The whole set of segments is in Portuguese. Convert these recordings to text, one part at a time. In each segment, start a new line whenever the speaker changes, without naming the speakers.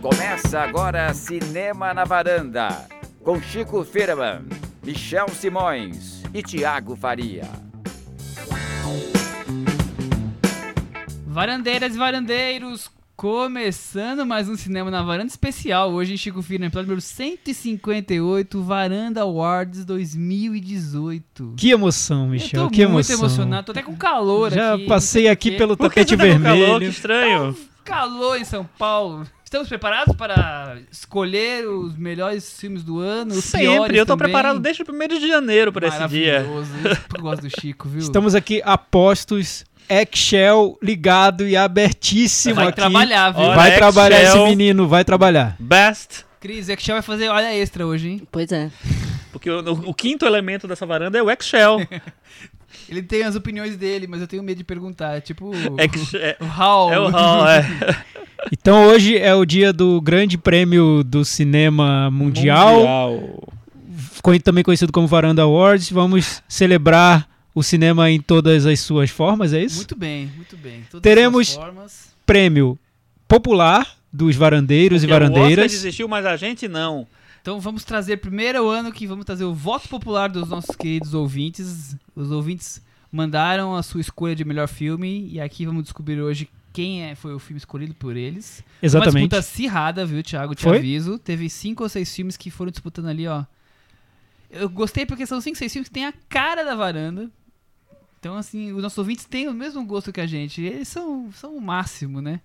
Começa agora Cinema na Varanda, com Chico Firman, Michel Simões e Tiago Faria.
Varandeiras e varandeiros, começando mais um Cinema na Varanda especial. Hoje em Chico Firman, episódio número 158, Varanda Awards 2018.
Que emoção, Michel.
Eu tô
que
muito
emoção.
emocionado, tô até com calor
Já
aqui.
passei
não sei
aqui
por quê.
pelo
Por que
tapete
você tá com calor? Que
vermelho.
estranho.
Ah, Calor em São Paulo. Estamos preparados para escolher os melhores filmes do ano? Os
Sempre.
piores
Eu tô
também?
preparado desde o 1 de janeiro pra esse dia.
Maravilhoso, isso que eu gosto do Chico, viu?
Estamos aqui apostos, Excel ligado e abertíssimo
Vai
aqui.
trabalhar, viu?
Olha,
Vai
Excel.
trabalhar esse menino, vai trabalhar.
Best.
Cris, Excel vai fazer hora extra hoje, hein?
Pois é.
Porque o, o quinto elemento dessa varanda é o Excel.
Ele tem as opiniões dele, mas eu tenho medo de perguntar. É tipo.
Ex- é,
O Hall.
é o Hall, é.
Então hoje é o dia do grande prêmio do cinema mundial,
É,
co- também conhecido como Varanda Awards. Vamos celebrar o cinema em todas as suas formas, é isso?
Muito bem, muito bem. Todas
Teremos-
as formas.
Prêmio popular dos varandeiros
Porque
e
O Oscar
varandeiras.
desistiu, mas a gente não.
Então vamos trazer primeiro o ano que vamos trazer o voto popular dos nossos queridos ouvintes. Os ouvintes mandaram a sua escolha de melhor filme e aqui vamos descobrir hoje quem é, foi o filme escolhido por eles. Uma
Exatamente.
disputa acirrada, viu, Thiago? Te
Foi?
aviso. Teve cinco ou seis filmes que foram disputando ali, ó. Eu gostei porque são cinco, seis filmes que têm a cara da varanda. Então, assim, os nossos ouvintes têm o mesmo gosto que a gente. Eles são, são o máximo, né?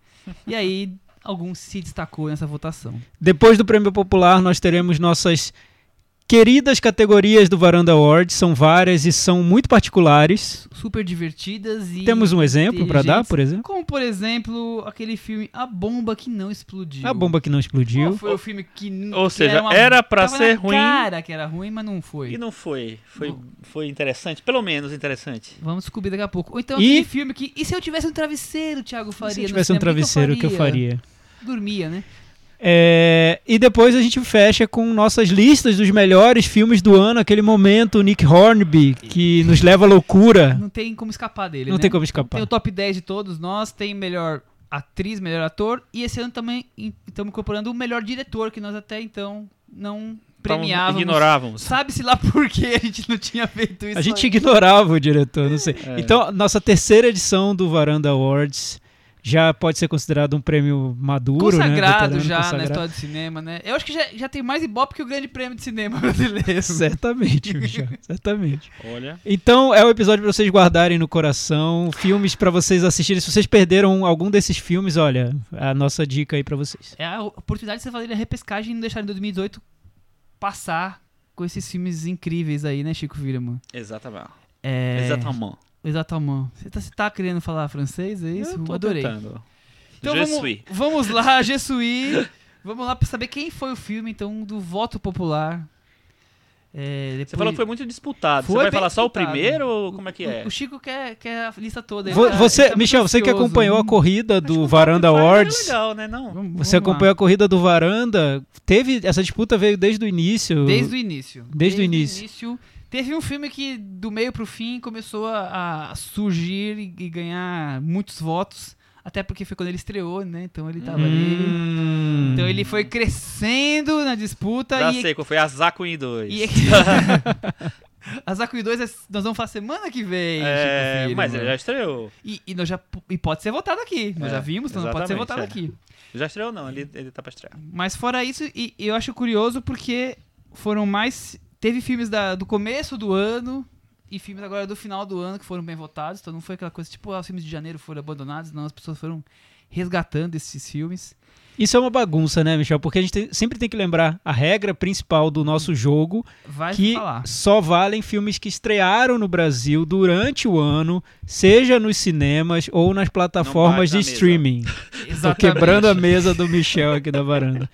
E aí, algum se destacou nessa votação.
Depois do Prêmio Popular, nós teremos nossas queridas categorias do Varanda Awards. São várias e são muito particulares.
Super divertidas e.
Temos um exemplo para dar, por exemplo?
Como, por exemplo, aquele filme A Bomba que Não Explodiu.
A bomba que não
Qual
explodiu.
foi o filme que. n-
Ou
que
seja,
uma-
era pra
tava
ser
na
ruim.
cara que era ruim, mas não foi.
E não foi. Foi, foi interessante. Pelo menos interessante.
Vamos descobrir daqui a pouco. Ou então
E-
aquele filme que. E se eu tivesse um travesseiro, Thiago Faria?
Se
no
eu tivesse um
cinema,
travesseiro, o que eu faria?
Dormia, né?
É, e depois a gente fecha com nossas listas dos melhores filmes do ano, aquele momento Nick Hornby, que nos leva à loucura.
Não tem como escapar dele.
Não é
né?
tem como
Tem
escapar.
o top 10 de todos nós, tem melhor atriz, melhor ator. E esse ano também em- estamos incorporando o melhor diretor, que nós até então não
Então,
premiávamos.
Ignorávamos.
Sabe-se lá por que a gente não tinha feito isso.
A gente ignorava o diretor, não sei.
É.
Então, nossa terceira edição do Varanda Awards já pode ser considerado um prêmio maduro,
Consagrado
né? veterano,
já na
consagrado.
história do cinema, né? Eu acho que já, já tem mais ibope que o grande prêmio de cinema brasileiro.
Certamente, Michel, certamente.
Olha.
Então, é o episódio pra vocês guardarem no coração, filmes pra vocês assistirem. Se vocês perderam um, algum desses filmes, olha, a nossa dica aí pra vocês.
É a oportunidade de você fazer a repescagem e não deixar em 2018 passar com esses filmes incríveis aí, né, Chico Viraman?
Exatamente.
É.
Exatamente.
Exatamente. Você tá, você tá querendo falar francês? É isso?
Eu tô
Adorei.
tentando.
Então
Je
vamos,
suis.
vamos lá, Jesuí. Vamos lá pra saber quem foi o filme, então, do voto popular. É, depois...
Você falou que foi muito disputado.
Foi
você vai
bem
falar só o
disputado.
primeiro ou como é que é?
O, o Chico quer, quer a lista toda. ele
Vo-
tá- ele
Você,
tá muito
Michel, você que
ansioso.
acompanhou a corrida do Varanda
Spotify
Awards,
É legal, né? Não.
Vamos-
você
vamos lá.
acompanhou a corrida do Varanda, teve essa disputa veio desde o início.
Desde o início.
Desde o início.
Teve um filme que, do meio pro fim, começou a, a surgir e, e ganhar muitos votos. Até porque foi quando ele estreou, né? Então ele tava ali.
Hum.
Então ele foi crescendo na disputa
Já
e.
sei qual foi. Azaco em 2.
e... é A Zaku 2 é- nós vamos falar semana que vem.
É,
Chico Filho,
mas
mano.
ele já estreou.
e, e nós já e pode ser votado aqui. Nós
É,
já vimos, então não pode ser votado
exatamente, é.
aqui.
Já estreou, não. Ele, ele tá pra estrear.
Mas fora isso, e, e eu acho curioso porque foram mais. Teve filmes da- do começo do ano e filmes agora do final do ano que foram bem votados. Então não foi aquela coisa tipo, ah, os filmes de janeiro foram abandonados, não, as pessoas foram resgatando esses filmes.
Isso é uma bagunça, né, Michel? Porque a gente tem- sempre tem que lembrar a regra principal do nosso jogo,
Vai
que
falar.
só valem filmes que estrearam no Brasil durante o ano, seja nos cinemas ou nas plataformas
bate na
de
mesa.
streaming. Tô
Exatamente.
quebrando a mesa do Michel aqui da varanda.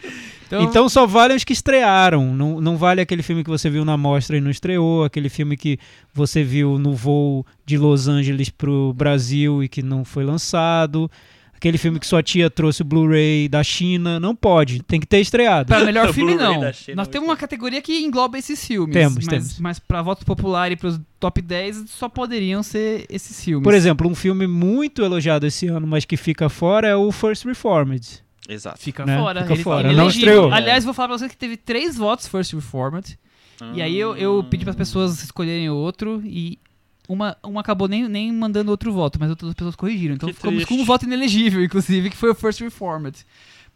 Então,
Então, só valem os que estrearam. Não, não vale aquele filme que você viu na mostra e não estreou, aquele filme que você viu no voo de Los Angeles pro Brasil e que não foi lançado. Aquele filme que sua tia trouxe o Blu-ray da China. Não pode, tem que ter estreado.
pra melhor filme,
Blu-ray
não.
da China,
Nós
muito
temos
bom.
uma categoria que engloba esses filmes.
é Temos,
mas,
temos.
Mas pra voto popular e pros top 10 só poderiam ser esses filmes.
Por exemplo, um filme muito elogiado esse ano, mas que fica fora, é o First Reformed.
Exato.
Fica
Né?
fora.
Fica
ele-
fora,
ele é
não
elegível.
estreou.
Aliás, vou falar pra você que teve três votos First Reformed. E aí eu, eu
Hum,
pedi para as pessoas escolherem outro e uma, uma acabou nem, nem mandando outro voto, mas outras pessoas corrigiram. Então
Que
ficamos com um
triste.
voto inelegível, inclusive, que foi o First Reformed.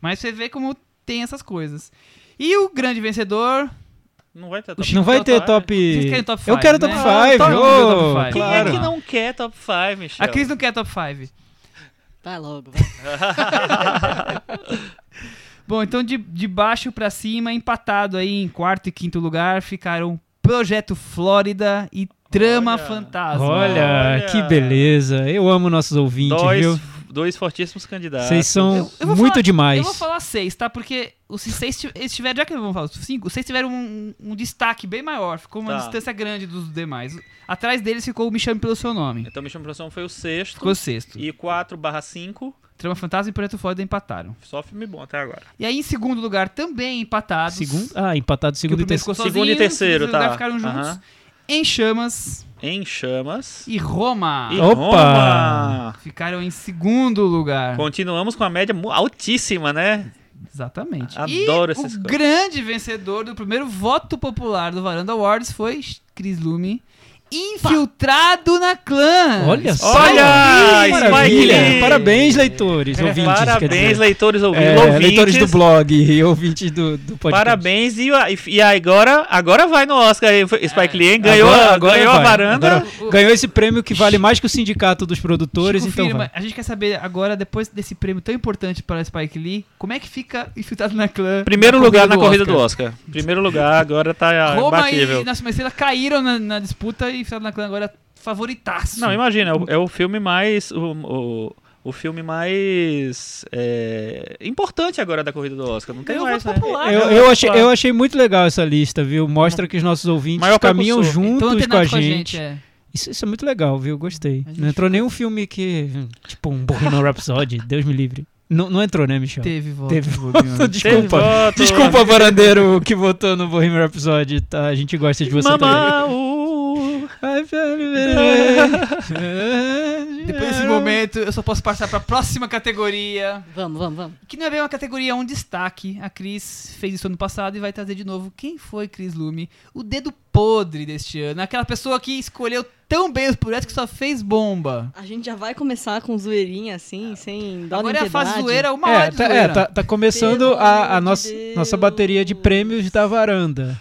Mas você vê como tem essas coisas. E o grande vencedor.
Não vai ter
Não vai ter
five?
top.
Vocês querem top
Eu
five,
quero
né?
top
Ah,
5.
todo mundo quer top five.
Quem
claro.
é que não quer top 5, Michel?
A Cris não quer top 5.
Vai logo, vai.
Bom, então de, de baixo para cima, empatado aí em quarto e quinto lugar, ficaram Projeto Flórida e Trama
Olha.
Fantasma.
Olha,
Olha.
que beleza. Eu amo nossos ouvintes, viu?
dois, dois fortíssimos candidatos.
Vocês são
Eu- eu vou
muito
falar-
demais.
Eu vou falar seis, tá? Porque os seis ti- eles tiveram, já que vamos falar os cinco, os seis tiveram um, um destaque bem maior, ficou uma
Tá.
distância grande dos demais. Atrás deles ficou o Me Chame Pelo Seu Nome.
Então, Michel Impressão foi o sexto.
Ficou o sexto.
E 4 barra 5,
Trama Fantasma e Projeto Flórida empataram.
só filme bom até agora.
E aí, em segundo lugar, também empatados.
Segundo, ah, empatado
porque o
segundo e
primeiro ficou
terceiro.
sozinho,
Segundo e terceiro,
o segundo lugar
tá.
ficaram juntos.
Aham.
Em Chamas
Em Chamas.
e Roma
E
Opa!
Roma.
ficaram em segundo lugar.
Continuamos com a média mu- altíssima, né?
Exatamente.
Ah, Adoro
e
essas
o
coisas.
grande vencedor do primeiro voto popular do Varanda Awards foi Chris Lume, infiltrado na clã.
Olha só!
Olha,
que
Spike
maravilha!
é
Lee.
Parabins, leitores, ouvintes. quer
É, Parabéns,
dizer.
leitores ouvintes.
É,
ouvintes.
leitores do blog e ouvintes do, do podcast.
Parabéns. E, a- e- e agora, agora vai no Oscar. hein? Foi- Spike Lee hein? ganhou,
É, Agora-
a-
agora
ganhou
vai,
a varanda.
agora- Ganhou esse prêmio que vale mais que o sindicato dos produtores,
Chico
então
Firma,
vai.
a gente quer saber agora, depois desse prêmio tão importante para Spike Lee, como é que fica infiltrado na clã?
Primeiro
na
lugar na corrida do Oscar. Primeiro lugar, agora tá
Roma
imbatível.
e Nascimento Estrela caíram na, na disputa e infiltrado na clã agora é favoritaço.
Não, imagina, é o, é o filme mais. O, o, o filme mais é, importante agora da corrida do Oscar. Não tem
Ganhou
mais,
voto
né?
popular,
Eu,
né?
eu achei, eu achei muito legal essa lista, viu? Mostra que os nossos ouvintes
Maior
caminham
precursor.
Tão
juntos com a
Então, antenado
gente.
é.
Isso, isso é muito legal, viu? Gostei.
A gente
Não entrou nenhum filme que. Tipo, um Bohemian Rhapsody, Deus me livre. Não, não entrou, né, Michel?
Teve voto.
Teve
Bobiano.
voto,
Teve
desculpa.
voto.
Desculpa, Varandeiro, que votou no Bohemian Rhapsody, tá? A gente gosta de você também.
Mamá, uh,
Depois
É.
desse momento, eu só posso passar para a próxima categoria.
Vamos, vamos, vamos.
Que não é bem uma categoria, é um destaque. A Cris fez isso ano passado e vai trazer de novo. Quem foi Cris Lume? O dedo podre deste ano. Aquela pessoa que escolheu tão bem os projetos que só fez bomba.
A gente já vai começar com zoeirinha assim, sem dó
Agora
nem
é a fase
piedade.
zoeira, uma hora
É,
de
tá, é,
zoeira.
tá- tá começando
Pelo
a, a
amor de
nossa,
Deus.
nossa bateria de prêmios da varanda.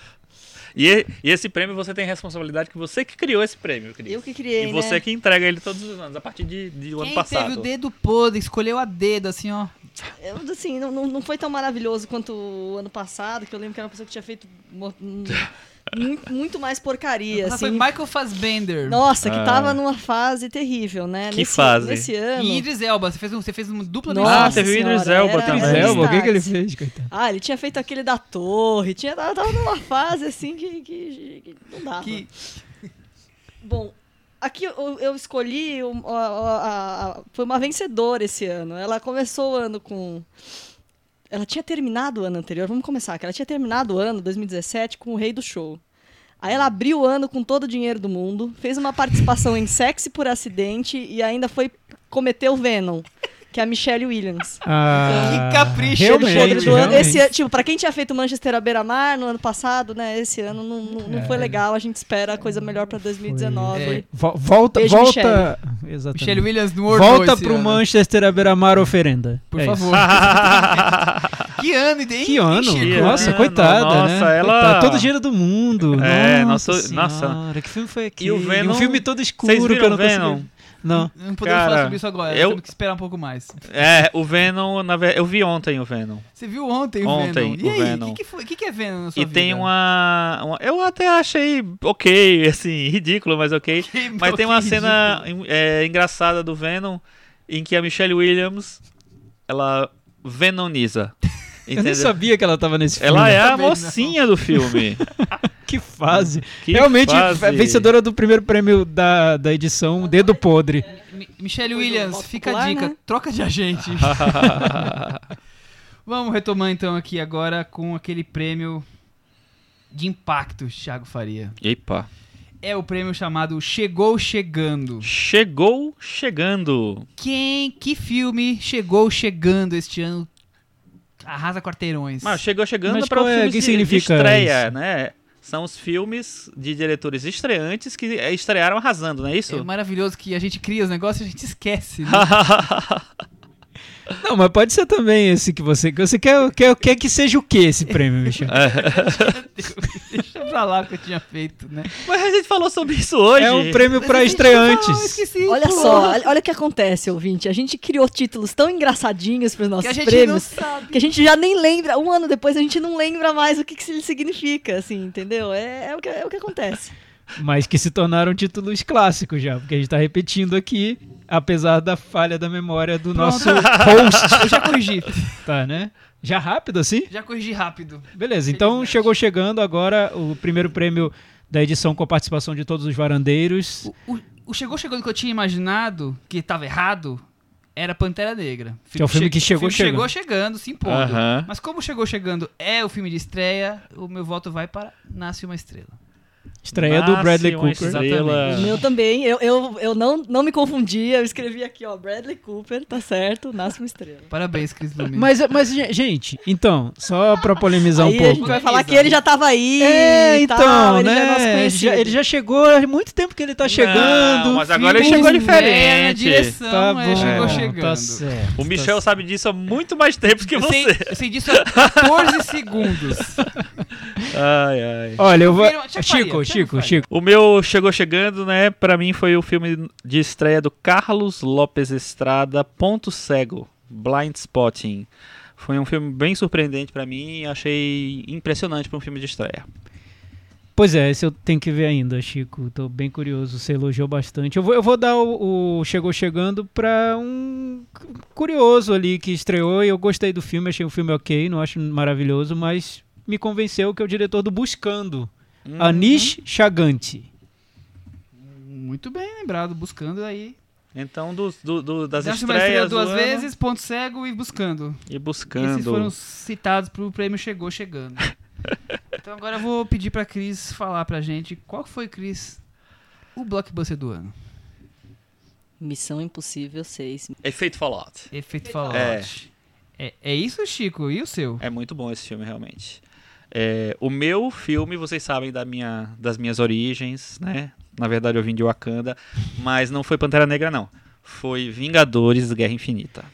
e, e esse prêmio você tem responsabilidade que você que criou esse prêmio, Cris.
Eu que criei,
E você
né?
que entrega ele todos os anos, a partir de, de o ano
Quem
passado.
teve o dedo podre, escolheu a dedo, assim, ó.
Eu, assim, não, não, não foi tão maravilhoso quanto o ano passado, que eu lembro que era uma pessoa que tinha feito mo- mu- muito, mais porcaria,
Essa Foi
assim.
Michael Fassbender.
Nossa, que
Ah.
tava numa fase terrível, né?
Que
nesse,
fase?
Nesse ano.
E Idris Elba, você fez, um, você fez uma dupla
Nossa
Ah, teve o Idris
senhora,
Elba
era-
também.
era
Idris
Zelma, o que, que ele
destaque.
fez, coitado?
Ah, ele tinha feito aquele da torre, tinha, tava, tava numa fase assim que, que- que não dava.
Que,
Bom, aqui eu, eu escolhi. um- a- a- a- foi uma vencedora esse ano. Ela começou o ano com. Ela tinha terminado o ano anterior, vamos começar aqui. Ela tinha terminado o ano, 2017, com o Rei do Show. Aí ela abriu o ano com todo o dinheiro do mundo, fez uma participação em Sexy por acidente e ainda foi cometeu Venom, que é a Michelle Williams.
Ah,
Que capricho,
realmente,
ele
podre do ano.
realmente.
Esse, ano, tipo, pra quem tinha feito Manchester à beira-mar no ano passado, né? Esse ano não, não- não foi legal. A gente espera coisa melhor pra 2019.
É.
Vo- Volta,
Beijo,
volta. Exatamente.
Michelle Williams no orgulho.
Volta pro Manchester à beira-mar oferenda.
Por
É isso.
favor. que ano, hein?
Que ano?
Que
nossa,
ano,
coitada, né?
nossa, ela-
Coitada, todo dinheiro do mundo.
É,
nossa,
nossa, nossa.
senhora, que filme foi aqui?
E o Venom-
um filme todo escuro
Vocês
que eu
viram
não
o Venom?
consegui. Não.
Não podemos
Cara,
falar sobre isso agora,
eu-
temos que esperar um pouco mais.
É, o Venom, na ve- eu vi ontem o Venom.
Você viu ontem,
Ontem,
o Venom? E
o
aí,
Venom.
que que foi- que, que é Venom na sua
E
vida?
né?
tem uma, uma- Eu até achei ok, assim, ridículo, mas ok.
Que-
Mas
Então que
tem uma
ridículo.
cena é, engraçada do Venom em que a Michelle Williams ela venoniza.
Eu nem
entendeu?
sabia que ela tava nesse filme.
Ela é a
Também não.
mocinha do filme.
Que fase.
Que
Realmente, é
fase.
vencedora do primeiro prêmio da, da edição, Dedo Podre.
Mi- Michelle
Foi do
Williams,
voto
fica a
popular,
dica,
né?
troca de agente. Vamos retomar então aqui agora com aquele prêmio de impacto, Thiago Faria.
Epa.
É o prêmio chamado Chegou Chegando.
Chegou chegando.
Quem, que filme chegou chegando este ano arrasa quarteirões.
Mas chegou chegando
Mas
para o
qual é-
filme
que
de, de
significa
estreia,
isso?
né? São os filmes de diretores estreantes que eh, estrearam arrasando, não é
é
isso?
maravilhoso que a gente cria os negócios e a gente esquece. né?
Não, mas pode ser também esse que você. que Você quer, quer, quer que seja o que esse prêmio, Michel?
Deixa pra lá o que eu tinha feito, né?
Mas a gente falou sobre isso hoje.
É um prêmio
Mas a
para
gente não falou, eu
estreantes.
esqueci,
Olha
pulou.
só, olha- olha o que acontece, ouvinte. A gente criou títulos tão engraçadinhos para os
Que
nossos
a gente não
prêmios
sabe.
que a gente já nem lembra. Um ano depois a gente não lembra mais o que, que ele significa, assim, entendeu? É, é o, que, é o que acontece.
Mas que se tornaram títulos clássicos já, porque a gente tá repetindo aqui, apesar da falha da memória do nosso host.
Eu já corrigi.
Tá, né? Já rápido assim?
Já corrigi rápido.
Beleza, então
Felizmente.
chegou chegando agora o primeiro prêmio da edição com a participação de todos os varandeiros.
O, o- o Chegou Chegando que eu tinha imaginado, que tava errado, era Pantera Negra.
Que é o filme que chegou
filme Chegou chegando, se impondo.
Aham.
Mas como Chegou Chegando é o filme de estreia, o meu voto vai para Nasce Uma Estrela.
Estreia do
Ah,
Nasce
Bradley
Ah, uma
Cooper.
Estrela.
O
Ah.
meu também, eu, eu, eu não, não me confundi, eu escrevi aqui, ó, Bradley Cooper, tá certo, nasce uma estrela.
Parabéns, Cris Lume.
Mas, mas, gen- gente, então, só pra polemizar
aí
um
a
pouco.
gente vai falar que ele já tava aí.
É,
e
então,
tal, ele
né?
Já é nosso
ele,
conhecido.
já, ele já chegou há muito tempo que ele tá chegando.
Não, mas agora ele
Filme,
chegou
é, na
diferente.
direção,
tá
é,
bom,
chegou
tá
chegando.
certo,
O
tá
Michel sabe disso há muito mais tempo que
eu, sei,
você.
eu sei disso há 14 segundos.
Ai, ai.
Olha, eu vou.
Confirma, Thiago
Chico,
Faria,
Chico,
Thiago
Chico.
O meu chegou chegando, né? Pra mim foi o filme de estreia do Carlos Lopes Estrada, Ponto Cego, Blind Spotting. Foi um filme bem surpreendente pra mim, achei impressionante pra um filme de estreia.
Pois é, esse eu tenho que ver ainda, Chico. Tô bem curioso, você elogiou bastante. Eu vou, eu vou dar o, o Chegou Chegando pra um curioso ali que estreou e eu gostei do filme, achei o filme ok, não acho maravilhoso, mas me convenceu que é o diretor do Buscando, Anish Chaganti.
Muito bem lembrado, buscando aí.
Então, dos- do- do- das
Nasce Uma Estrela
estreias
duas
do ano
vezes, Ponto Cego e Buscando.
e
Esses foram
buscando.
citados pro prêmio Chegou Chegando. então agora eu vou pedir pra Cris falar pra gente qual foi, Cris, o blockbuster do ano.
Missão Impossível 6.
Efeito Fallout.
Efeito Fallout. É. É, isso, Chico? E o seu?
É muito bom esse filme, realmente. É, o meu filme, vocês sabem da minha, das minhas origens, né? Na verdade, eu vim de Wakanda, mas não foi Pantera Negra, não. Foi Vingadores Guerra Infinita.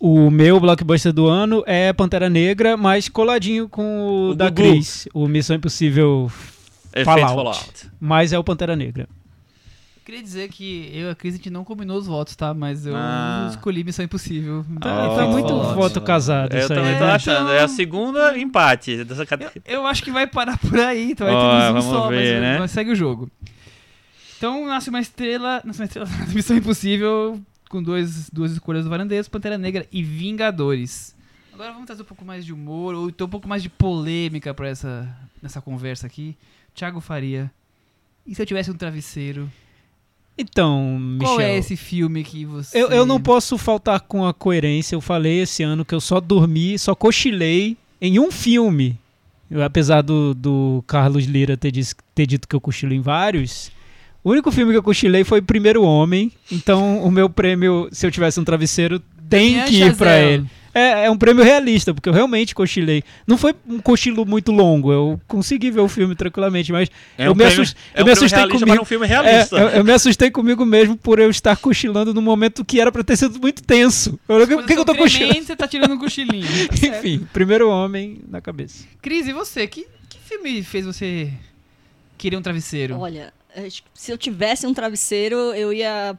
O meu blockbuster do ano é Pantera Negra, mas coladinho com o,
O
da
Gugu.
Cris, o Missão Impossível,
Efeito
Fallout.
Fallout.
mas é o Pantera Negra.
Queria dizer que eu e a Cris a gente não combinou os votos, tá? Mas eu
Ah.
escolhi Missão Impossível.
Tá,
Ah,
tá muito
Fallout.
voto casado
Eu
isso aí,
também
né?
tô achando.
Então-
É a segunda empate dessa categoria.
Eu acho que vai parar por aí, então vai
Ó,
ter mais um
vamos
só,
ver,
mas,
né?
mas segue o jogo. Então nasce uma estrela, nasce uma estrela, Missão Impossível, com dois, duas escolhas do Varandeiro, Pantera Negra e Vingadores. Agora vamos trazer um pouco mais de humor, ou então um pouco mais de polêmica pra essa, nessa conversa aqui. Thiago Faria, e se eu tivesse um travesseiro?
Então, Michel,
Qual é esse filme que você...
eu, eu não posso faltar com a coerência. Eu falei esse ano que eu só dormi, só cochilei em um filme. Eu, apesar do, do Carlos Lira ter, dis- ter dito que eu cochilo em vários, o único filme que eu cochilei foi Primeiro Homem. Então, o meu prêmio, se eu tivesse um travesseiro, tem
Tinha
que ir pra
Chazelle.
ele. É, é um prêmio realista, porque eu realmente cochilei. Não foi um cochilo muito longo, eu consegui ver o filme tranquilamente, mas
É
eu,
um
me
prêmio-
assust-
é
eu
um
me
prêmio
assustei
realista,
comigo.
mas é um filme realista.
É, eu, eu me assustei comigo mesmo por eu estar cochilando num momento que era pra ter sido muito tenso. Eu, o que,
Quando
que que eu tô
são
cochilando?
trementes, Você tá tirando um cochilinho. Tá certo.
Enfim, primeiro homem na cabeça.
Cris, e você? Que, que filme fez você querer um travesseiro?
Olha, acho que se eu tivesse um travesseiro, eu ia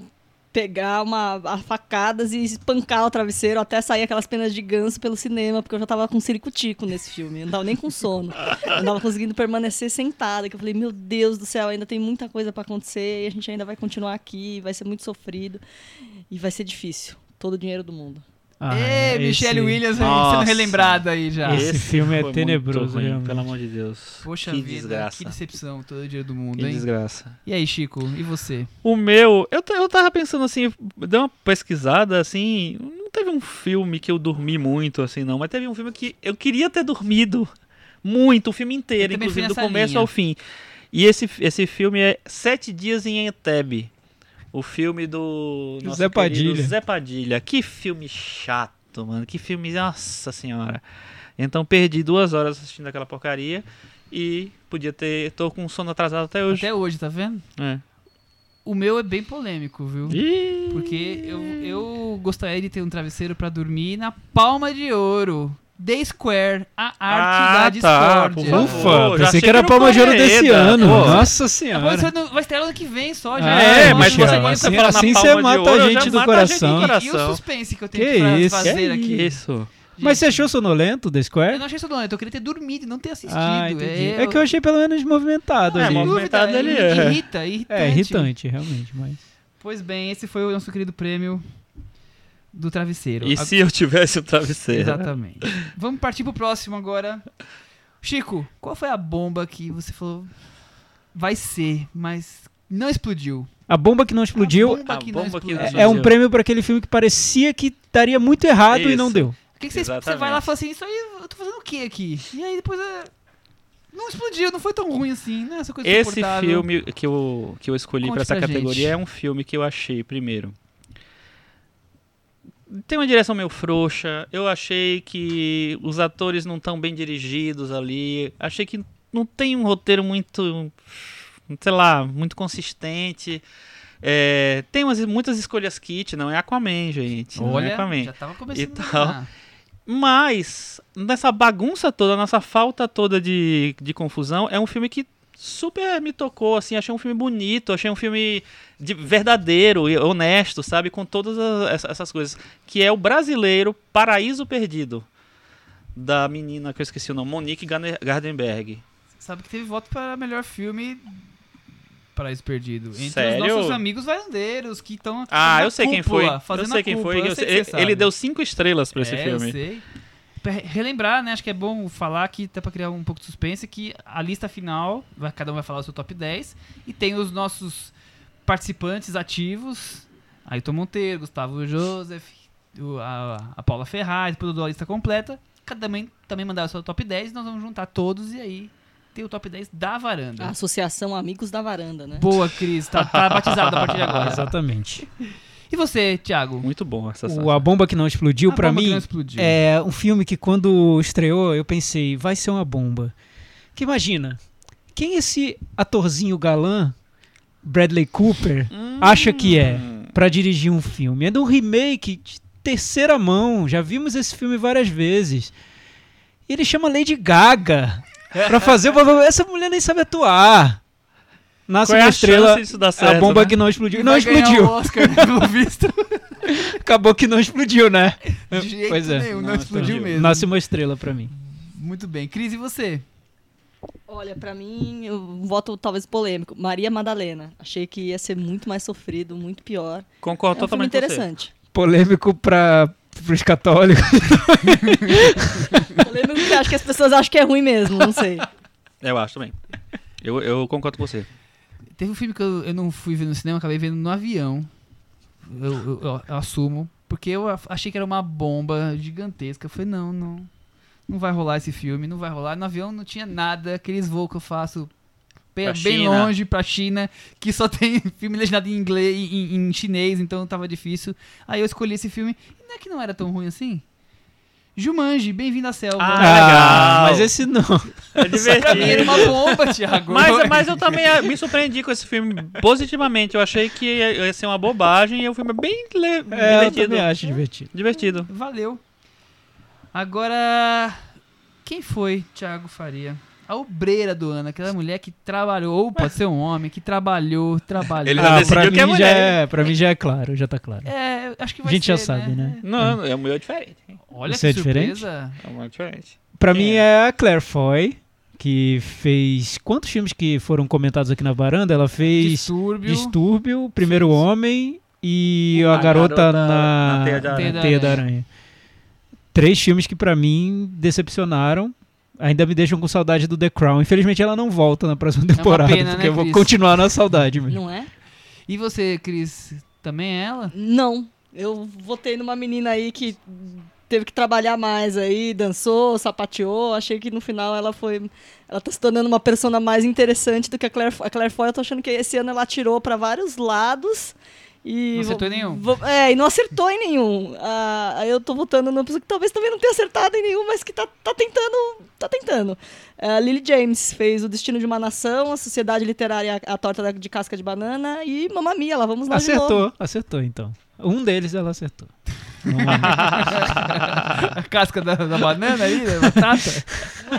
pegar uma a facadas e espancar o travesseiro até sair aquelas penas de ganso pelo cinema, porque eu já tava com ciricutico nesse filme, eu não tava nem com sono. Eu não tava conseguindo permanecer sentada, que eu falei, meu Deus do céu, ainda tem muita coisa pra acontecer e a gente ainda vai continuar aqui, vai ser muito sofrido e vai ser difícil. Todo o dinheiro do mundo.
Ah,
Ê,
esse-
Michelle Williams
Nossa.
sendo relembrada aí já.
Esse filme é
foi
tenebroso,
muito ruim,
realmente.
pelo amor de Deus.
Poxa
que
vida,
desgraça.
que decepção, todo o dinheiro do
Que
mundo, hein?
desgraça.
E aí, Chico, e você?
O meu, eu, ta- eu tava pensando assim, dei uma pesquisada assim, não teve um filme que eu dormi muito assim não, mas teve um filme que eu queria ter dormido muito, o filme inteiro,
Eu também fui
inclusive do
nessa
começo
linha.
ao fim. E esse, esse filme é Sete Dias em Entebbe, o filme do nosso
Zé
querido
Padilha.
Zé Padilha. Que filme chato. chato, mano. Que filme, nossa senhora. Então perdi duas horas assistindo aquela porcaria e podia ter. Tô com sono atrasado até hoje.
Até hoje, tá vendo?
É.
O meu é bem polêmico, viu?
Ih,
Porque eu, eu gostaria de ter um travesseiro pra dormir na palma de ouro. The Square, a
Ah,
arte da
tá,
discórdia.
por favor.
Ufa,
Pô, já
pensei
achei
que era
que era
palma de ouro
Coreeda,
desse ano.
pô.
Ah,
Nossa
mas
senhora.
isso não- Vai estrear ano que vem só já.
Ah,
é,
Então,
mas
olha,
você
Michel,
quando você
assim-
fala
assim
na
você
palma de
mata a
ouro, já
gente do
mata a gente
coração.
E o
coração.
suspense que eu
Que
tenho que
isso?
fazer
Que
aqui.
Isso.
Mas você achou sonolento The
Eu
Square?
não achei isso sonolento, eu queria ter dormido e não ter assistido.
Ah, entendi.
É,
É que eu achei pelo menos movimentado
É,
ali.
Sem
mov-
dúvida,
movimentado ele é.
Irrita, irritante.
um. É, irritante, realmente, mas...
Pois bem, esse foi o nosso querido prêmio do travesseiro.
E
Ag-
se eu tivesse um travesseiro?
Exatamente. Vamos partir pro próximo agora. Chico, qual foi a bomba que você falou vai ser, mas não explodiu?
A bomba que não explodiu
A bomba que
A
não
bomba que
explodiu.
não
é, é um prêmio pra aquele filme que parecia que daria muito errado e não
Isso.
deu.
O que, que você,
Exatamente.
você vai lá e fala assim, isso aí eu tô fazendo o que aqui? E aí depois é... não explodiu, não foi tão ruim assim, né? Essa coisa
Esse
insuportável.
filme que eu, que eu escolhi
Conte
pra essa
pra gente.
categoria é um filme que eu achei primeiro. Tem uma direção meio frouxa. Eu achei que os atores não estão bem dirigidos ali. Achei que não tem um roteiro muito. Sei lá, muito consistente. É, tem umas, muitas escolhas kit, não é Aquaman, gente. não é
Olha,
Aquaman.
já tava começando
E
a
tal.
dar.
Mas, nessa bagunça toda, nessa falta toda de, de confusão, é um filme que super me tocou, assim, achei um filme bonito, achei um filme de, verdadeiro e honesto, sabe, com todas a- essa- essas coisas, que é o brasileiro Paraíso Perdido, da menina que eu esqueci o nome, Monique Garne- Gardenberg.
Sabe que teve voto para melhor filme Paraíso Perdido. Entre os
Sério?
nossos amigos varandeiros que estão.
Ah,
na
eu sei quem foi,
cúpula,
eu
Fazendo
sei
a
quem
cúpula,
foi,
eu
eu
sei
sei-
que
ele,
você sabe.
ele deu cinco estrelas pra esse
É, Eu
filme.
sei. Pra re- relembrar, né? Acho que é bom falar que até pra criar um pouco de suspense, que a lista final, vai- cada um vai falar o seu top 10, e tem os nossos participantes ativos. Ailton Monteiro, Gustavo Joseph, o- a, a Paula Ferraz, depois eu dou a lista completa. Cada também, também mandar o seu top 10, nós vamos juntar todos e aí tem o top 10 da varanda.
A Associação Amigos da Varanda, né?
Boa, Cris. Tá, tá batizado a partir de agora.
Exatamente.
E você, Thiago?
Muito bom essa
O A Bomba Que Não Explodiu,
Tá A
pra
bomba que
mim,
não explodiu.
é um filme que quando estreou, eu pensei, vai ser uma bomba. Que imagina, quem esse atorzinho galã, Bradley Cooper, acha que é pra dirigir um filme? É de um remake de terceira mão, já vimos esse filme várias vezes. E ele chama Lady Gaga pra fazer o papel. Essa mulher nem sabe atuar. Nasce
Qual é
uma
a
estrela,
chance disso dar
a
certo,
bomba
né?
que não explodiu.
E
Não
vai ganhar
explodiu.
o Oscar, né, pelo visto.
Acabou que não explodiu, né?
De jeito
Pois é.
nenhum, não,
Não
explodiu
explodiu.
mesmo.
Nasce uma estrela pra mim.
Muito bem. Cris, e você?
Olha, pra mim, eu voto talvez polêmico. Maria Madalena. Achei que ia ser muito mais sofrido, muito pior.
Concordo
é um filme
totalmente com você.
interessante.
polêmico para os católicos.
Polêmico que acho que as pessoas acham que é ruim mesmo, não sei.
Eu acho também. Eu, eu concordo com você.
Teve um filme que eu, eu não fui ver no cinema, acabei vendo no avião. Eu, eu- eu- eu assumo. Porque eu a- achei que era uma bomba gigantesca. Eu falei, não, não. Não vai rolar esse filme, não vai rolar. No avião não tinha nada. Aqueles voos que eu faço bem,
Pra
bem
China.
longe pra China, que só tem filme legendado em inglês, em, em chinês, então tava difícil. Aí eu escolhi esse filme. E não é que não era tão ruim assim? Jumanji, bem-vindo à selva.
Ah, legal.
mas esse não.
É
Pra mim era
divertido.
uma bomba, Thiago.
Mas, mas eu também ah, me surpreendi com esse filme positivamente. Eu achei que ia ia ser uma bobagem e o filme é bem le-
É, eu
divertido.
também acho divertido.
Divertido.
Valeu. Agora, quem foi Thiago Faria? A obreira do ano, aquela mulher que trabalhou, ou pode ser um homem, que trabalhou, trabalhou.
Ele já
Ah, pra
decidiu que é
mim já
mulher,
é, pra mim já é claro, já tá claro.
É, eu acho que
A
vai
gente
ser,
já sabe, né?
Não, é um mulher diferente.
Olha
Isso
que
é diferente?
surpresa.
É uma mulher diferente.
Pra
Quem
mim é a Claire Foy, que fez quantos filmes que foram comentados aqui na varanda? Ela fez
Distúrbio.
Distúrbio, Primeiro Homem e
O-
a,
a
garota,
Garota
na,
na Teia da
Aranha.
Teia da Aranha. Três filmes que pra mim decepcionaram. Ainda me deixam com saudade do The Crown. Infelizmente ela não volta na próxima temporada,
pena,
porque
né,
eu vou
Cris?
continuar na saudade mesmo.
Não é?
E você, Cris, também é ela?
Não. Eu votei numa menina aí que teve que trabalhar mais aí, dançou, sapateou. Achei que no final ela foi. Ela tá se tornando uma persona mais interessante do que a Claire Foy. A Claire Foy eu tô achando que esse ano ela tirou pra vários lados. E
Não
vo-
acertou em nenhum.
vo- é, e não acertou em nenhum. Ah, eu tô votando numa pessoa que talvez também não tenha acertado em nenhum, mas que tá, tá tentando. Tá tentando. Ah, Lily James fez O Destino de uma Nação, A Sociedade Literária A Torta da- de Casca de Banana e Mamma Mia, lá vamos lá de novo.
Acertou, acertou então. Um deles ela acertou. né?
A casca da, da banana aí, da batata.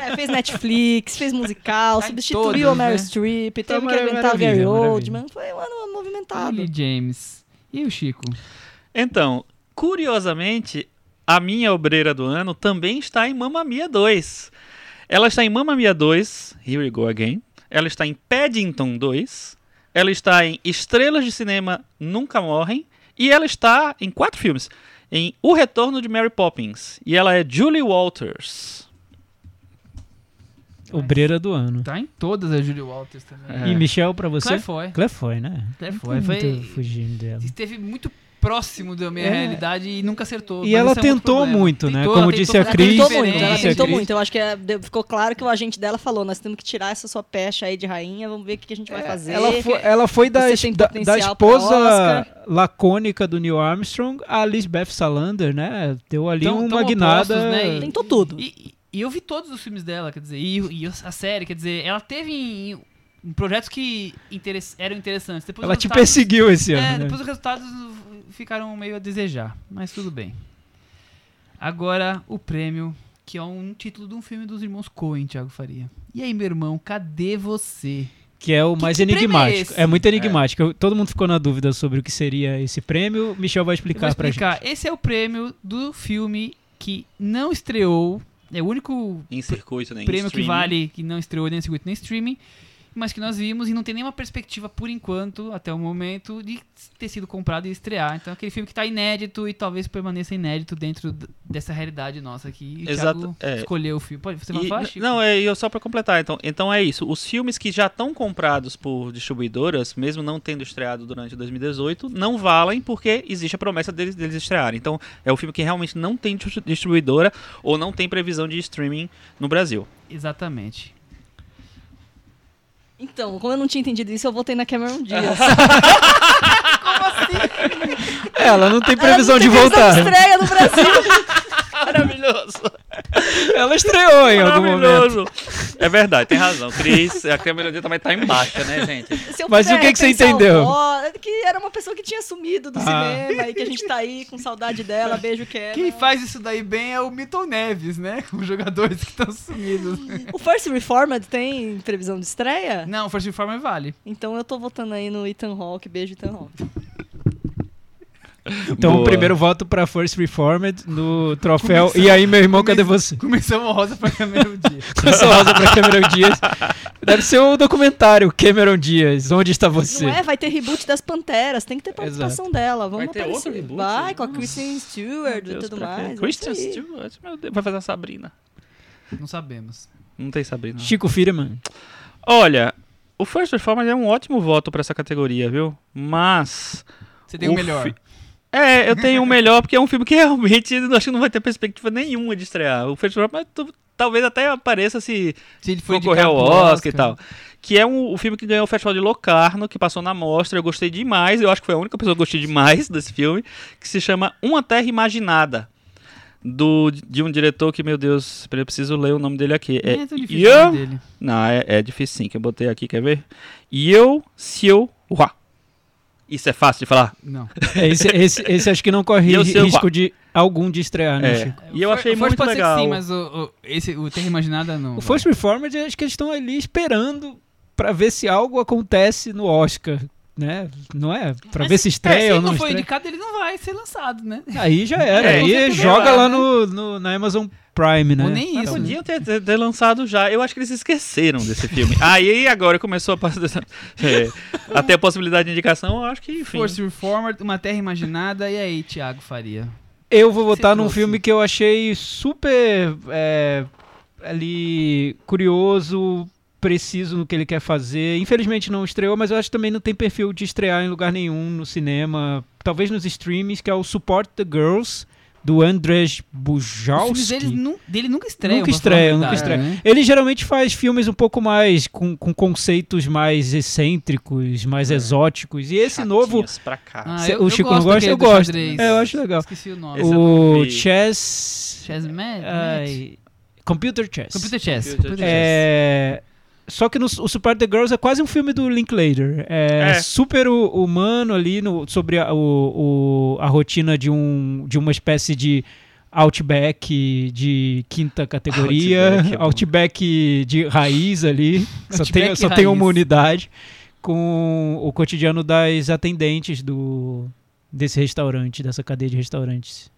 É, fez Netflix, fez musical,
Tá em
substituiu
todos,
a Meryl
né?
Streep, teve que
mara-
aguentar o
maravilha,
Gary
maravilha.
Oldman. Foi um ano movimentado.
Lily James. E o Chico?
Então, curiosamente, a minha obreira do ano também está em Mamma Mia 2. Ela está em Mamma Mia 2, Here We Go Again. Ela está em Paddington 2. Ela está em Estrelas de Cinema Nunca Morrem. E ela está em quatro filmes. Em O Retorno de Mary Poppins. E ela é Julie Walters.
Obreira do ano.
Tá em todas as Julie Walters também.
É.
E Michel, pra você?
Claire Foy.
Claire Foy, né?
Claire
Não
Foy.
tem muito
Foi,
fugindo dela.
esteve muito próximo da minha
É.
realidade e nunca acertou.
E
mas isso
ela
é um outro
tentou
problema.
muito, né?
Tentou,
Como
ela
disse
tentou
a
Ela
fazer
Cris-
tentou
coisas
muito, ela
diferentes.
disse a
tentou
Cris-
muito. Eu acho que é- deu- ficou claro que o agente dela falou: nós temos que tirar essa sua pecha aí de rainha, vamos ver o que que a gente
É,
vai fazer.
Ela foi, ela foi da,
Você
es-
tem
da,
potencial
da
pra
esposa
Oscar.
lacônica do Neil Armstrong a Lisbeth Salander, né? Deu ali
Tão-
uma
tão
guinada. é
opostos, Então, né?
Tentou tudo.
E, e eu vi todos os filmes dela, quer dizer, e, e a série, quer dizer, ela teve em, em projetos que interess- eram interessantes. Depois
Ela
os
te
resultados-
perseguiu esse
É,
ano. né?
depois os resultados ficaram meio a desejar, mas tudo bem. Agora, o prêmio, que é um título de um filme dos irmãos Coen, Thiago Faria. E aí, meu irmão, cadê você?
Que é o
Que-
mais
que prêmio é
enigmático.
esse?
É, muito enigmático. Eu- Todo mundo ficou na dúvida sobre o que seria esse prêmio. Michel vai
Eu vou
explicar, pra gente.
explicar. Esse é o prêmio do filme que não estreou, é o único
Em circuito, né? Em
prêmio que
streaming.
vale, que não estreou nem no circuito nem streaming, mas que nós vimos e não tem nenhuma perspectiva por enquanto, até o momento, de ter sido comprado e estrear. Então é aquele filme que tá inédito e talvez permaneça inédito dentro d- dessa realidade nossa aqui. E o
Exato,
Thiago
é.
escolheu o filme. Pode, você vai
E-
falar,
n-
Chico?
não, é e eu só pra completar. Então, então é isso. Os filmes que já estão comprados por distribuidoras, mesmo não tendo estreado durante 2018, não valem porque existe a promessa deles, deles estrearem. Então é o filme que realmente não tem distri- distribuidora ou não tem previsão de streaming no Brasil.
Exatamente.
Então, como eu não tinha entendido isso, eu votei na Cameron Diaz.
assim?
É, Ela não tem previsão
Ela
de
não tem previsão
voltar.
estreia no Brasil.
Maravilhoso!
Ela estreou em algum momento.
Maravilhoso! É verdade, tem razão. Cris, a câmera dele também tá em baixa, né, gente?
Se eu
Mas
puder
o que que você
repensar o
entendeu?
voto, que era uma pessoa que tinha sumido do
Ah.
cinema e que a gente tá aí com saudade dela. Beijo, Cameron.
Quem faz isso daí bem é o Milton Neves, né? Os jogadores que estão sumidos.
O First Reformed tem previsão de estreia?
Não, First Reformer vale.
Então eu tô votando aí no Ethan Hawke. Beijo, Ethan Hawke.
Então,
Boa.
primeiro voto pra First Reformed no troféu. E aí, meu irmão, cadê você?
Comissão honrosa pra Cameron Dias.
Com essa rosa pra Cameron Dias. Deve ser o documentário Cameron Dias. Onde está você?
Não é? Vai ter reboot das Panteras. Tem que ter participação dela. Vamos
Vai ter
aparecer.
outro reboot?
Vai, com a Kristen Stewart e
Deus,
tudo
pra quê?
mais.
Kristen
é isso aí.
Stewart, meu Deus, vai fazer a Sabrina.
Não sabemos.
Não tem Sabrina.
Chico Firman.
Olha, o First Reformer é um ótimo voto pra essa categoria, viu? Mas
Você tem o,
O
melhor.
fi- É, eu tenho o melhor, porque é um filme que realmente eu acho que não vai ter perspectiva nenhuma de estrear. O First Reform, mas tu- talvez até apareça se
Se ele for
concorrer
indicado
ao
pro
Oscar, e tal. Que é um, o filme que ganhou o Festival de Locarno, que passou na mostra. Eu gostei demais, eu acho que foi a única pessoa que eu gostei demais desse filme, que se chama Uma Terra Imaginada. Do, de um diretor que, meu Deus, eu preciso ler o nome dele aqui.
É,
É,
tão difícil o
Yo...
nome dele.
Não, é, é difícil sim, que eu botei aqui, quer ver? Yo Xiu Hua. Isso é fácil de falar.
Não.
É, Esse, esse- esse acho que não
E
corre
eu sei o
risco
qual.
de algum de estrear, né,
É.
Chico?
E eu
O
achei
Fo- Forge
muito
pode ser que
legal.
sim, mas o, o, esse, o Terra Imaginada não.
O
vai.
First Reformed, acho que eles estão ali esperando pra ver se algo acontece no Oscar, né? Não é? Pra
Mas
ver se
É,
estreia
se ele
ou não
não foi
estreia.
indicado, ele não vai ser lançado, né?
Aí já era.
É,
aí
com certeza
joga
vai,
lá
né?
no, no- na Amazon Prime, né?
Ou nem
Mas
isso. né?
podiam ter, ter- ter lançado já. Eu acho que eles esqueceram desse filme. Aí agora começou a passar. É, até a possibilidade de indicação, eu acho que, enfim.
Force Reformer, Uma Terra Imaginada, e aí, Thiago Faria?
Eu vou
que você
votar num
trouxe?
filme que eu achei super é, ali curioso, preciso no que ele quer fazer. Infelizmente não estreou, mas eu acho que também não tem perfil de estrear em lugar nenhum no cinema, talvez nos streams, que é o Support the Girls do Andrzej
Os filmes
Bujalski.
deles nu- dele nunca estreiam.
Nunca
pra falar a
estreiam, nunca
verdade,
estreiam.
né?
Ele geralmente faz filmes um pouco mais com, com conceitos mais excêntricos, mais exóticos. E esse novo,
Chatinhas pra cá.
Ah,
Cê-
eu-
o
eu
Chico
gosto
não gosta,
daquele
eu
do
gosto.
xadrez.
É, eu acho legal.
Esqueci o nome.
Esse eu não
O
vi.
Chess.
Chess Mad? Match?
Ai, computer Chess.
Computer Chess.
Computer
Computer Chess.
É, Só que no, o Super the Girls é quase um filme do Linklater. É,
É.
super hu- humano ali no- sobre a, o- o- a rotina de, um, de uma espécie de outback de quinta categoria,
Outback é
outback,
bom.
de raiz ali, só tem,
Outback
só tem uma
raiz.
unidade, com o cotidiano das atendentes do, desse restaurante, dessa cadeia de restaurantes.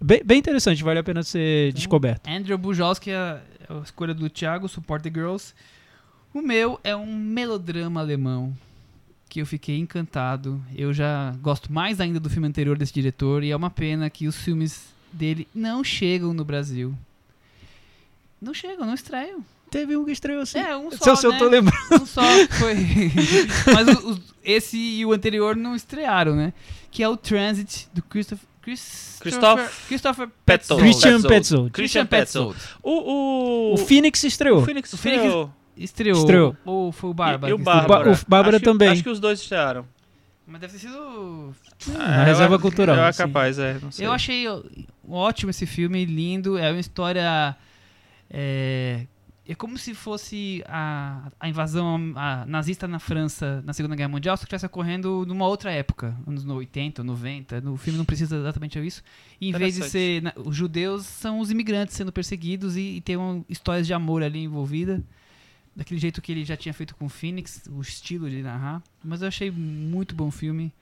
Bem, bem interessante, vale a pena ser descoberto.
Andrew Bujalski é a é a escolha do Thiago, Support the Girls. O meu é um melodrama alemão que eu fiquei encantado. Eu já gosto mais ainda do filme anterior desse diretor e é uma pena que os filmes dele não chegam no Brasil. Não chegam, não estreiam.
Teve um que estreou assim.
É, um só,
Se eu, se eu
né?
tô lembrando.
Um só foi. Mas o- os- esse e o anterior não estrearam, né? Que é o Transit do Christopher. Christopher,
Christoph
Christopher Petzold.
Petzold.
Christian
Petzold.
Petzold.
Christian
Christian
Petzold.
O, o,
O Phoenix
o
estreou.
Phoenix
O Phoenix-
estreou.
Estreou.
Estreou.
Ou foi o
E,
Bárbara?
e o
que estreou?
Bárbara.
O Bárbara
Acho-
também.
Acho que os dois estrearam.
Mas deve ter sido.
Hum,
Na reserva cultural.
Eu é
sim.
capaz, é. Não sei.
Eu achei ó, ótimo esse filme, lindo. É uma história. É, é como se fosse a, a invasão a- nazista na França na Segunda Guerra Mundial, só que estivesse ocorrendo numa outra época, anos no 80, 90. No filme não precisa exatamente isso. E em vez de
Interessante.
ser. na- os judeus são os imigrantes sendo perseguidos e, e tem um, histórias de amor ali envolvida. Daquele jeito que ele já tinha feito com o Phoenix, o estilo de narrar. Mas eu achei muito bom o filme.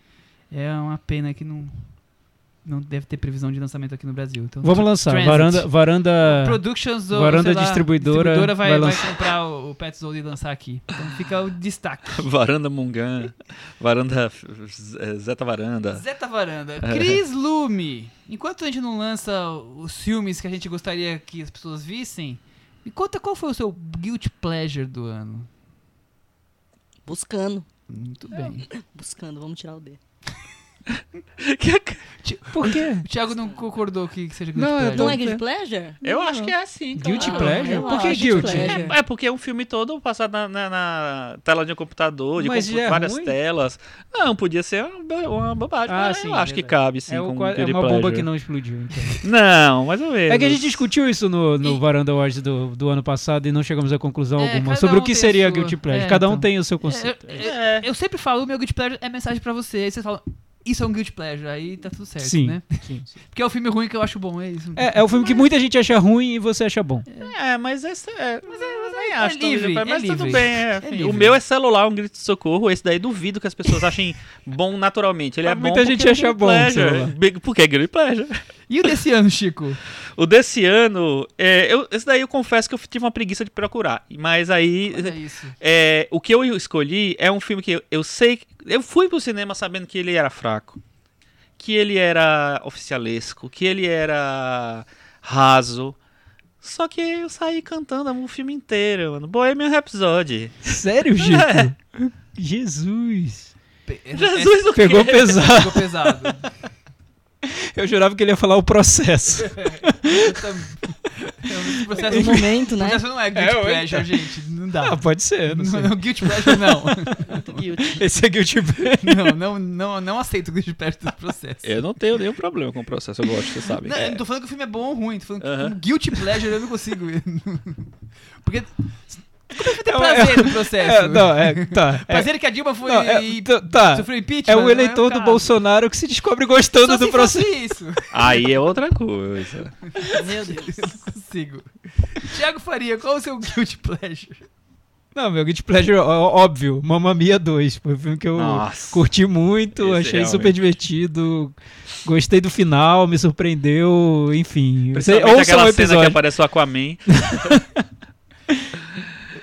É uma pena que não, não deve ter previsão de lançamento aqui no Brasil. Então,
Vamos lançar.
Transit.
Varanda. varanda...
Productions ou
Varanda
sei lá,
Distribuidora
distribuidora vai,
vai
vai
lançar.
comprar o, o Petzold e lançar aqui. Então fica o destaque.
Varanda Mungan, Varanda Z- Zeta Varanda.
Zeta
É.
Varanda, Cris Lume. Enquanto a gente não lança os filmes que a gente gostaria que as pessoas vissem, me conta qual foi o seu guilty pleasure do ano.
Buscando.
Muito bem.
Buscando, vamos tirar o D.
Por quê?
O Thiago não concordou que, que seja guilty
Não,
pleasure.
eu
Não
Não
é
é
Guilty
Guilty
Pleasure?
Eu acho que é assim. claro.
Uhum. Guilty
Ah,
Pleasure?
eu
Por que
acho
guilty?
pleasure.
É, é porque é um filme todo passado na, na- na tela de um computador, de
Mas
compu-
é
várias
ruim?
telas. Não, podia ser uma, bo- uma bobagem.
Ah,
mas
sim,
eu acho que
verdade.
cabe, sim.
é, o
como
qua- é
guilty
uma bomba
pleasure.
que não explodiu. então.
Não, mais ou menos.
É que a gente discutiu isso no, no
E-
Varanda Awards do, do ano passado e não chegamos a conclusão
É,
alguma
cada
sobre
um
o que
tem a
seria
sua.
Guilty Pleasure.
É,
Cada um
então.
tem o seu
É,
conceito.
eu- eu-
É.
Eu sempre falo, o meu guilty pleasure é mensagem pra você. Aí vocês falam, isso é um guilty pleasure. Aí tá tudo certo,
Sim.
né?
Sim, sim.
Porque é o filme ruim que eu acho bom, é isso.
É, é o filme que muita gente acha ruim e você acha bom.
É, mas esse é. Mas é, mas é, acho tão
livre,
livre,
é
mas tudo
livre.
bem. é, enfim.
livre.
o meu é celular, um grito de socorro. Esse daí duvido que as pessoas achem bom naturalmente. Ele é
Mas muita
bom
gente
porque é
acha
guilty
bom o
pleasure.
celular.
Big- Porque é Guilty Pleasure.
E o desse ano, Chico?
O desse ano, é, eu- esse daí eu confesso que eu tive uma preguiça de procurar. Mas aí.
Olha isso.
é, o que eu escolhi é um filme que eu, eu sei. que- Eu fui pro cinema sabendo que ele era fraco. Que ele era oficialesco. Que ele era raso. Só que eu saí cantando o filme inteiro, mano. é Bohemian Rhapsody.
Sério, Gico? Jesus.
Jesus, o quê?
Pegou pesado.
É, Ficou pesado.
Eu jurava que ele ia falar o processo.
Eu também- O processo,
No
o
momento, né?
processo não é guilty
É, eu
pleasure, gente. Não dá.
Ah, pode ser, não
não,
sei.
não, guilty pleasure não.
Muito guilty.
Esse é Guilty Pleasure.
não, não, não, não aceito guilty pleasure desse processo.
Eu não tenho nenhum problema com o processo, eu gosto, vocês sabem.
Não, eu
É.
não tô falando que o filme é bom ou ruim, tô falando que
Aham.
como guilty pleasure eu não consigo. Porque. Como é que vai ter
É,
prazer no
É,
processo?
não, é, tá. é.
prazer que a Dilma foi.
Não, é,
e
tá, tá.
sofreu impeachment.
É
não
o eleitor do
caso.
Bolsonaro que se descobre
Só
gostando
se
do
fosse
processo.
isso.
Aí é outra coisa.
Meu Deus.
Eu não consigo. Tiago Faria, qual o seu guilty pleasure?
Não, meu Guilty Pleasure, ó- óbvio, Mamma Mia 2. Foi um filme que eu
Nossa.
curti muito,
Esse
achei
realmente.
super divertido. Gostei do final, me surpreendeu, enfim. Você,
Principalmente
ouçam o
aquela cena que
episódio.
aparece o Aquaman.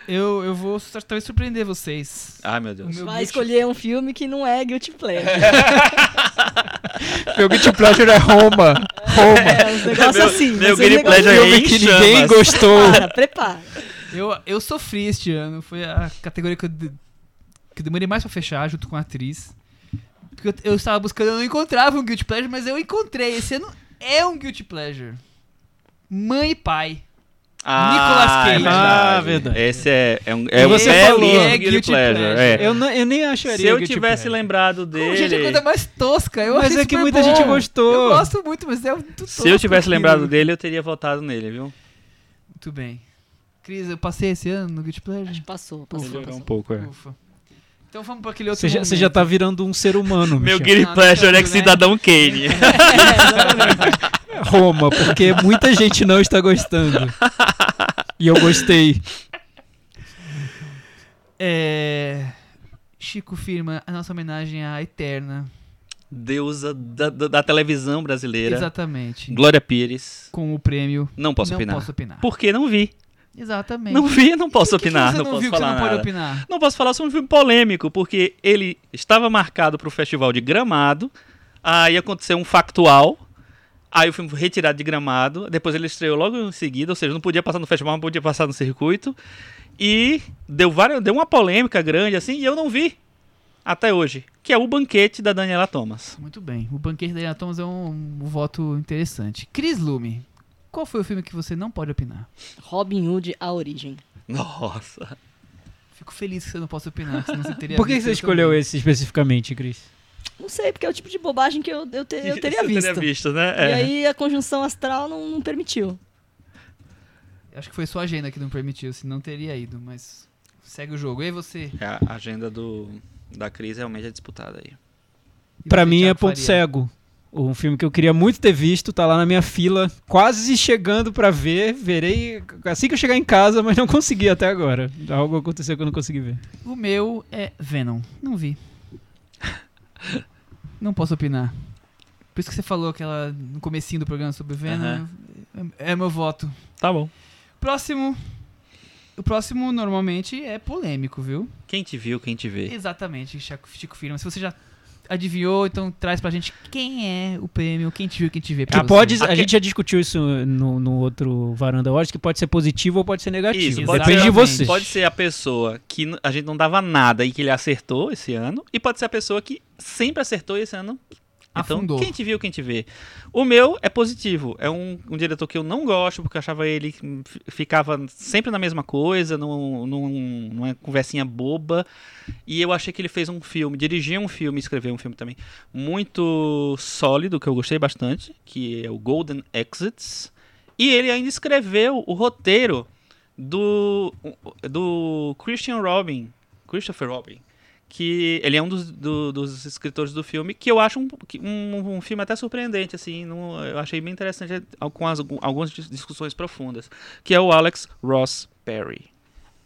Eu, eu vou su- talvez surpreender vocês.
Ai, meu Deus.
O meu
Vai
guilty-
escolher um filme que não é Guilty Pleasure.
Meu Guilty Pleasure é Roma. Roma.
É, uns negócios
Meu-
assim.
meu
vai ser um
Guilty
negócio-
Pleasure é
filme
em
que ninguém
chamas.
gostou.
Para, prepara.
Eu, eu sofri este ano, foi a categoria que eu, de- que eu demorei mais pra fechar, junto com a atriz. Porque eu, eu estava buscando, eu não encontrava um Guilty Pleasure, mas eu encontrei. Esse ano é um guilty pleasure. Mãe e pai.
Ah,
Nicolas
é
Cage.
verdade.
Ah, verdade.
Esse é, é um, é um
Você
belíssimo
falou.
guilty
É guilty
pleasure,
pleasure.
é.
Eu, não- eu nem acharia.
Se eu
guilty
tivesse
pleasure.
lembrado
Como,
dele.
gente, é a coisa mais tosca. Eu
Mas
achei
é que
super
muita
bom.
gente gostou.
Eu gosto muito, mas é muito tosco
Se eu tivesse
aquilo.
lembrado dele, eu teria votado nele, viu?
Muito bem. Cris, eu passei esse ano no guilty pleasure?
Passou, passou.
Melhorou um
passou.
pouco, é.
Ufa. Então vamos para aquele outro
Você já, você
momento.
já tá virando um ser humano,
Meu
Michel.
guilty
Não,
pleasure
deixa
é
eu
que
ver, né?
Cidadão Kane.
Roma, porque muita gente não está gostando. E eu gostei. tá-
É... Chico firma a nossa homenagem à Eterna.
Deusa da, da- da televisão brasileira.
Exatamente.
Glória Pires.
Com o prêmio
Não posso
Não
opinar.
Posso Opinar.
Porque não vi.
Exatamente.
Não vi, não posso
O que que
opinar.
você
não
não,
posso
viu que
falar
você não pode
nada.
opinar?
Não posso falar sobre um filme polêmico, porque ele estava marcado para o Festival de Gramado, aí aconteceu um factual, aí o filme foi retirado de Gramado, depois ele estreou logo em seguida, ou seja, não podia passar no festival, não podia passar no circuito, e deu, várias, deu uma polêmica grande assim, e eu não vi até hoje, que é o banquete da Daniela Thomas.
Muito bem. O Banquete da Diana Thomas é um, um voto interessante. Cris Lume, qual foi o filme que você não pode opinar?
Robin Hood, A Origem.
Nossa.
Fico feliz que você não possa opinar, senão você teria
Por que
visto
você
eu
escolheu
também.
esse especificamente, Cris?
Não sei, porque é o tipo de bobagem que eu, eu, te- eu teria
Você
visto.
teria visto, né?
E
É.
aí a conjunção astral não, não permitiu.
Acho que foi sua agenda que não permitiu, senão teria ido, mas segue o jogo. E aí você?
É, A agenda do, da crise realmente é disputada aí.
E
Pra
você,
mim é
Thiago
Ponto
Faria?
Cego. Um filme que eu queria muito ter visto, tá lá na minha fila, quase chegando pra ver. Verei assim que eu chegar em casa, mas não consegui até agora. Algo aconteceu que eu não consegui ver.
O meu é Venom. Não vi. Não posso opinar. Por isso que você falou aquela no comecinho do programa sobre o Venom. É, é meu voto.
Tá bom.
Próximo. O próximo normalmente é polêmico, viu?
Quem te viu, quem te vê.
Exatamente, Chico, Chico Firma. Se você já adivinhou, então traz pra gente quem é o prêmio, quem te viu, quem te vê. pra
Ah,
você.
pode, a
Aque-
gente já discutiu isso no, no outro Varanda Awards, que pode ser positivo ou pode ser negativo.
Isso,
pode
Depende
ser-
de você.
Pode ser a pessoa que n- a gente não dava nada e que ele acertou esse ano, e pode ser a pessoa que sempre acertou e esse ano. Então,
Afundou.
quem te viu, quem te vê. O meu é positivo. É um, um diretor que eu não gosto, porque eu achava ele que hum, fi- ficava sempre na mesma coisa, num, num- numa é conversinha boba. E eu achei que ele fez um filme, dirigiu um filme, escreveu um filme também, muito sólido, que eu gostei bastante, que é o Golden Exits. E ele ainda escreveu o roteiro do, do Christian Robin, Christopher Robin, que ele é um dos, do- dos escritores do filme, que eu acho um, que- um, um filme até surpreendente, assim, não- eu achei bem interessante, é, com as- algumas dis- discussões profundas, que é o Alex Ross Perry.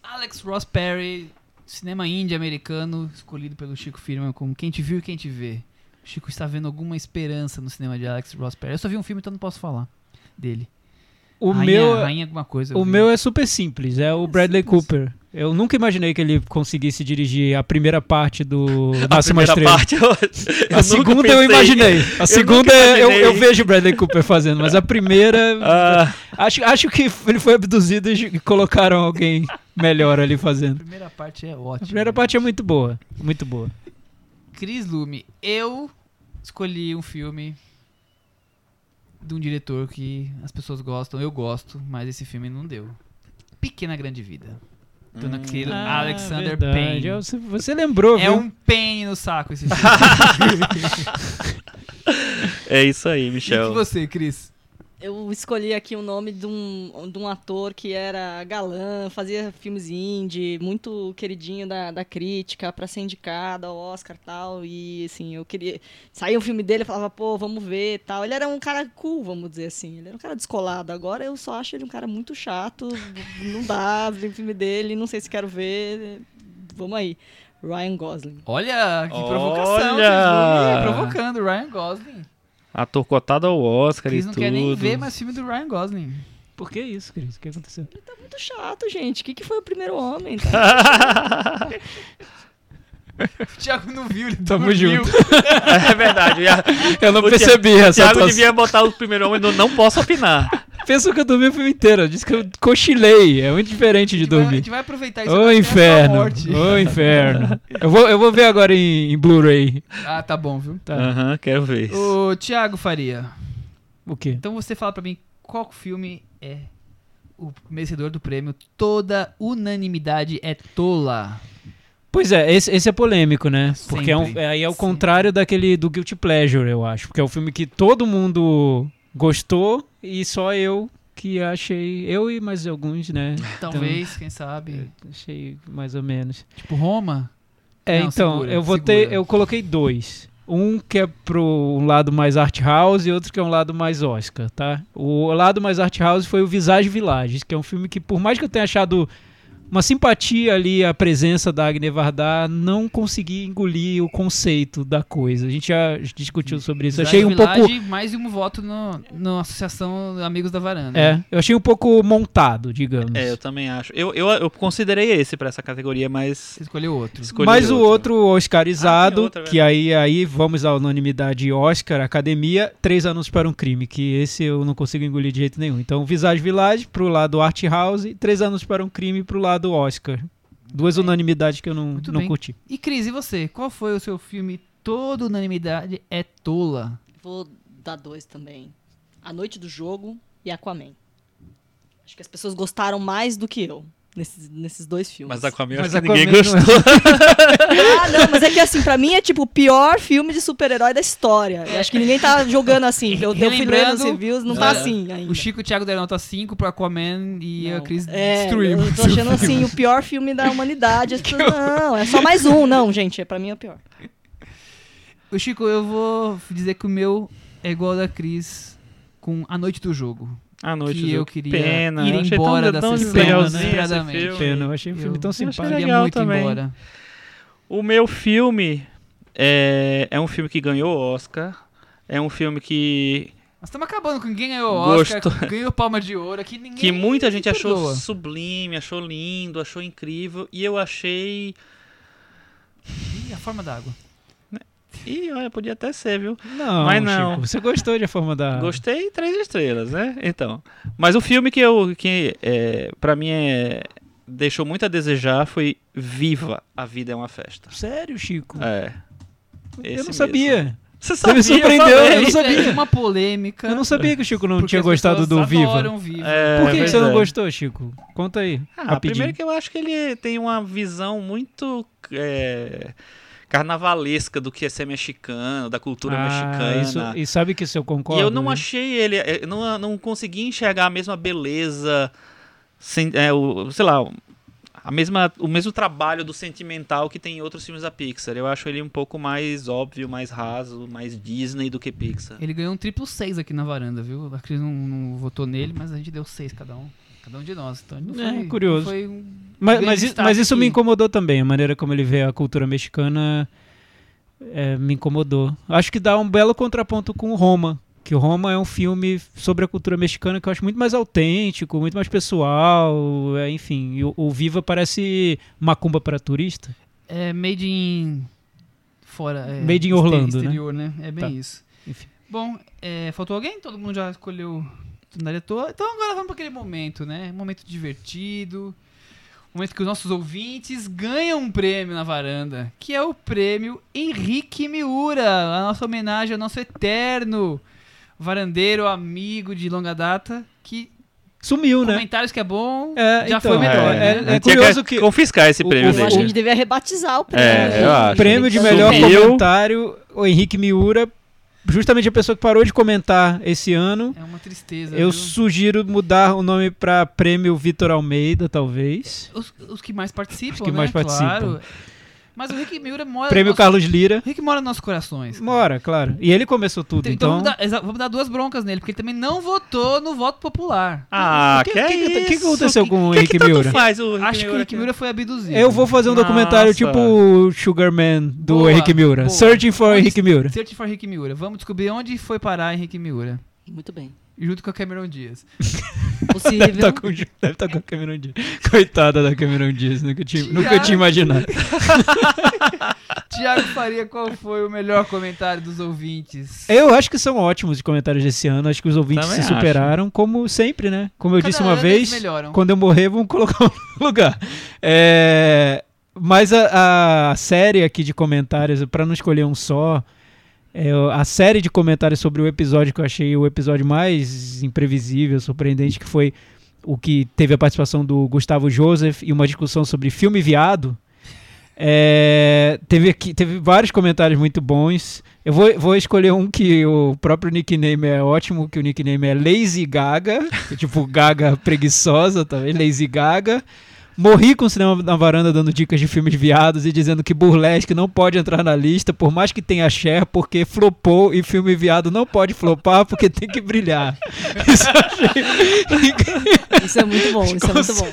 Alex Ross Perry, cinema indie americano, escolhido pelo Chico Firma como quem te viu e quem te vê. O Chico está vendo alguma esperança no cinema de Alex Ross Perry. Eu só vi um filme, então não posso falar dele.
O
rainha,
meu, é-
rainha alguma coisa. eu
o
vi.
meu é super simples, é o Bradley
simples.
Cooper. Eu nunca imaginei que ele conseguisse dirigir a primeira parte do
A
Nasce uma
primeira
Estrela.
parte, eu,
A segunda eu imaginei. A segunda eu, eu
imaginei.
vejo o Bradley Cooper fazendo, mas a primeira.
Ah,
acho, acho que ele foi abduzido e colocaram alguém melhor ali
A
fazendo.
primeira parte é
A
ótima.
primeira parte é muito boa. Muito boa.
Cris Lume, eu escolhi um filme de um diretor que as pessoas gostam, eu gosto, mas esse filme não deu. Pequena Grande Vida. Do naquele
Ah,
Alexander
verdade.
Payne.
Eu- Você, você lembrou,
É
viu?
um pene no saco esse filme.
é isso aí,
e
Michel.
você, Cris?
Eu escolhi aqui o nome de um, de um ator que era galã, fazia filmes indie, muito queridinho da, da crítica, pra ser indicado ao Oscar e tal. E assim, eu queria. Saía um filme dele eu falava, pô, vamos ver e tal. Ele era um cara cool, vamos dizer assim. Ele era um cara descolado. Agora eu só acho ele um cara muito chato. Não dá, ver o filme dele, não sei se quero ver. Vamos aí. Ryan Gosling.
Olha, que
Olha!
provocação. Cris Lume provocando, Ryan Gosling.
Ator cotado ao Oscar
Cris
e
não
tudo.
quer nem ver mais filme do Ryan Gosling.
Por que isso, Cris? O que aconteceu?
Muito chato, gente. O que, que foi o primeiro homem? Tá?
O Thiago não viu, ele
Tamo
dormiu.
é verdade. eu ia-
Eu não
O Thi-
percebi essa
Thiago
atuação.
devia botar o primeiro homem no Não Posso Opinar.
Pensou que eu dormi o filme inteiro. Eu disse que eu cochilei. É muito diferente
A
de
gente, vai, a
dormir.
gente vai aproveitar isso
Ô
até a sua
inferno!
morte.
Ô inferno! Eu vou, eu vou ver agora em, em Blu-ray.
Ah, tá bom, viu?
Tá.
Aham, quero ver. isso.
O Thiago Faria.
O quê?
Então você fala pra mim qual filme é o merecedor do prêmio. Toda unanimidade é tola.
Pois é, esse, esse é polêmico, né? Porque é um-
Sempre.
é- aí é o
Sempre.
contrário daquele do Guilty Pleasure, eu acho. Porque é um filme que todo mundo gostou e só eu que achei. Eu e mais alguns, né?
Talvez, quem sabe.
é. Achei mais ou menos.
Tipo Roma.
É,
Não,
então,
segura,
eu votei,
segura.
eu coloquei dois. Um que é pro um lado mais art house e outro que é um lado mais Oscar, tá? O lado mais art house foi o Visage Village, que é um filme que por mais que eu tenha achado uma simpatia ali a presença da Agne Vardar, não consegui engolir o conceito da coisa. A gente já
Hum.
discutiu sobre isso. Achei um pouco
Village, Mais de um voto no- na Associação Amigos da Varanda.
é, eu achei um pouco montado, digamos.
É, eu também acho. Eu, eu, eu considerei esse pra essa categoria, mas
Você escolheu outro.
escolhi
Mas o outro
Ah, tem
oscarizado,
outro, é
que aí, aí vamos à unanimidade Oscar, Academia, Três Anúncios para um Crime, que esse eu não consigo engolir de jeito nenhum. Então, Visage Village pro lado Art House, e Três Anúncios para um Crime pro lado Oscar. Duas unanimidades que eu não,
Muito
não
bem.
curti.
E Cris, e você? Qual foi o seu filme Toda unanimidade é tola?
Vou dar dois também. A Noite do Jogo e Aquaman. Acho que as pessoas gostaram mais do que eu nesses, nesses dois filmes.
Mas a Aquaman eu
Mas
acho que ninguém
Aquaman não é.
gostou.
Ah, não, mas é que assim, pra mim é tipo o pior filme de super-herói da história. Eu acho que ninguém tá jogando assim. Eu, eu fui lendo os
Relembrando-
reviews, não tá
É.
assim ainda.
O Chico e o Thiago deram nota 5 pro Aquaman e
Não.
a Cris
é,
destruiu.
Eu tô
seu
achando
filme.
assim, o pior filme da humanidade. As pessoas, não, é só mais um. Não, gente, é pra mim é o pior.
O Chico, eu vou dizer que o meu é igual ao da Cris com A Noite do Jogo.
A noite
Que
do-
eu queria
Pena, Ah, eu
ir
achei
embora
tão,
da
tão
sessão,
legalzinho esse
desesperadamente.
filme.
Pena, eu achei o filme
Eu- eu
tão
Achei
simpático.
Queria
legal
muito ir
também.
embora.
O meu filme é, é um filme que ganhou Oscar. É um filme que,
Nós estamos acabando com quem ganhou o Oscar,
Gosto.
ganhou Palma de Ouro, que ninguém
que muita gente achou
perdoa.
sublime, achou lindo, achou incrível. E eu achei.
Ih, a forma d'água.
Ih, olha, podia até ser, viu?
Não,
Mas não.
Chico, você gostou de A Forma
Ah.
da...
Gostei, três estrelas, né? Então. Mas o filme que eu. que é, pra mim é. Deixou muito a desejar foi Viva, a vida é uma festa.
Sério, Chico?
É.
eu não
esse
sabia.
Você
Você
sabia,
me surpreendeu,
sabia.
eu não sabia. É.
Teve é uma polêmica.
Eu não sabia que o Chico não
porque
tinha
as
gostado do
pessoas
Viva.
adoram Viva.
É,
Por que, que
pois
você não
é.
gostou, Chico? Conta aí,
Ah,
rapidinho.
primeiro que eu acho que ele tem uma visão muito é, carnavalesca do que é ser mexicano, da cultura mexicana.
Ah, isso- e sabe que isso eu
e
concordo.
eu não
né?
achei ele, é, eu não, não consegui enxergar a mesma beleza, sem, é, o, sei lá, a mesma, o mesmo trabalho do sentimental que tem em outros filmes da Pixar. Eu acho ele um pouco mais óbvio, mais raso, mais Disney do que Pixar.
Ele ganhou um triplo 6 aqui na varanda, viu? A Cris não, não votou nele, mas a gente deu 6 cada um. Cada um de nós. Então ele não
É,
foi,
curioso.
não foi um-
Mas,
Grande
mas i-
destaque
mas isso me
que-
incomodou também, a maneira como ele vê a cultura mexicana é, me incomodou. Acho que dá um belo contraponto com o Roma, que o Roma é um filme sobre a cultura mexicana que eu acho muito mais autêntico, muito mais pessoal, é, enfim. E o, o Viva parece macumba para turista.
É made in. Fora. É,
Made
exte-
in Orlando, né?
exterior, né? É bem
Tá.
isso.
Enfim.
Bom, é, faltou alguém? Todo mundo já escolheu Tundaria Toa. Então agora vamos para aquele momento, né? Momento divertido. Momento que os nossos ouvintes ganham um prêmio na varanda, que é o prêmio Henrique Miura, a nossa homenagem ao nosso eterno varandeiro, amigo de longa data, que
Sumiu, né?
comentários que é bom,
É,
já
então,
foi melhor,
é,
né?
é,
Tinha que
curioso que-
confiscar esse
o-
prêmio
o-
Eu acho que a
dele.
gente devia rebatizar o prêmio.
É,
né?
eu acho.
Prêmio de melhor
Sumiu.
comentário, o Henrique Miura, justamente a pessoa que parou de comentar esse ano.
É uma tristeza.
Eu
viu?
Uhum.
sugiro mudar o nome pra Prêmio Vitor Almeida, talvez.
Os, os que mais participam,
Os que
né?
mais participam.
Claro. Mas o Rick Miura
Ah,
mora.
Prêmio
no nosso-
Carlos Lira.
O Rick mora nos nossos corações. cara.
Mora, claro. E ele começou tudo,
Então,
então.
vamos, dar, exa- vamos dar duas broncas nele, porque ele também não votou no voto popular.
Ah,
O que,
que, é
que- que-
isso?
que aconteceu com o
É que, tá
Henrique
que tanto
Miura?
faz o Henrique
Acho que o
Miura
Rick
aqui?
Miura foi abduzido.
Eu vou fazer um
Nossa.
documentário tipo o Sugarman do
Boa,
Henrique Miura.
boa.
Searching for Henrique Miura.
Tá
Search for Rick Miura. Vamos descobrir onde foi parar Henrique Miura.
Muito bem.
Junto com a Cameron Dias.
Deve
Possível.
estar com, deve tá com a Cameron Dias. Coitada da Cameron Dias, nunca tinha,
Tiago.
nunca tinha imaginado.
Tiago Faria, qual foi o melhor comentário dos ouvintes?
Eu acho que são ótimos os comentários desse ano. Acho que os ouvintes
Também
se superaram, como sempre, né? Como eu
Cada
disse uma
é
ano
vez.
eles melhoram.
Quando eu morrer, vão colocar um lugar. É, mas a, a série aqui de comentários, pra não escolher um só, É, a série de comentários sobre o episódio que eu achei o episódio mais imprevisível, surpreendente, que foi o que teve a participação do Gustavo Joseph e uma discussão sobre filme viado. É, teve, aqui, teve vários comentários muito bons. Eu vou, vou escolher um que o próprio nickname é ótimo, que o nickname é Lazy Gaga, que é tipo Gaga preguiçosa também, Lazy Gaga. Morri com o cinema na varanda dando dicas de filmes viados e dizendo que burlesque não pode entrar na lista, por mais que tenha share, porque flopou e filme viado não pode flopar porque tem que brilhar. Isso eu achei
Isso é muito bom, isso é muito bom.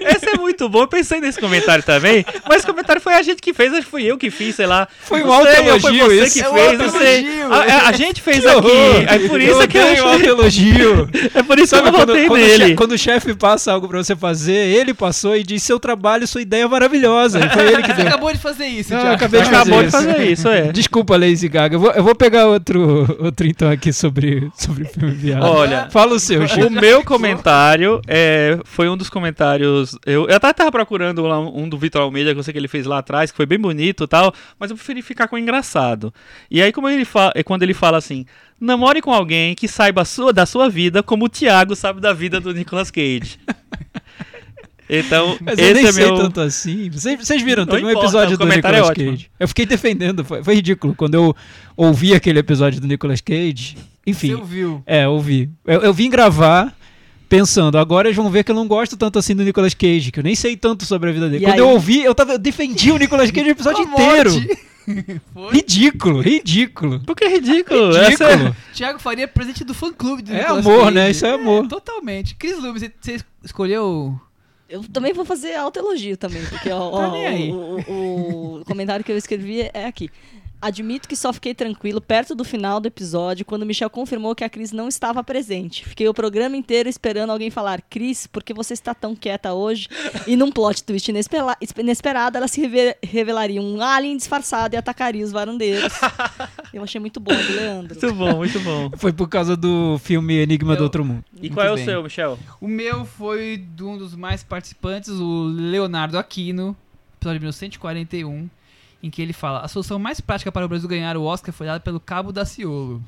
Esse é muito bom. Eu pensei nesse comentário também, mas o comentário foi a gente que fez, acho que fui eu que fiz, sei lá.
Foi
Não
um
sei,
autoelogio
ou foi você
isso.
que
É um
fez, não sei.
autoelogio.
A, a- a gente fez
Que horror.
aqui. É por isso que eu
odeio
achei-
autoelogio.
É por isso que eu
quando,
votei
quando o
nele.
chefe- quando o chefe passa algo pra você fazer, ele passou e diz seu trabalho, sua ideia é maravilhosa. E foi ele que
Você
deu.
acabou de fazer isso,
Não, eu assim?
Thiago.
acabei de
Acabou
fazer
de
isso.
fazer isso, é.
Desculpa, Lazy Gaga. Eu vou, eu vou pegar outro, outro então aqui sobre, sobre o filme viado.
Olha,
Fala o seu,
O
Chico.
meu comentário é, foi um dos comentários. Eu, eu até tava procurando lá um do Vitor Almeida, que eu sei que ele fez lá atrás, que foi bem bonito e tal, mas eu preferi ficar com o engraçado. E aí, como ele fala, quando ele fala assim: namore com alguém que saiba a sua, da sua vida como o Thiago sabe da vida do Nicolas Cage. Então,
Mas eu nem
esse é
sei
meu.
tanto assim. Vocês, vocês viram,
Não
teve um
importa,
episódio do
o comentário
Nicolas
é ótimo.
Cage. Eu fiquei defendendo, foi, foi ridículo. Quando eu ouvi aquele episódio do Nicolas Cage, enfim,
Você ouviu.
É, eu vi. Eu, eu vim gravar pensando, agora eles vão ver que eu não gosto tanto assim do Nicolas Cage, que eu nem sei tanto sobre a vida dele.
E
Quando
aí?
eu ouvi, eu, tava, eu defendi o Nicolas Cage o episódio inteiro.
Foi.
Ridículo, ridículo.
Porque é ridículo. essa é-
Ridículo.
Thiago Faria é presente do fã-clube do
É
Nicolas
amor,
Cage.
né? Isso é amor.
Totalmente. Cris Lumes, você- você escolheu...
Eu também vou fazer autoelogio também, porque ó, ó,
Tá nem aí.
o, o- o comentário que eu escrevi é aqui. Admito que só fiquei tranquilo perto do final do episódio, quando o Michel confirmou que a Cris não estava presente. Fiquei o programa inteiro esperando alguém falar, Cris, por que você está tão quieta hoje? E num plot twist inespela- inesperado, ela se reve- revelaria um alien disfarçado e atacaria os varandeiros. Eu achei muito bom, do Leandro.
Muito bom, muito bom.
Foi por causa do filme Enigma
Eu-
do Outro Mundo.
E qual é o
bem.
seu, Michel?
O meu foi de um dos mais participantes, o Leonardo Aquino, episódio 1941, em que ele fala: a solução mais prática para o Brasil ganhar o Oscar foi dada pelo Cabo Daciolo.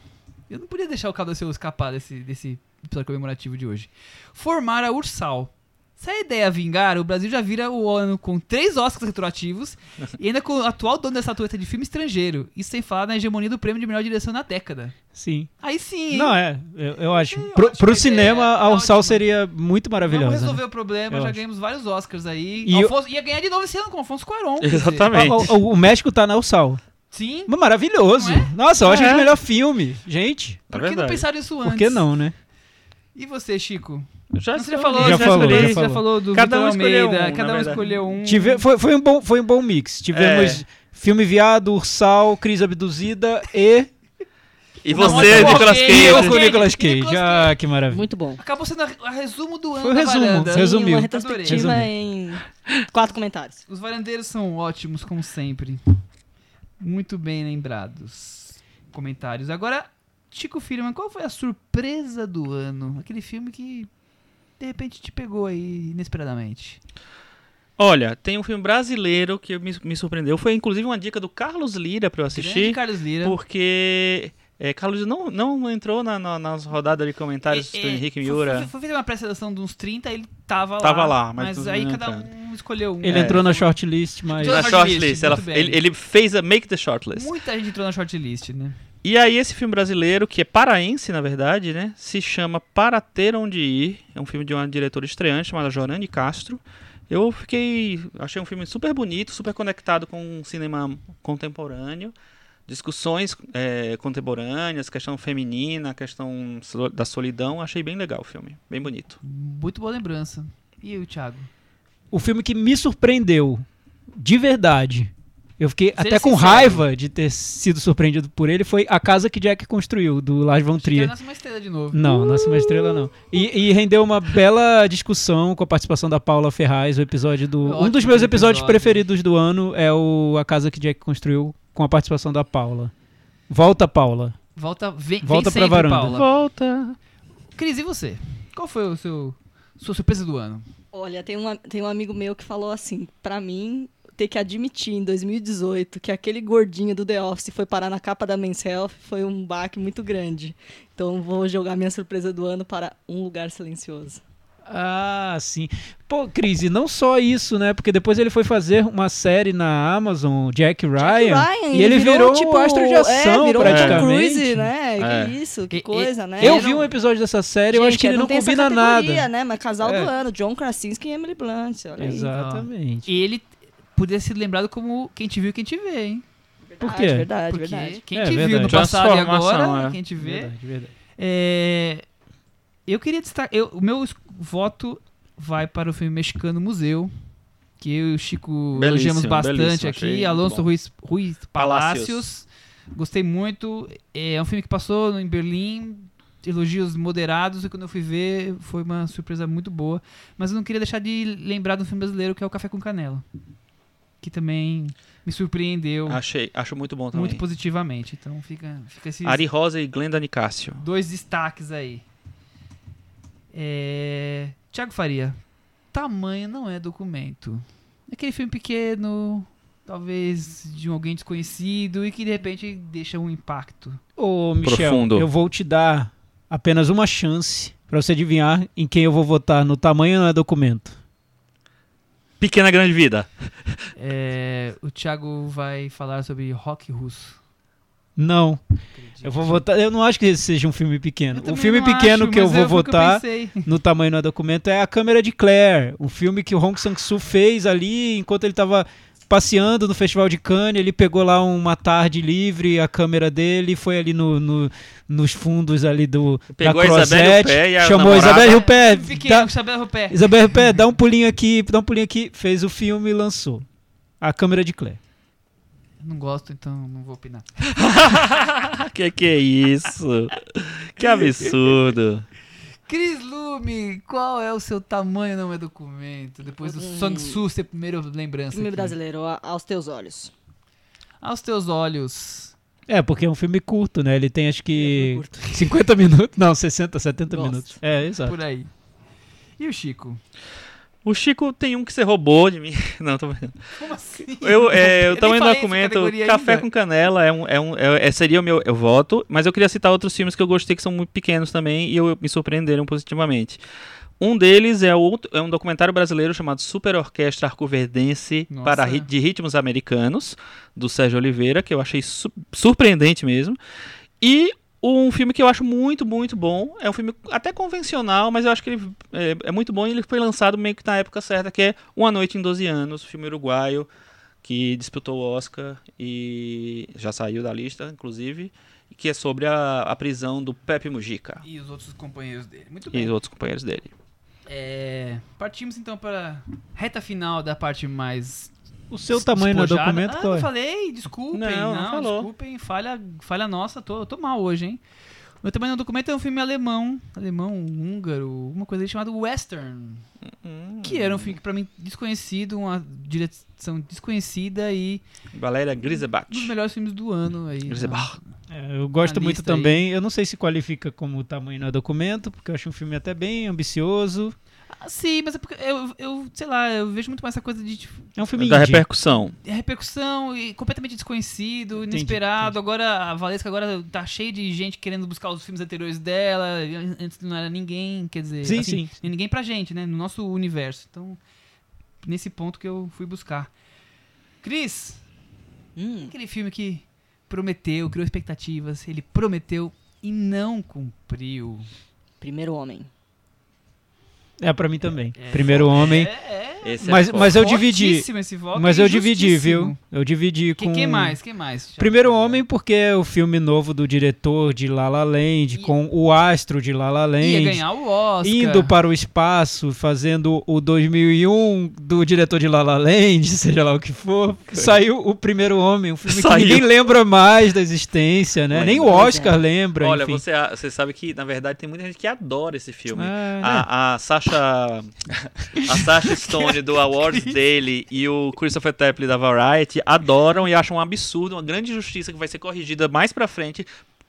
Eu não podia deixar o Cabo Daciolo escapar desse, desse episódio comemorativo de hoje. Formar a Ursal. Se a ideia é vingar, o Brasil já vira o ano com três Oscars retroativos e ainda com o atual dono da estatueta de filme estrangeiro. Isso sem falar na hegemonia do prêmio de melhor direção na década.
Sim.
Aí sim. hein?
Não, é, eu, eu acho.
Sim,
Pro,
ótima
pro
ideia,
cinema, a
ótima.
Ursal seria muito
é Vamos
maravilhosa.
resolver
né?
o problema,
Eu
já
acho.
ganhamos vários Oscars aí.
E eu-
Alfonso ia ganhar de novo esse ano com Alfonso Cuarón. quer dizer.
Exatamente.
O, Ah, o- o México tá na Ursal.
Sim.
Mas Maravilhoso.
Não é?
Nossa, eu acho
É.
o melhor filme. Gente,
É
Por que não
verdade.
pensaram isso antes?
por que não, né?
E você, Chico?
Já,
Não, você já falou,
já
já,
falou,
escolhi,
já
você
falou.
já falou do
Cada um
Vitor
escolheu
Almeida,
um, na
cada um
verdade.
escolheu um.
Tive- foi, foi um bom, foi um bom mix. Tivemos filme viado, Ursal, Cris Abduzida e.
E
Não,
você,
mas-
Nicolas
Ok,
Cage?
eu
Eu
Cage,
com o Nicolas Cage.
Nicolas Cage.
Ah, que maravilha.
Muito bom.
Acabou sendo a, a resumo do ano
Foi o
da
resumo,
varanda.
resumo. Resumiu.
E uma
Adorei.
retrospectiva
Resumiu.
em quatro comentários.
Os varandeiros são ótimos, como sempre. Muito bem lembrados. Comentários. Agora, Chico Firman, qual foi a surpresa do ano? Aquele filme que, de repente, te pegou aí inesperadamente.
Olha, tem um filme brasileiro que me, me surpreendeu. Foi inclusive uma dica do Carlos Lira pra eu
Grande
assistir.
Carlos Lira.
Porque. é, Carlos Lira não, não entrou na, na, nas rodadas de comentários
É,
do
é,
Henrique
foi-
Miura.
Foi, foi feita uma pré-seleção de uns 30, ele tava lá.
Tava lá, mas
mas,
não
aí
entrou.
cada um escolheu um.
né, Ele
É.
entrou na shortlist, mas.
Entrou
na
na
shortlist.
shortlist,
Ela,
muito bem.
ele, ele fez a Make the Shortlist.
Muita gente entrou na shortlist, né?
E aí, esse filme brasileiro, que é paraense, na verdade, né? Se chama Para Ter Onde Ir. É um filme de uma diretora estreante chamada Jorane Castro. Eu fiquei. Achei um filme super bonito, super conectado com o cinema contemporâneo. Discussões eh, contemporâneas, questão feminina, questão so- da solidão. Achei bem legal o filme, bem bonito.
Muito boa lembrança. E o Thiago?
O filme que me surpreendeu. De verdade. Eu fiquei até com
sincero.
raiva de ter sido surpreendido por ele. Foi A Casa que Jack Construiu, do Lars von
Chico é
Trier.
nasce uma estrela de novo.
Não, Nasce uma Estrela não. E, e rendeu uma bela discussão com a participação da Paula Ferraz, o episódio do.
Ótimo
um dos meus
aquele
episódios
episódio.
preferidos do ano é o A Casa que Jack Construiu, com a participação da Paula. Volta, Paula.
Volta, vem, vem
Volta pra
sempre,
varanda.
Paula.
Volta!
Cris, e você? Qual foi o seu sua surpresa do ano?
Olha, tem um, a- tem um amigo meu que falou assim, pra mim, ter que admitir em 2018 que aquele gordinho do The Office foi parar na capa da Men's Health foi um baque muito grande. Então vou jogar minha surpresa do ano para Um Lugar Silencioso.
Ah, sim. Pô, Cris, e não só isso, né? Porque depois ele foi fazer uma série na Amazon, Jack Ryan,
Ryan,
e ele virou,
tipo,
um astro de
é,
ação,
virou um Tom
praticamente.
Cruise, né?
É.
Que isso, que
E- e-
coisa, né?
Eu
Ele
vi
não-
um episódio dessa série, eu
Gente, é,
acho que ele não
tem essa
combina
categoria,
nada.
né? Mas casal
É.
do ano, John Krasinski e Emily Blunt, olha aí.
Exatamente.
E ele poderia ser lembrado como quem te viu, quem te vê, hein?
Por
Ah,
quê?
de verdade,
Porque
verdade.
quem
É,
te viu
verdade.
no passado e agora,
Transformação, é.
quem te vê.
Verdade, verdade.
É, eu queria destacar. eu- o meu es- voto vai para o filme Mexicano Museu. Que eu e o Chico
Belíssimo,
elogiamos bastante
belíssimo,
aqui.
achei
Alonso
bom.
Ruiz, Ruiz Palácios.
Palacios.
Gostei muito. É um filme que passou em Berlim. Elogios moderados. E quando eu fui ver, foi uma surpresa muito boa. Mas eu não queria deixar de lembrar de um filme brasileiro que é o Café com Canela. Que também me surpreendeu
Achei, acho muito bom Ah, também.
muito positivamente. Então fica, fica esse.
Ari Rosa e Glenda Nicásio.
Dois destaques aí. É... Tiago Faria. Tamanho não é documento. É Aquele filme pequeno, talvez de um alguém desconhecido e que de repente deixa um impacto.
Ô, Michel,
Profundo.
eu vou te dar apenas uma chance pra você adivinhar em quem eu vou votar no tamanho não é documento.
Pequena Grande Vida.
É, O Thiago vai falar sobre rock russo.
Não, eu vou votar. Eu não acho que esse seja um filme pequeno. O filme pequeno é que
é
eu vou votar no tamanho não é documento é a câmera de Claire, um filme que o Hong Sang-soo fez ali enquanto ele estava passeando no Festival de Cannes, ele pegou lá uma tarde livre, a câmera dele foi ali no, no- nos fundos ali do
Pegou
da
a Isabelle
Crozet,
Huppert e a
chamou
namorada.
Isabelle Rupé,
Fiquei
dá,
com o Isabel Rupé.
Isabelle Huppert, dá um pulinho aqui, dá um pulinho aqui, fez o filme e lançou. A câmera de Claire.
Não gosto, então não vou opinar.
que que é isso? Que absurdo.
Cris Lume, qual é o seu tamanho não é documento? Depois do
Hum.
Sang Su, ser primeira lembrança.
Filme
aqui.
brasileiro, a- aos teus olhos.
Aos teus olhos.
É, porque é um filme curto, né? Ele tem acho que
É um filme
50 minutos, não, 60, 70
Gosto.
minutos. É, exato.
Por aí. E o Chico?
O Chico tem um que você roubou de mim. Não, tô brincando.
Como assim?
Eu, é, eu,
nem
também
falei essa
documento.
categoria
Café
ainda.
com Canela é um, é um, é- é- seria o meu eu voto, mas eu queria citar outros filmes que eu gostei que são muito pequenos também e eu, me surpreenderam positivamente. Um deles é, outro, é um documentário brasileiro chamado Super Orquestra Arcoverdense
Nossa.
para Ri- de Ritmos Americanos, do Sérgio Oliveira, que eu achei su- surpreendente mesmo. E um filme que eu acho muito, muito bom. É um filme até convencional, mas eu acho que ele é, é muito bom e ele foi lançado meio que na época certa, que é Uma Noite em 12 Anos, filme uruguaio que disputou o Oscar e já saiu da lista, inclusive, que é sobre a, a prisão do Pepe Mujica
E os outros companheiros dele. Muito
e
bem.
outros companheiros dele.
É, partimos então para a reta final da parte mais.
O seu tamanho não é
despojada.
documento,
ah,
qual
não
é?
falei, desculpem. Não,
Não, não falou.
desculpem. Falha, falha nossa, tô, tô mal hoje, hein? Meu tamanho não documento é um filme alemão, alemão, húngaro, uma coisa aí chamado Western. Que
Hum.
era um filme que pra mim desconhecido, uma direção desconhecida e
Valéria Grisebach.
um dos melhores filmes do ano aí. né?
Grisebach.
É, eu gosto
na
muito
lista aí.
também. Eu não sei se qualifica como tamanho não é documento, porque eu acho um filme até bem ambicioso.
Ah, sim, mas é porque eu, eu, sei lá, eu vejo muito mais essa coisa de tipo,
É um filme
Da
indie.
repercussão.
repercussão e completamente desconhecido,
Entendi,
inesperado. Agora a Valesca agora tá cheia de gente querendo buscar os filmes anteriores dela. e an- Antes não era ninguém, quer dizer,
Sim,
assim,
sim.
ninguém pra gente, né? No nosso universo. Então, nesse ponto que eu fui buscar. Cris,
Hum,
aquele filme que prometeu, criou expectativas, ele prometeu e não cumpriu.
Primeiro Homem.
É pra mim também. Primeiro homem.
É, é.
Esse
Mas,
é
mas eu dividi.
Fortíssimo esse voto,
Mas eu dividi,
injustíssimo.
viu? Eu dividi
Que,
com.
que mais? Que mais? Thiago?
Primeiro Homem, porque é o filme novo do diretor de La La Land,
Ia-
com o astro de La La Land.
Ia ganhar o Oscar.
Indo para o espaço, fazendo o 2001 do diretor de La La Land, seja lá o que for, saiu o primeiro homem, um filme
Saiu.
que ninguém lembra mais da existência, né?
Lembra.
Nem o Oscar lembra,
Olha,
enfim.
você, você sabe que, na verdade, tem muita gente que adora esse filme.
Ah,
É.
né?
A, a Sasha. A Sasha Stone do Awards Daily e o Christopher Tapley da Variety adoram e acham um absurdo, uma grande injustiça que vai ser corrigida mais pra frente.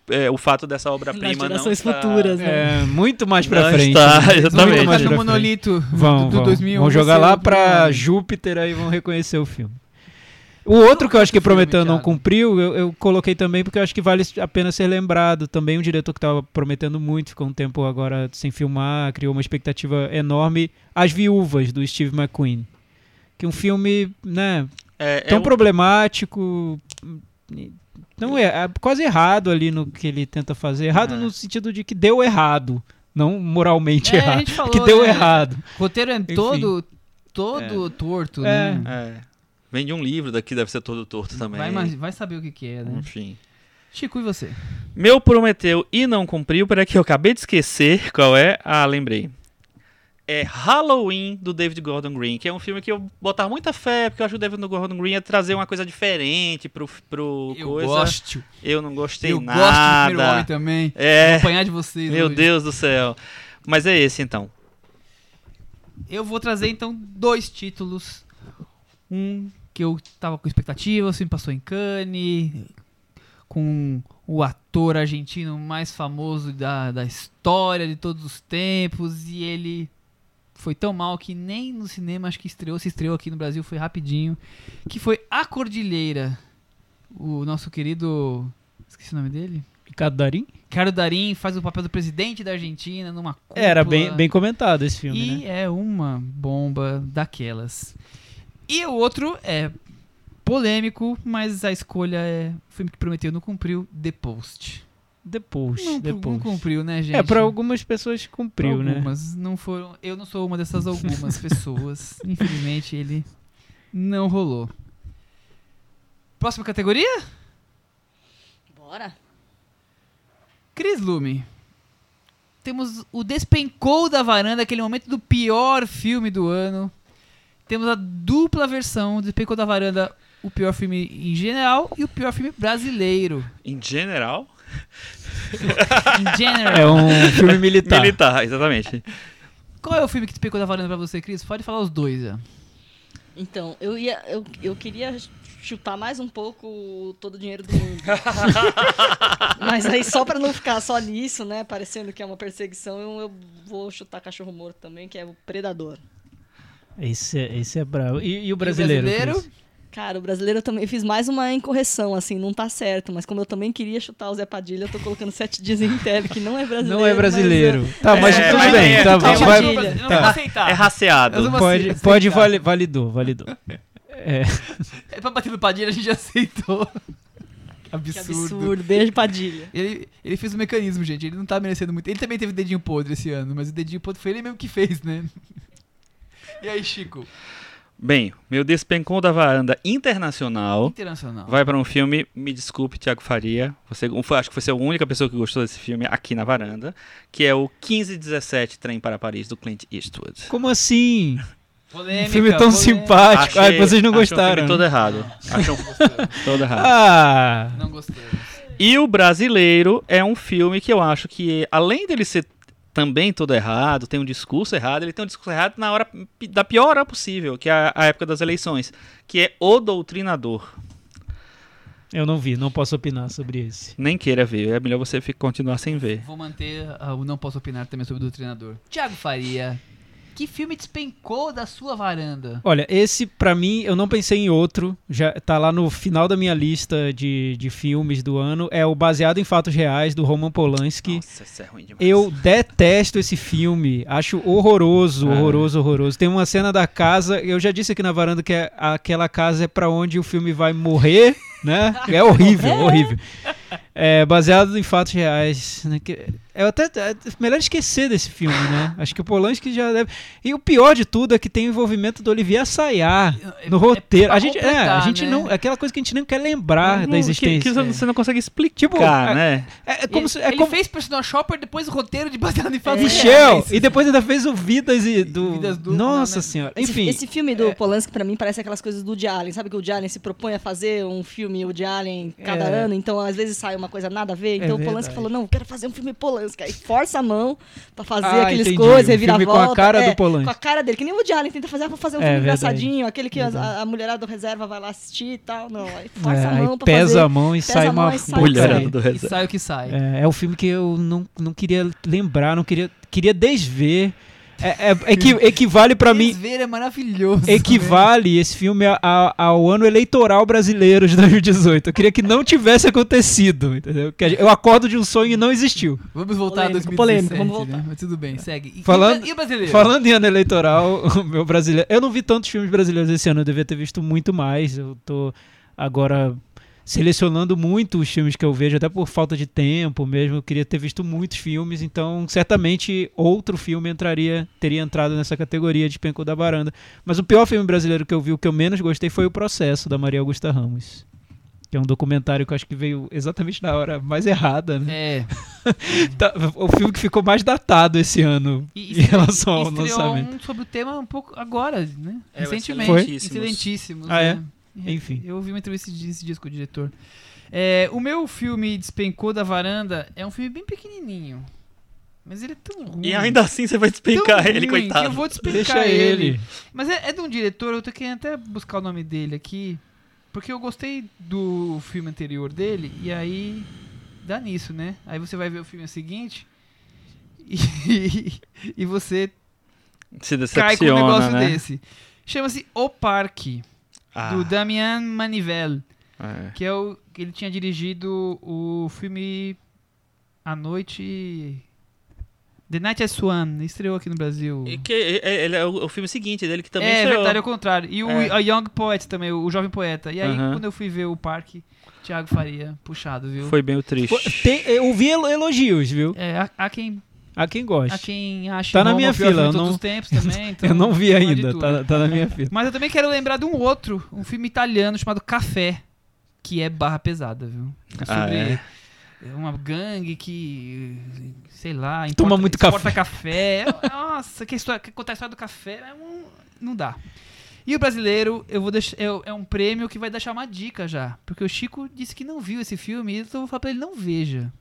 é, o fato dessa
Nas
obra-prima não. tá.
gerações
estar-
futuras, né?
É, muito mais pra
Não
frente.
está,
né? Muito
exatamente.
Mas
mais
Mas
pra
no
frente.
monolito
Vão,
do,
vão.
2001.
vão jogar
você é
lá
o primeiro
pra
homem.
Júpiter aí vão reconhecer o filme. O outro que eu acho que
Outro filme,
Prometeu não
Thiago.
cumpriu, eu, eu coloquei também porque eu acho que vale a pena ser lembrado. Também um diretor que estava prometendo muito, ficou um tempo agora sem filmar, criou uma expectativa enorme. As Viúvas, do Steve McQueen. Que é um filme, né,
É, é
tão
um-
problemático. Não é, é quase errado ali no que ele tenta fazer. Errado
É.
no sentido de que deu errado, não moralmente
É, a
errado.
gente falou,
Que deu
né?
errado.
O roteiro é todo, todo torto,
É.
né?
é. Vem de um livro daqui, deve ser todo torto também. Hum.
Vai, imagi- vai saber o que, que é, né?
Enfim.
Chico, e você?
Meu prometeu e não cumpriu, peraí que eu acabei de esquecer qual é. Ah, lembrei. É Halloween, do David Gordon Green, que é um filme que eu botava muita fé, porque eu acho que o David Gordon Green ia trazer uma coisa diferente pro, pro coisa.
gosto.
Eu não gostei
eu gosto do
nada.
primeiro homem também. Vou
é,
apanhar de vocês.
meu
hoje.
Deus do céu. Mas é esse então.
Eu vou trazer então dois títulos. Um que eu tava com expectativa, o filme passou em Cannes, com o ator argentino mais famoso da, da história de todos os tempos, e ele foi tão mal que nem no cinema acho que estreou, se estreou aqui no Brasil, foi rapidinho, que foi A Cordilheira. O nosso querido, esqueci o nome dele,
Ricardo Darim?
Ricardo Darim faz o papel do presidente da Argentina numa cúpula.
É, Era bem, bem comentado esse filme,
E
né?
é uma bomba daquelas. E o outro é polêmico, mas a escolha é o filme que prometeu não cumpriu, The Post.
Depois,
Não, não
depois.
cumpriu, né, gente?
É, pra algumas pessoas
Pra
cumpriu, né?
algumas, não foram. Eu não sou uma dessas algumas pessoas. Infelizmente, ele não rolou. Próxima categoria?
Bora.
Cris Lume. Temos o Despencou da Varanda, aquele momento do pior filme do ano. Temos a dupla versão do Despencou da Varanda, o pior filme em geral e o pior filme brasileiro.
Em general,
Em general.
É um filme militar.
militar, exatamente.
Qual é o filme que Despencou da Varanda pra você, Cris? Pode falar os dois, já.
Então, eu ia. Eu, eu queria chutar mais um pouco o todo o dinheiro do mundo. Mas aí, só pra não ficar só nisso, né? Parecendo que é uma perseguição, eu, eu vou chutar cachorro morto também, que é o predador.
Esse, é- esse é bravo. E, e o brasileiro?
brasileiro?
Cris?
Cara, o brasileiro eu também fiz mais uma incorreção, assim, não tá certo. Mas como eu também queria chutar o Zé Padilha, eu tô colocando sete dias em tele, que não é brasileiro.
Não é brasileiro. Tá, mas
É,
tudo
mas
bem.
é-
tá,
é
vai-
Padilha.
vai-
Não,
tá.
vou aceitar.
É
Eu
raciado.
não-
Pode,
aceitar.
pode vali- validou, validou. É,
É pra bater no Padilha, a gente já aceitou.
Que
Absurdo.
absurdo. Beijo, Padilha.
Ele, ele fez o mecanismo, gente. Ele não tá merecendo muito. Ele também teve dedinho podre esse ano, mas o dedinho podre foi ele mesmo que fez, né? E aí, Chico?
Bem, meu despencou da varanda internacional.
Internacional.
Vai para um filme, me desculpe, Tiago Faria. Você, um, foi- acho que você é a única pessoa que gostou desse filme aqui na varanda, que é o 1517 Trem para Paris, do Clint Eastwood.
como assim?
Polêmica,
um filme tão simpático. Ai, vocês não
achei
gostaram.
O filme todo errado. Achei um- todo errado.
Ah!
Não gostamos.
E o Brasileiro é um filme que eu acho que, além dele ser também todo errado, tem um discurso errado, ele tem um discurso errado na hora pi- da pior hora possível, que é a, a época das eleições, que é O Doutrinador.
Eu não vi, não posso opinar sobre esse.
Nem queira ver, é melhor você fi- continuar sem ver.
Vou manter ah, o Não Posso Opinar também sobre o treinador. Tiago Faria, que filme despencou da sua varanda?
Olha, esse pra mim, eu não pensei em outro, já tá lá no final da minha lista de, de filmes do ano, é o Baseado em Fatos Reais, do Roman Polanski.
Nossa, isso é ruim demais.
Eu detesto esse filme, acho
É.
horroroso, horroroso, horroroso. Tem uma cena da casa, eu já disse aqui na varanda que é, aquela casa é pra onde o filme vai morrer, né? É horrível, horrível. É, baseado em fatos reais. Né? que- é até é melhor esquecer desse filme, né? Acho que o Polanski já deve. E o pior de tudo é que tem o envolvimento do Olivier Assayas
É-
no
é
roteiro.
pra
a gente, é, a
completar,
gente
né?
não, é aquela coisa que a gente não quer lembrar
Não,
da
Que,
existência.
que você não consegue explicar,
Tipo, a-
né?
É, é como
ele
se- é
ele
como- É.
fez Personal Shopper, depois o roteiro de baseado em
É,
fatos
Michel!
reais.
E depois ainda fez o Vidas e do.
Vidas do-
Nossa
não, né?
senhora.
Esse-
Enfim. é.
Esse, filme do Polanski, pra mim, parece aquelas coisas do Woody Allen. Sabe que o Woody Allen se propõe a fazer um filme Woody Allen cada
É.
ano? Então, às vezes, sai uma coisa nada a ver. Então, o
verdade.
Polanski falou, não, eu quero fazer um filme Polanski. Aí, força a mão pra fazer
Ah,
aqueles
entendi.
coisas,
Um
reviravolta.
filme com a cara
é,
do Polanski.
Com a cara dele. Que nem o Woody Allen tenta fazer, ah, vou fazer um
É,
filme
verdade.
engraçadinho. Aquele que as-
Verdade.
a, a mulherada do reserva vai lá assistir e tal. Não, aí força
é,
a mão
aí
pra
pesa
fazer.
a mão e
pesa
sai
a mão
uma é
e sai.
porcaria.
Mulherada do
E
reserva.
sai o que sai.
É, é um filme que eu não, não queria lembrar, não queria, queria desver. É, é, equi- equivale pra mim.
Ver é maravilhoso.
Equivale esse filme a- a- ao ano eleitoral brasileiro de 2018. Eu queria que não tivesse acontecido, entendeu? Que a gente- Eu acordo de um sonho e não existiu.
né? Vamos voltar
Polêmico,
a 2017,
polêmico, vamos
né?
voltar.
Mas tudo bem, segue. E- E,
Falando-
e o brasileiro?
Falando em ano eleitoral, o meu brasileiro. Eu não vi tantos filmes brasileiros esse ano, eu devia ter visto muito mais. Eu tô agora selecionando muito os filmes que eu vejo, até por falta de tempo mesmo. Eu queria ter visto muitos filmes, então certamente outro filme entraria, teria entrado nessa categoria de Penco da Baranda. Mas o pior filme brasileiro que eu vi, o que eu menos gostei, foi O Processo, da Maria Augusta Ramos. Que é um documentário que eu acho que veio exatamente na hora mais errada,
É,
né? Tá- O filme que ficou mais datado esse ano
E-
em
e-
relação ao
estreou
lançamento.
um sobre o tema um pouco agora, né?
É, o
Recentemente.
Foi?
Excelentíssimos.
Excelentíssimos,
Ah, é?
né?
Enfim.
Eu ouvi uma entrevista desse disco com o diretor. É, o meu filme Despencou da Varanda é um filme bem pequenininho. Mas ele é tão ruim.
E ainda assim você vai
tão
despencar ele,
ruim que
coitado.
Então, Eu vou despencar
Deixa
ele.
ele.
Mas é, é de um diretor, eu tô querendo até buscar o nome dele aqui. Porque eu gostei do filme anterior dele, e aí dá nisso, né? Aí você vai ver o filme seguinte e, e você
Se
cai com um
decepciona,
negócio
né?
desse. Chama-se O Parque,
Ah,
do Damian Manivelle,
é.
que é o que ele tinha dirigido o filme A Noite. The Night as Swan, estreou aqui no Brasil.
E que é, ele é o, o filme seguinte dele que também
é,
estreou.
verdade, é o contrário. E o
É.
a Young Poet também, o Jovem Poeta. E aí,
Aham.
quando eu fui ver o parque, Thiago Faria, puxado, viu?
Foi bem o triste.
Pô, tem- eu vi elo- elogios, viu?
É, há, há quem,
A quem
há
gosta.
quem acha
Tá na
Roma
minha
o pior
fila,
filme
eu
de todos
não-
os tempos também. então,
eu não vi
pode
ainda,
tudo.
tá, tá na minha fila.
Mas eu também quero lembrar de um outro, um filme italiano chamado Café, que é barra pesada, viu? É
Ah,
Sobre É uma gangue que, sei lá, importa,
Toma muito
exporta café. É- Nossa, que história, que contar a história do café é um- não dá. E o brasileiro, eu vou deixar, é, é um prêmio que vai deixar uma dica já, porque o Chico disse que não viu esse filme, então eu vou falar pra ele não veja.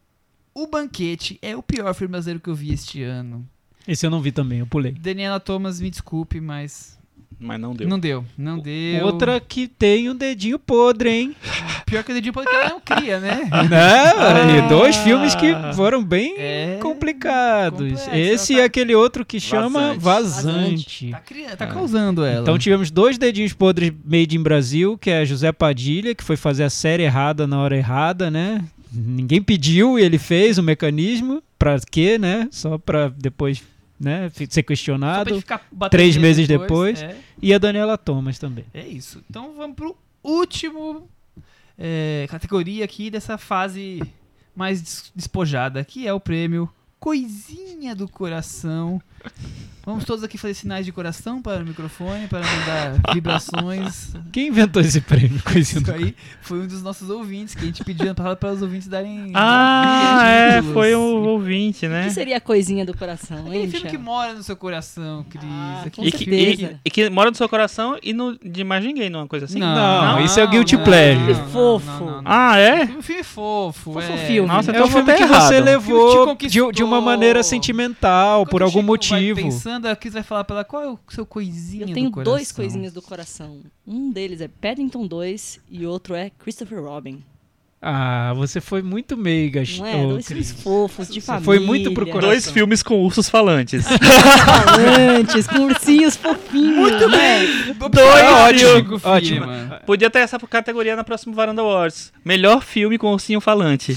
O Banquete é o pior filme brasileiro que eu vi este ano.
Esse eu não vi também, eu pulei.
Daniela Thomas, me desculpe, mas
Mas não deu.
não deu, não deu.
Outra que tem um dedinho podre, hein?
Pior que o dedinho porque ela não cria, né?
Ah. Né? E Dois filmes que foram bem
É.
complicados.
complexo,
Esse
ela
e
tá-
aquele outro que chama Vazante.
Vazante.
Tá, cria, tá causando ela.
Então tivemos dois dedinhos podres made in Brasil, que é José Padilha, que foi fazer a série errada na hora errada, né? Ninguém pediu e ele fez o mecanismo. Pra quê, né? Só pra depois né, fi- ser
Só pra gente
questionado.
ficar batendo
três
nele
meses
É,
E a Daniela Thomas também.
é isso. Então vamos pro último é, categoria aqui dessa fase mais des- despojada, que é o prêmio Coisinha do Coração. Vamos todos aqui fazer sinais de coração para o microfone, para mandar vibrações.
Quem inventou esse prêmio?
Isso
Coisinha do-
aí foi um dos nossos ouvintes, que a gente pediu na passada para os ouvintes darem.
Ah, é,
títulos.
foi o ouvinte,
O
né?
que seria a coisinha do coração,
Aquele
hein,
filme que
Michel?
mora no seu coração, Cris.
Ah, com
Aquele
E que,
filme
e-
certeza.
e que mora no seu coração e no, de mais ninguém, não é uma coisa assim?
Não, isso é o Guilty Pleasure.
não, não,
Fofo.
não, não.
Ah, é?
Um filme fofo.
Fofo
é.
filme.
Nossa,
É
então
um filme
eu
que
vou tá
você
errado.
levou
Filme que te
de, de uma
conquistou.
maneira sentimental,
Quando
por
o
algum
Chico
motivo.
Vai pensando, a Cris vai falar pra ela qual é o seu coisinha
Eu
do
tenho
coração?
dois coisinhas do coração. Um deles é Paddington 2 e outro é Christopher Robin.
Ah, você foi muito meiga,
Não
Chico.
é? Dois filmes fofos, de
Você
família. né?
foi muito pro coração.
Dois filmes com ursos falantes.
falantes, com ursinhos fofinhos. né? Muito bem.
Dois
Ótimo,
filme,
ótimo.
mano.
Podia ter essa categoria na próxima Varanda Awards. Melhor filme com ursinho falante.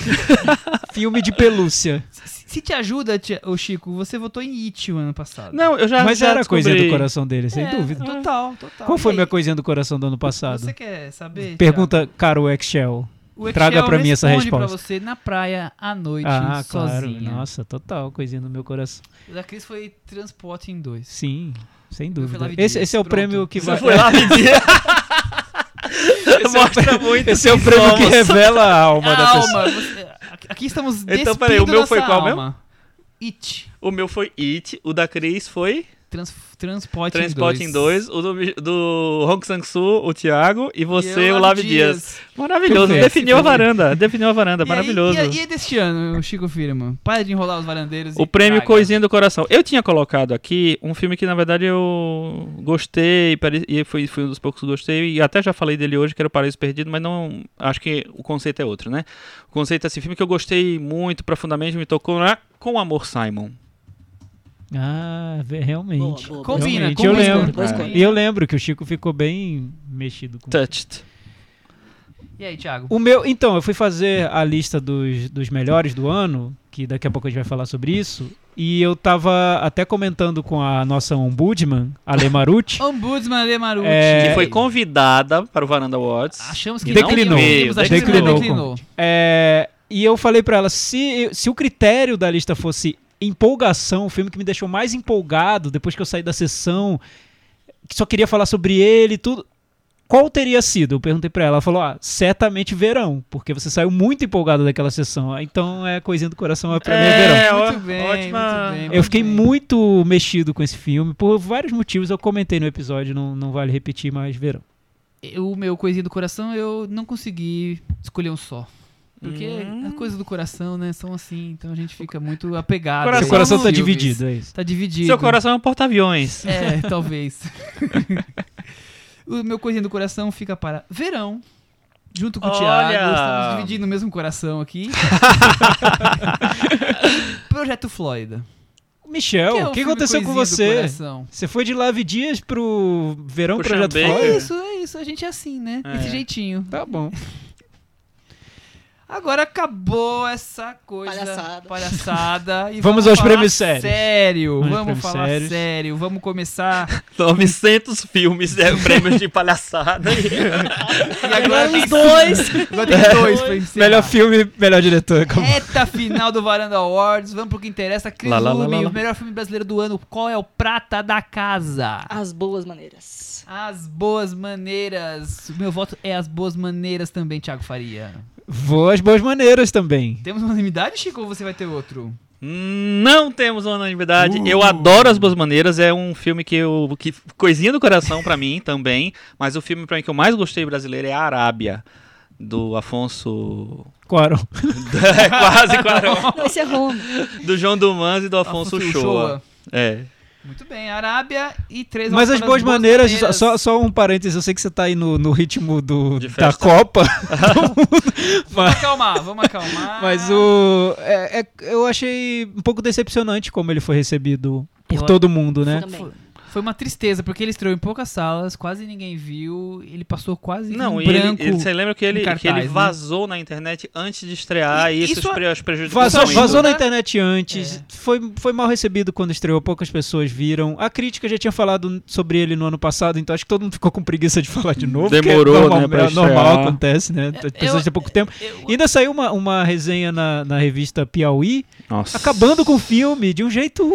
Filme de pelúcia.
Se se te ajuda, tia- ô Chico, você votou em It o ano passado.
Não, eu já
Mas
já
era a
descobri.
coisinha do coração dele, sem
É,
dúvida.
Total, total.
Qual foi
E
minha
aí,
coisinha do coração do ano passado?
Você quer saber?
Pergunta, caro Excel.
Thiago? O
traga
Excel
pra mim essa
responde pra
resposta.
você na praia à noite,
Ah, claro.
sozinha.
Nossa, total, coisinha do meu coração.
O da Cris foi Transporte em 2.
Sim, sem
fui lá
dúvida.
me
Esse,
dizer,
esse é o
pronto.
prêmio que vai.
Você foi lá pedir. Mostra muito.
Esse é o
que
prêmio que
somos.
revela a alma da pessoa.
É alma. você- Aqui estamos
Então, peraí, o meu foi qual mesmo?
mesmo? It.
O meu foi It, o da Cris foi
Trans, transporte
Transporte
em
em
dois.
2, o do, do Hong Sang-soo, o Thiago, e você,
E eu,
o Lave Dias. Maravilhoso,
Perfeito.
definiu a varanda, definiu a
E
varanda,
aí-
maravilhoso.
E, aí, e deste ano, o Chico Firman? Para de enrolar os varandeiros.
O
e
prêmio
traga.
Coisinha do Coração. Eu tinha colocado aqui um filme que, na verdade, eu gostei, pare- e foi, foi um dos poucos que eu gostei, e até já falei dele hoje, que era o Paraíso Perdido, mas não. Acho que o conceito é outro, né? O conceito é esse filme que eu gostei muito, profundamente, me tocou, né? Com Amor Simon.
Ah, ve- realmente.
Boa, boa, boa.
Combina,
Realmente,
combina.
Eu lembro.
Boa escolha.
E eu lembro que o Chico ficou bem mexido com
Touched.
E aí, Thiago?
O meu, então, eu fui fazer a lista dos, dos melhores do ano, que daqui a pouco a gente vai falar sobre isso, e eu tava até comentando com a nossa ombudsman, Ale Marucci.
Ombudsman de Marucci.
É,
que foi convidada para o Varanda Awards.
Achamos que
Declinou.
não teríamos, achamos que
Declinou.
não declinou.
É, e eu falei pra ela, se, se o critério da lista fosse empolgação, o filme que me deixou mais empolgado depois que eu saí da sessão, que só queria falar sobre ele e tudo, qual teria sido? Eu perguntei pra ela, ela falou, ah, certamente Verão, porque você saiu muito empolgado daquela sessão, Ah, então é coisinha do coração, é pra mim é Verão.
É, ó,
muito bem,
ótima-
muito bem.
Eu fiquei muito mexido com esse filme, por vários motivos, eu comentei no episódio, não, não vale repetir, mas Verão.
O meu coisinha do coração, eu não consegui escolher um só. Porque
Hum.
as coisas do coração, né, são assim, então a gente fica muito apegado.
Coração
Seu
aos
coração tá
filmes.
dividido, é isso.
Tá dividido.
Seu coração é um porta-aviões.
É, talvez. o meu coisinha do coração fica para verão. Junto com o Thiago,
Olha!
estamos dividindo o mesmo coração aqui. Projeto Florida.
Michel,
é
o que
filme
aconteceu com
Coisinha do
você?
Coração.
Você foi de Lave Dias pro Verão
Pro
Projeto
Chambé.
É
Olha.
Flyer?
isso, é isso. A gente é assim, né?
É.
Desse jeitinho.
Tá bom.
Agora acabou essa coisa
Palhaçada.
palhaçada e
Vamos aos
falar
prêmios sérios.
Sério,
Vamos
vamos,
aos prêmios
falar
sérios.
sério, vamos começar.
900 filmes, é, prêmios de palhaçada.
E agora tem
Dois.
Agora tem dois pra encerrar.
Melhor filme, melhor diretor. como-
Reta final do Varanda Awards, vamos pro que interessa. Cris
Lá, lá, lá,
Lume,
lá, lá.
o melhor filme brasileiro do ano. Qual é o prata da casa?
As boas maneiras.
As boas maneiras. O meu voto é as boas maneiras também, Thiago Faria.
Vou às boas maneiras também.
Temos uma unanimidade, Chico, ou você vai ter outro?
Não temos unanimidade.
Uh.
Eu adoro As Boas Maneiras. É um filme que eu. Que, coisinha do coração pra mim também. Mas o filme pra mim que eu mais gostei brasileiro é A Arábia, do Afonso.
Claro.
É, quase Quarão.
Não, esse é Roma.
Do João Dumas e do Afonso, Shoa. É.
Muito bem, Arábia e três
Mas as
Oscars
boas maneiras, Só, só um parênteses, eu sei que você tá aí no, no ritmo do,
De
da
festa.
Copa.
Vamos acalmar, vamos acalmar.
Mas o. é- é- eu achei um pouco decepcionante como ele foi recebido por
Eu-
todo mundo, né?
Também.
Foi uma tristeza, porque ele estreou em poucas salas, quase ninguém viu, ele passou quase
Não,
em
e ele-
branco.
ele- você lembra que ele,
em cartaz,
que ele
né?
vazou na internet antes de estrear e isso,
Isso- é-
pre- os prejudicou
Vazou,
muito.
vazou na
né?
internet antes,
É.
foi, foi mal recebido quando estreou, poucas pessoas viram. A crítica já tinha falado sobre ele no ano passado, então acho que todo mundo ficou com preguiça de falar de novo. porque
Demorou,
é normal,
né, pra
é normal
estrear.
acontece, né? As pessoas têm pouco tempo.
Eu-
E ainda saiu uma, uma resenha na, na revista Piauí,
Nossa.
acabando com o filme, de um jeito.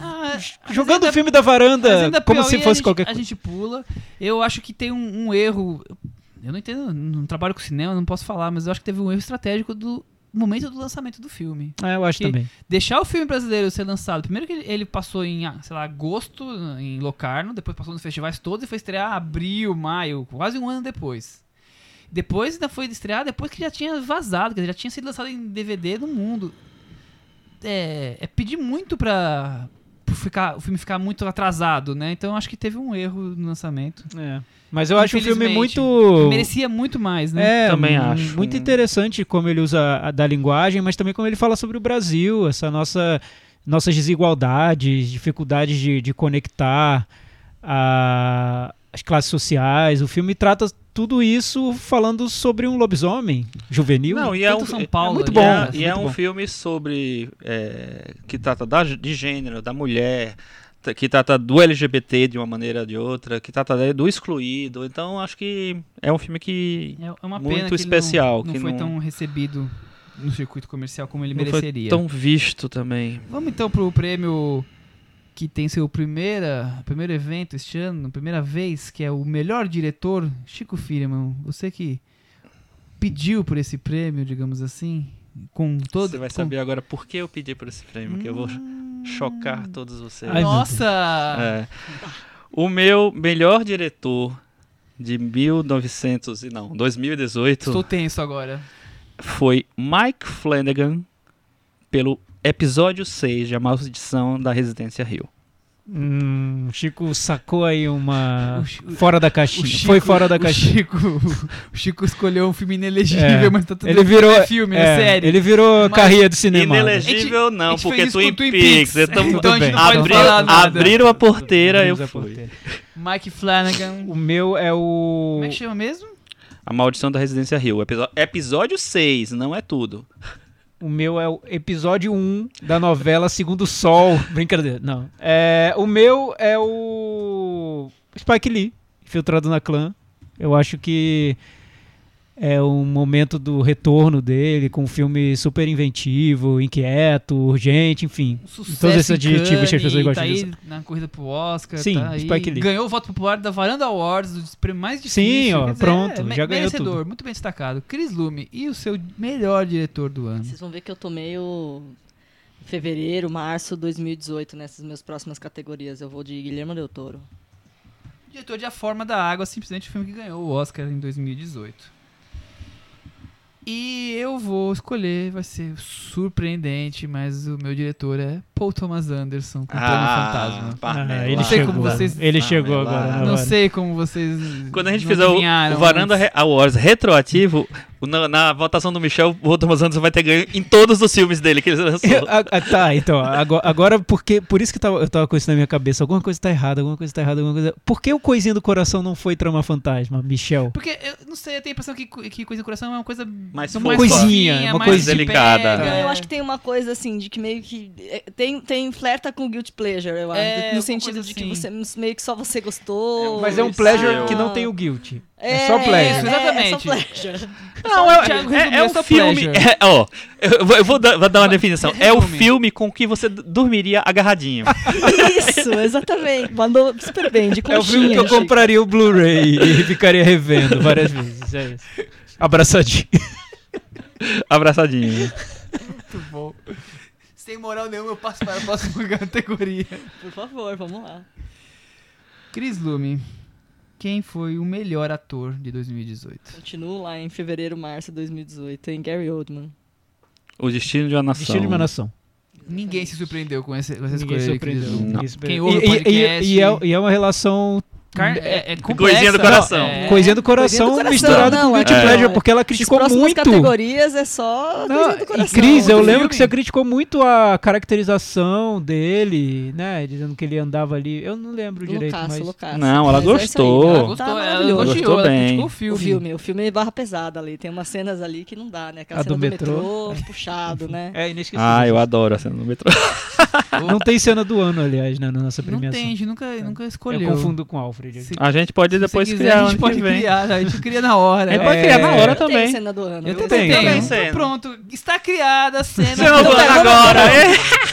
Ah,
jogando
ainda-
o filme da
Mas
varanda
ainda
como
é Piauí
se
a
fosse
gente-
qualquer
A
coisa.
gente pula. Eu acho que tem um, um erro. Eu não entendo, não trabalho com cinema, não posso falar, mas eu acho que teve um erro estratégico do momento do lançamento do filme.
Ah, eu acho
que-
também.
Deixar o filme brasileiro ser lançado. Primeiro que ele- ele passou em, ah, sei lá, agosto, em Locarno, depois passou nos festivais todos e foi estrear abril, maio, quase um ano depois. Depois ainda foi estrear depois que já tinha vazado, quer dizer, já tinha sido lançado em DVD no mundo. É, é pedir muito pra, pra ficar, o filme ficar muito atrasado, né? Então eu acho que teve um erro no lançamento.
É. Mas eu acho o filme
Infelizmente,
muito.
Merecia muito mais, né?
É,
Também
mu-
acho.
Muito interessante como ele usa a da linguagem, mas também como ele fala sobre o Brasil, essa nossa nossas desigualdades, dificuldades de, de conectar a- as classes sociais. O filme trata tudo isso falando sobre um lobisomem juvenil.
Não, e é
Tanto
um,
São Paulo. né?
muito
E
bom,
é-
aliás.
E é,
muito
um
bom.
filme sobre. é, que trata da, de gênero, da mulher, t- que trata do LGBT de uma maneira ou de outra, que trata da- do excluído. Então acho que é um filme que.
É uma
Muito
pena que ele
especial,
Não, não
que
foi
não-
tão recebido no circuito comercial como ele
não foi
mereceria.
tão visto também.
Vamos então pro prêmio que tem seu primeira, primeiro evento este ano, primeira vez, que é o melhor diretor, Chico Firman. Você que pediu por esse prêmio, digamos assim, com todo.
Você vai
com- Hum.
saber agora por que eu pedi por esse prêmio, que eu vou cho- chocar todos vocês.
Ai, meu
Nossa!
É. O meu melhor diretor de 1900 e não, 2018
Estou tenso agora.
foi Mike Flanagan pelo episódio 6 de A Maldição da Residência Rio.
Hum, Chico sacou aí uma.
O Chi- o-
Fora da
O
caixinha.
Chico-
Foi fora da
o
caixinha.
Chico, o Chico escolheu um filme inelegível,
É.
mas tá tudo
Ele virou.
é filme, é,
é,
série.
Ele virou
Mas-
carreira do cinema.
Inelegível
a
não,
gente
porque
fez isso
Twin
com Twin
Peaks.
Peaks.
Então,
Então
a gente não
pode
abriu-
falar nada.
abriram a porteira, eu
Abrimos a
fui.
porteira.
Mike Flanagan.
O meu é o.
Como é que chama mesmo?
A Maldição da Residência Hill. episo- Episódio 6, não é tudo.
O meu é o episódio 1 da novela Segundo Sol. Brincadeira, não. É, o meu é o Spike Lee, infiltrado na clã. Eu acho que é um momento do retorno dele com um filme super inventivo, inquieto, urgente, enfim.
Um Sucesso
Todos esses tipo,
em
adjetivos que as
Cannes,
pessoas gostam
tá
de
aí na corrida pro Oscar.
Sim,
tá aí.
Spike Lee.
Ganhou o voto popular da Varanda Awards, o prêmio mais
Sim,
difícil.
ó,
Quer é,
pronto,
me-
já ganhou
merecedor,
tudo.
muito bem destacado. Chris Lume e o seu melhor diretor do ano.
Vocês vão ver que eu tô meio fevereiro, março 2018 nessas minhas próximas categorias. Eu vou de Guilherme Del Toro.
Diretor de A Forma da Água, simplesmente o filme que ganhou o Oscar em 2018. E eu vou escolher, vai ser surpreendente, mas o meu diretor é Paul Thomas Anderson com o Fantasma.
Pamela.
Ah, ele
Não sei
chegou.
como Ah, vocês-
Ele chegou
Pamela.
agora. na
Não
hora.
sei como vocês.
Quando a gente
não
fizer o,
adivinharam
o Varanda
antes.
Re- Awards retroativo, o- na, na votação do Michel, o Rotom Anderson vai ter ganho em todos os filmes dele que ele lançou.
Eu- a- a- tá, então, agora, agora porque, por isso que tava- eu tava com isso na minha cabeça, alguma coisa tá errada, alguma coisa tá errada, alguma coisa... Por que o Coisinha do Coração não foi Trama Fantasma, Michel?
Porque eu não sei, eu tenho a impressão que, co- que Coisa do Coração é uma coisa
Mais
tão
fofa.
Coisinha, uma
mais
coisinha.
de
Delicada.
É.
É.
pega,
Eu acho que tem uma coisa assim, de que meio que. é, Tem, tem flerta com guilt pleasure, eu acho.
É, alguma
no sentido
coisa
de que
assim.
você meio que só você gostou.
É,
Mas é um
Isso,
pleasure
eu-
que não tem o guilt. É, só
Isso,
pleasure.
É, só
exatamente.
pleasure.
Não,
Só
é,
o Thiago
é,
resumiu,
é um
só
filme.
pleasure.
é, ó, eu, vou- eu vou, dar, vou dar uma definição. É o
Resume.
filme com que você d- dormiria agarradinho.
Isso, exatamente. Mandou super bem, de
É o filme
conchinha,
que eu
Chico.
compraria o Blu-ray e ficaria revendo várias vezes, é isso. Abraçadinho.
Abraçadinho.
Muito bom. Sem moral nenhuma, eu passo para a próxima categoria.
Por favor, vamos lá.
Chris Lume, quem foi o melhor ator de 2018?
Continuo lá em fevereiro, março de 2018, em Gary Oldman.
O Destino de uma Nação.
Destino de uma nação.
Ninguém se surpreendeu com essa, com essa
Ninguém
escolha de Chris
surpreendeu.
Lume.
Não.
Ninguém surpreendeu.
Quem ouve o
E- e- e-
podcast-
e é- E é uma relação
Car- é, é complexa.
Coisinha do coração.
É.
Coisinha do coração,
Coisinha do coração,
misturado
não,
com Guilty
é.
Pleasure, porque ela criticou
As próximas
muito.
categorias é só
Não,
coisa do
e
coração.
Cris, eu
do
lembro
filme.
que você criticou muito a caracterização dele, né? Dizendo que ele andava ali. Eu não lembro direito,
Loucaço,
mas.
loucaço.
Não, ela
Mas é isso aí,
gostou.
Ela
tá
gostou, ela
maravilhoso.
elogiou,
Gostou
ela
bem.
criticou o filme.
O filme, o filme é barra pesada ali. Tem umas cenas ali que não dá, né? Aquela
A
cena
do
do,
metrô.
metrô, puxado, né?
É inesquecível.
Ah, eu adoro a cena do metrô. Ah,
Não tem cena do ano, aliás, né, na nossa
Não
premiação.
tem, a gente nunca, nunca escolheu.
Eu confundo com Alfred.
Se-
A gente pode
se
depois
quiser,
criar
a gente
ano que
pode
vem.
criar, a gente cria na hora.
A gente
Eu-
pode criar na
É.
hora
Eu tenho
também.
cena do ano.
Eu
viu?
também.
tenho.
também.
Eu
tenho.
Então pronto, está criada a cena.
Você não
Então
vai
tá, vamos
agora,
agora.
é?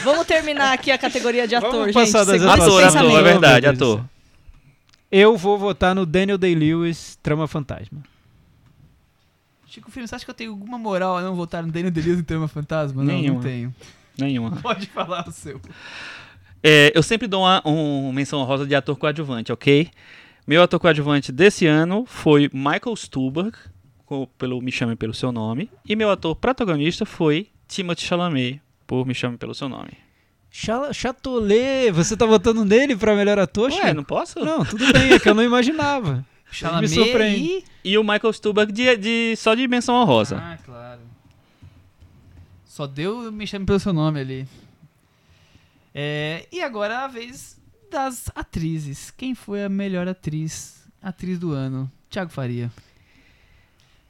Vamos terminar aqui a categoria de
Vamos
ator, gente.
passar das
Segundo
atuações.
o
Ator, ator, é
pensamento.
verdade,
Meu Deus do
ator.
céu. Eu vou votar no Daniel Day-Lewis, Trama Fantasma.
Chico Filho, você acha que eu tenho alguma moral a não votar no Daniel Deleuze em Trama Fantasma? Não,
Nenhuma.
não tenho.
Nenhuma.
Pode falar o seu.
É, eu sempre dou uma um menção honrosa de ator coadjuvante, ok? Meu ator coadjuvante desse ano foi Michael Stuhlbarg, com- pelo Me Chame Pelo Seu Nome. E meu ator protagonista foi Timothée Chalamet, por Me Chame Pelo Seu Nome.
Chala- Chatolet, você tá votando nele pra melhor ator,
Ué,
Chico?
não posso?
Não, tudo bem, é que eu não imaginava.
Chalamet
surpreende.
e...
E o Michael Stuhlbarg de, de- só de menção honrosa.
Ah, claro. Só deu me chame pelo seu nome ali. É, e agora a vez das atrizes. Quem foi a melhor atriz, atriz do ano? Tiago Faria.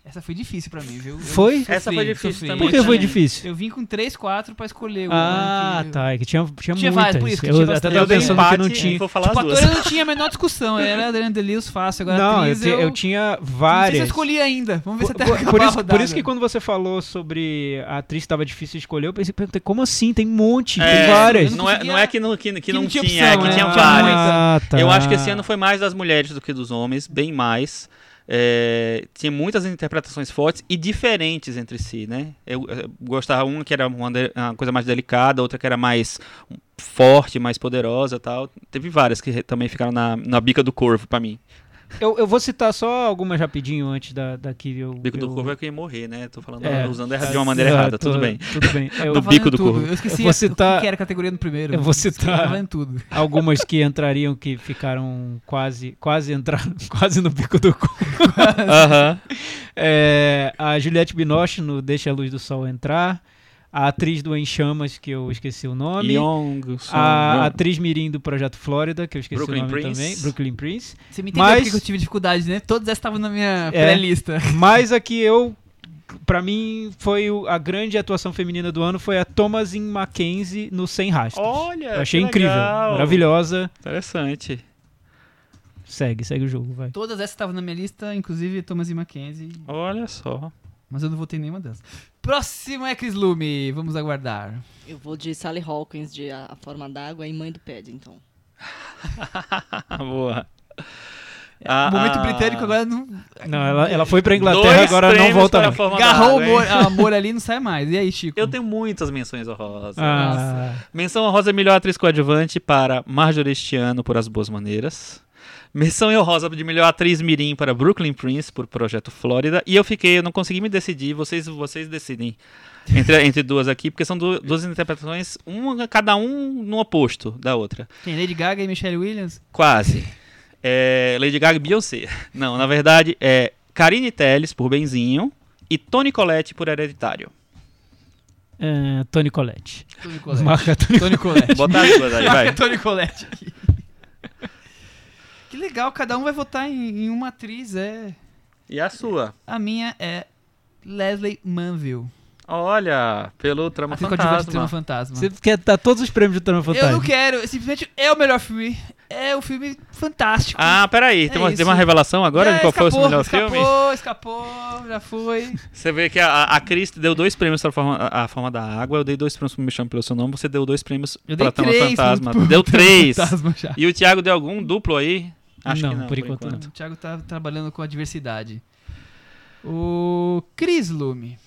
Essa foi difícil pra mim, viu? Eu
Foi?
Essa foi difícil também.
Por que foi
também.
difícil?
Eu vim com 3, 4 pra escolher uma
Ah,
que-
tá, é que tinha, tinha,
Tinha
muitas.
várias, por isso que
eu
tinha
até
bastante.
tava
Eu dei
pensando que não tinha.
vou falar
Tipo,
as
ator
duas.
eu não tinha a menor discussão. Era Adriana Delius fácil, agora
não, eu,
atriz
ti-
eu...
eu tinha
Não sei se eu
várias.
escolhi ainda. Vamos ver se até
Por-
acabar
por,
a
isso, por
rodada.
isso que quando você falou sobre a atriz estava difícil de escolher, eu pensei, perguntei, como assim? Tem um monte,
É,
tem várias.
Não é,
conseguia-
não é que não, que, que não, tinha, é
opção,
que
né?
tinha
Não tinha
várias.
Ah, tá.
Eu acho que esse ano foi mais das mulheres do que dos homens, bem mais. É, tinha muitas interpretações fortes e diferentes entre si, né? Eu, eh, gostava uma que era uma, de- uma coisa mais delicada, outra que era mais forte, mais poderosa e tal. Teve várias que re- também ficaram na, na bica do corvo pra mim.
Eu, eu vou citar só algumas rapidinho antes da, da que eu.
Bico do
eu-
Corvo é quem morrer, né? Tô falando
É.
usando erra- de uma maneira
Ah,
errada,
tô-
tudo bem.
Tudo bem. Eu-
Tá
Do
valendo
bico do
tudo.
corvo.
Eu esqueci
Eu vou
a- o
citar-
que que era a categoria do primeiro.
Eu vou
Tá
citar-
valendo tudo.
algumas que entrariam que ficaram quase quase entraram quase no bico do cu.
Aham.
É, a Juliette Binoche no Deixa a Luz do Sol Entrar, a atriz do Em Chamas que eu esqueci o nome,
Yong, Song,
a
Yong.
atriz mirim do Projeto Flórida que eu esqueci
Brooklyn
o nome
Prince.
também, Brooklyn Prince.
Você me entendeu
Mas-
porque que eu tive dificuldade, né? Todas essas estavam na minha
É.
pré-lista.
Mas a que eu pra mim foi o- a grande atuação feminina do ano foi a Thomasin Mackenzie no Sem Rastros.
Olha,
eu achei
que
incrível,
legal.
maravilhosa.
Interessante.
Segue, segue o jogo, vai.
Todas essas estavam na minha lista, inclusive Thomas e Mackenzie.
Olha só.
Mas eu não votei em nenhuma delas. Próximo é Chris Lume. Vamos aguardar.
Eu vou de Sally Hawkins, de A a Forma d'Água e Mãe do então. Paddington.
Ah, Boa.
É,
Ah,
o momento britânico agora não.
Não, ela, ela foi pra é Inglaterra, agora não volta mais.
Agarrou o amor, a amor ali e não sai mais. E aí, Chico?
Eu tenho muitas menções honrosas.
Ah,
Menção honrosa é melhor atriz coadjuvante para Marjorie Este Ano por As Boas Maneiras. Menção honrosa de melhor atriz mirim para Brooklyn Prince por Projeto Flórida. E eu fiquei, eu não consegui me decidir, vocês, vocês decidem. Entre, entre duas aqui, porque são du- duas interpretações, uma, cada um no oposto da outra.
Quem? Lady Gaga e Michelle Williams?
Quase. É, Lady Gaga e Beyoncé. Não, na verdade é Karine Telles por Benzinho e Toni Collette por Hereditário.
é, Tony Colette.
Tony Colette.
Marca Tony
Tony Colette.
Bota as duas aí, vai.
Marca Tony Colette aqui. Que legal, cada um vai votar em, em uma atriz. É.
E a sua?
A minha é Leslie Manville.
Olha, pelo Trama
Atriz coadjuvante do Trama
Fantasma.
Fantasma.
Você quer dar todos os prêmios do Trama
Eu não
Fantasma?
quero, simplesmente é o melhor filme. É um filme fantástico.
Ah, peraí,
É
tem, uma, tem
isso.
uma revelação agora
É,
de qual foi o seu melhor
escapou,
filme?
Escapou, escapou, já foi.
Você vê que a, a Cris deu dois prêmios para forma, a, a Forma da Água, eu dei dois prêmios pro Me Chame Pelo Seu Nome, você deu dois prêmios
Eu
pra
dei
Trama
três,
Fantasma.
pro-
Deu três!
Fantasma já.
E o Thiago deu algum duplo aí? Acho
Não,
que não,
por enquanto não.
O Thiago tá trabalhando com a diversidade. O Cris Lume.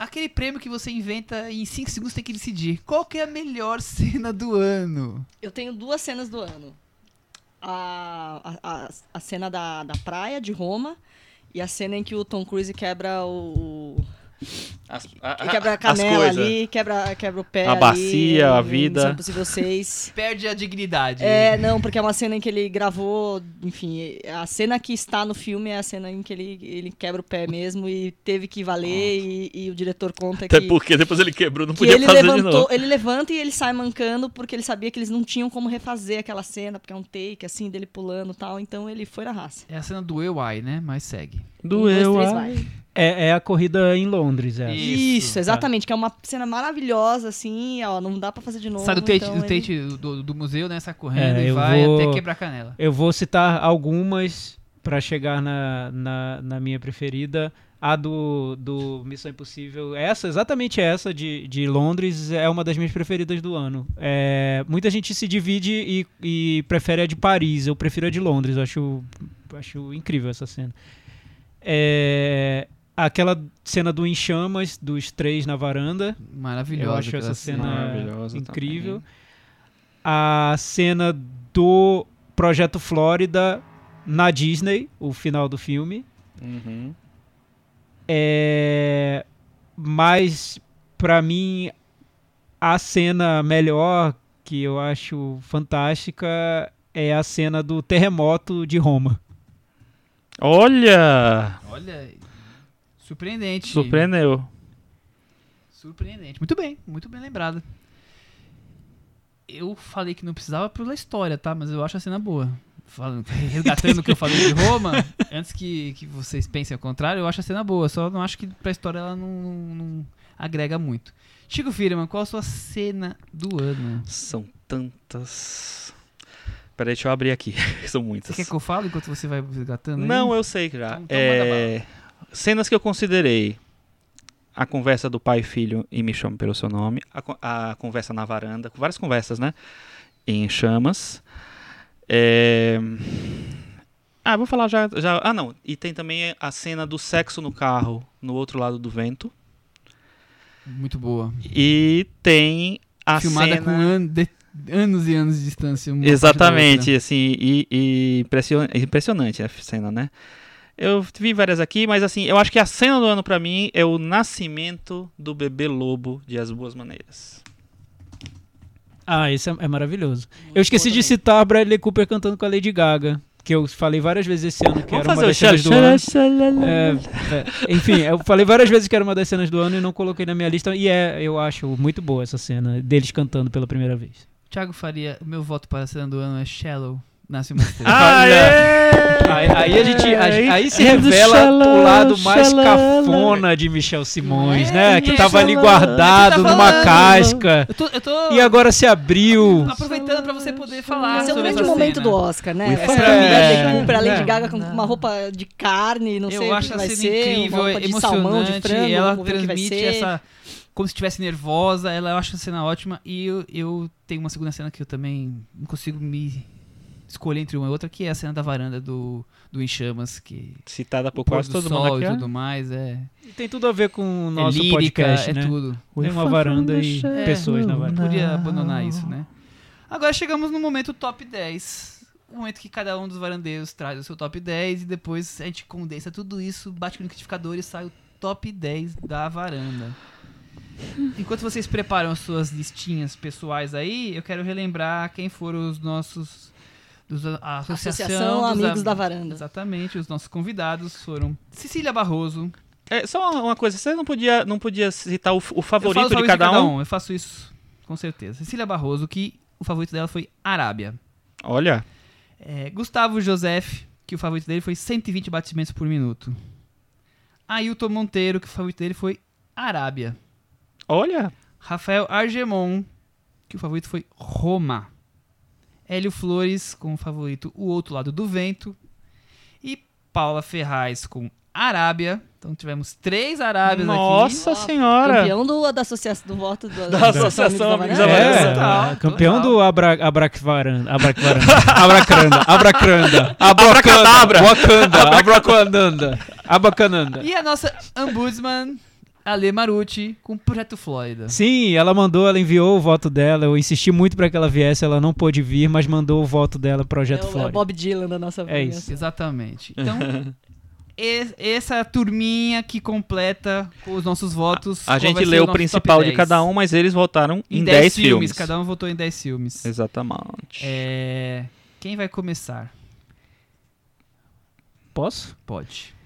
Aquele prêmio que você inventa e em 5 segundos tem que decidir. Qual que é a melhor cena do ano?
Eu tenho duas cenas do ano. A, a, a- a cena da, da praia, de Roma, e a cena em que o Tom Cruise quebra o... o-
As- a- a-
quebra a
Ah, as
canela
coisas.
ali, quebra, quebra o pé
A
ali,
bacia, a
em
vida.
Missão Impossível 6.
Perde a dignidade.
É, não, porque é uma cena em que ele gravou, enfim, a cena que está no filme é a cena em que ele, ele quebra o pé mesmo e teve que valer e, e o diretor conta
Ah. Até
que,
porque depois ele quebrou, não
que
podia
ele
fazer de novo.
levantou, ele levanta e ele sai mancando porque ele sabia que eles não tinham como refazer aquela cena, porque é um take assim dele pulando e tal, então ele foi na raça.
É a cena do EY, né? Mas segue.
um, dois, três,
ai.
vai.
É, é a corrida em Londres, é.
E- Isso,
Isso,
tá.
exatamente, que é uma cena maravilhosa assim, ó, não dá pra fazer de novo.
Sai do Tate,
então
do,
ele-
Tate do, do museu, né? Sai correndo
É,
e
eu
vai
vou-
até quebrar a canela.
Eu vou citar algumas pra chegar na, na, na minha preferida. A do, do Missão Impossível, essa, exatamente essa de, de Londres, é uma das minhas preferidas do ano. É, muita gente se divide e, e prefere a de Paris, eu prefiro a de Londres, eu acho, acho incrível essa cena. É, aquela cena do Em Chamas, dos três na varanda,
Maravilhosa.
eu acho
aquela
essa cena
Maravilhosa
incrível.
também.
A cena do Projeto Flórida na Disney, o final do filme.
Uhum.
É... Mas, pra mim, a cena melhor, que eu acho fantástica, é a cena do terremoto de Roma.
Olha!
Olha, surpreendente.
Surpreendeu.
Surpreendente. Muito bem, muito bem lembrada. Eu falei que não precisava pela história, tá? Mas eu acho a cena boa. Falando, resgatando o que eu falei de Roma, antes que, que vocês pensem ao contrário, eu acho a cena boa. Só não acho que pra história ela não, não- não agrega muito. Chico Firman, qual a sua cena do ano?
São tantas. Peraí, deixa eu abrir aqui. São
Você
muitas.
quer que eu fale enquanto você vai resgatando? aí?
Não, eu sei já.
Então- então
É, Cenas que eu considerei. A conversa do pai e filho e me chama pelo seu nome. A, co- a conversa na varanda. Várias conversas, né? Em chamas. É, Ah, vou falar já, já. Ah, não. E tem também a cena do sexo no carro no outro lado do vento.
Muito boa.
E tem a
Filmada
cena.
com Anne de anos e anos de né? distância. uma parte da
Exatamente, assim, e, e impression- impressionante a cena, né? Eu vi várias aqui, mas assim, eu acho que a cena do ano pra mim é o nascimento do bebê lobo de As Boas Maneiras.
Ah, esse é, é maravilhoso.
Muito
Eu esqueci
bom
de
também.
citar Bradley Cooper cantando com a Lady Gaga, que eu falei várias vezes esse ano que
Vamos
era uma
fazer o
das cenas do
xalá,
ano.
xalá, xalá.
É, é, enfim, eu falei várias vezes que era uma das cenas do ano e não coloquei na minha lista. E é, eu acho muito boa essa cena deles cantando pela primeira vez.
cena. Thiago Faria, o meu voto para a cena do ano é Shallow, Nasce uma Estrela.
Aê!
Aí, aí a gente. Aí, aí se
É do
revela
xalá,
o lado mais
xalá.
cafona de Michel Simões, né? Que
gente,
tava ali
xalá.
guardado
Que tá
numa
falando.
casca.
Eu tô, eu tô
E agora se abriu.
aproveitando pra você poder falar
Esse é o
sobre
grande
essa
momento
cena.
do Oscar, né?
We
Essa
fuck.
Bradley
É,
Cooper, a Lady
é.
Gaga com uma roupa de carne, não
eu
sei o
acho
que
a
vai
cena
ser, uma
incrível,
roupa de salmão, de
emocionante.
frango,
ela
vamos ver o que vai
transmite
ser.
essa. Como se estivesse nervosa. Ela, eu acho a cena ótima. E eu, eu tenho uma segunda cena que eu também não consigo me escolher entre uma e outra, que é a cena da varanda do, do Enchamas, que.
Citada por
pôr
quase
do
todo
sol
mundo aqui. né?
e
ó.
tudo mais. É,
Tem tudo a ver com o
é
nosso
lírica,
podcast,
é
né?
tudo.
Tem uma varanda e
É,
pessoas na varanda.
Podia abandonar isso, né? Agora chegamos no momento top 10. O momento que cada um dos varandeiros traz o seu top 10 e depois a gente condensa tudo isso, bate no liquidificador e sai o top 10 da varanda. Enquanto vocês preparam as suas listinhas pessoais aí, eu quero relembrar quem foram os nossos. Dos, a a associação,
Associação
dos
Amigos
am-
da Varanda.
Exatamente, os nossos convidados foram Cecília Barroso.
É, só uma- uma coisa, você não podia, não podia citar o, f- o
Eu
favorito
falo
de cada, um?
Eu faço isso, com certeza. Cecília Barroso, que o favorito dela foi Arábia.
Olha,
É, Gustavo Joseph, que o favorito dele foi 120 batimentos por minuto. Ailton Monteiro, que o favorito dele foi Arábia.
olha.
Rafael Argemon, que o favorito foi Roma. Hélio Flores, com o favorito O Outro Lado do Vento. E Paula Ferraz com Arábia. Então tivemos três Arábias aqui.
Nossa
Nossa,
senhora.
Campeão do, da associação do voto do,
Da Associação Amigos da
É,
Varanda.
Total,
é, campeão
total.
do Abra, Abracvaranda. Abracvaranda. Abracranda. Abracranda.
Abracadabra.
Wakanda. Abracananda. Abacananda.
E a nossa Ombudsman, Ale Marucci, com o Projeto Flórida.
Sim, ela mandou, ela enviou o voto dela. Eu insisti muito pra que ela viesse, ela não pôde vir, mas mandou o voto dela pro
É
Projeto
o, é o
Flórida. É
Bob Dylan da nossa vida.
isso.
Exatamente. Então, e- essa turminha que completa com os nossos votos.
A
qual
gente
vai ser
leu o
nosso
principal
top 10.
de cada um, mas eles votaram em 10 filmes.
Cada um votou em 10 filmes.
Exatamente.
É, quem vai começar?
Posso?
Pode.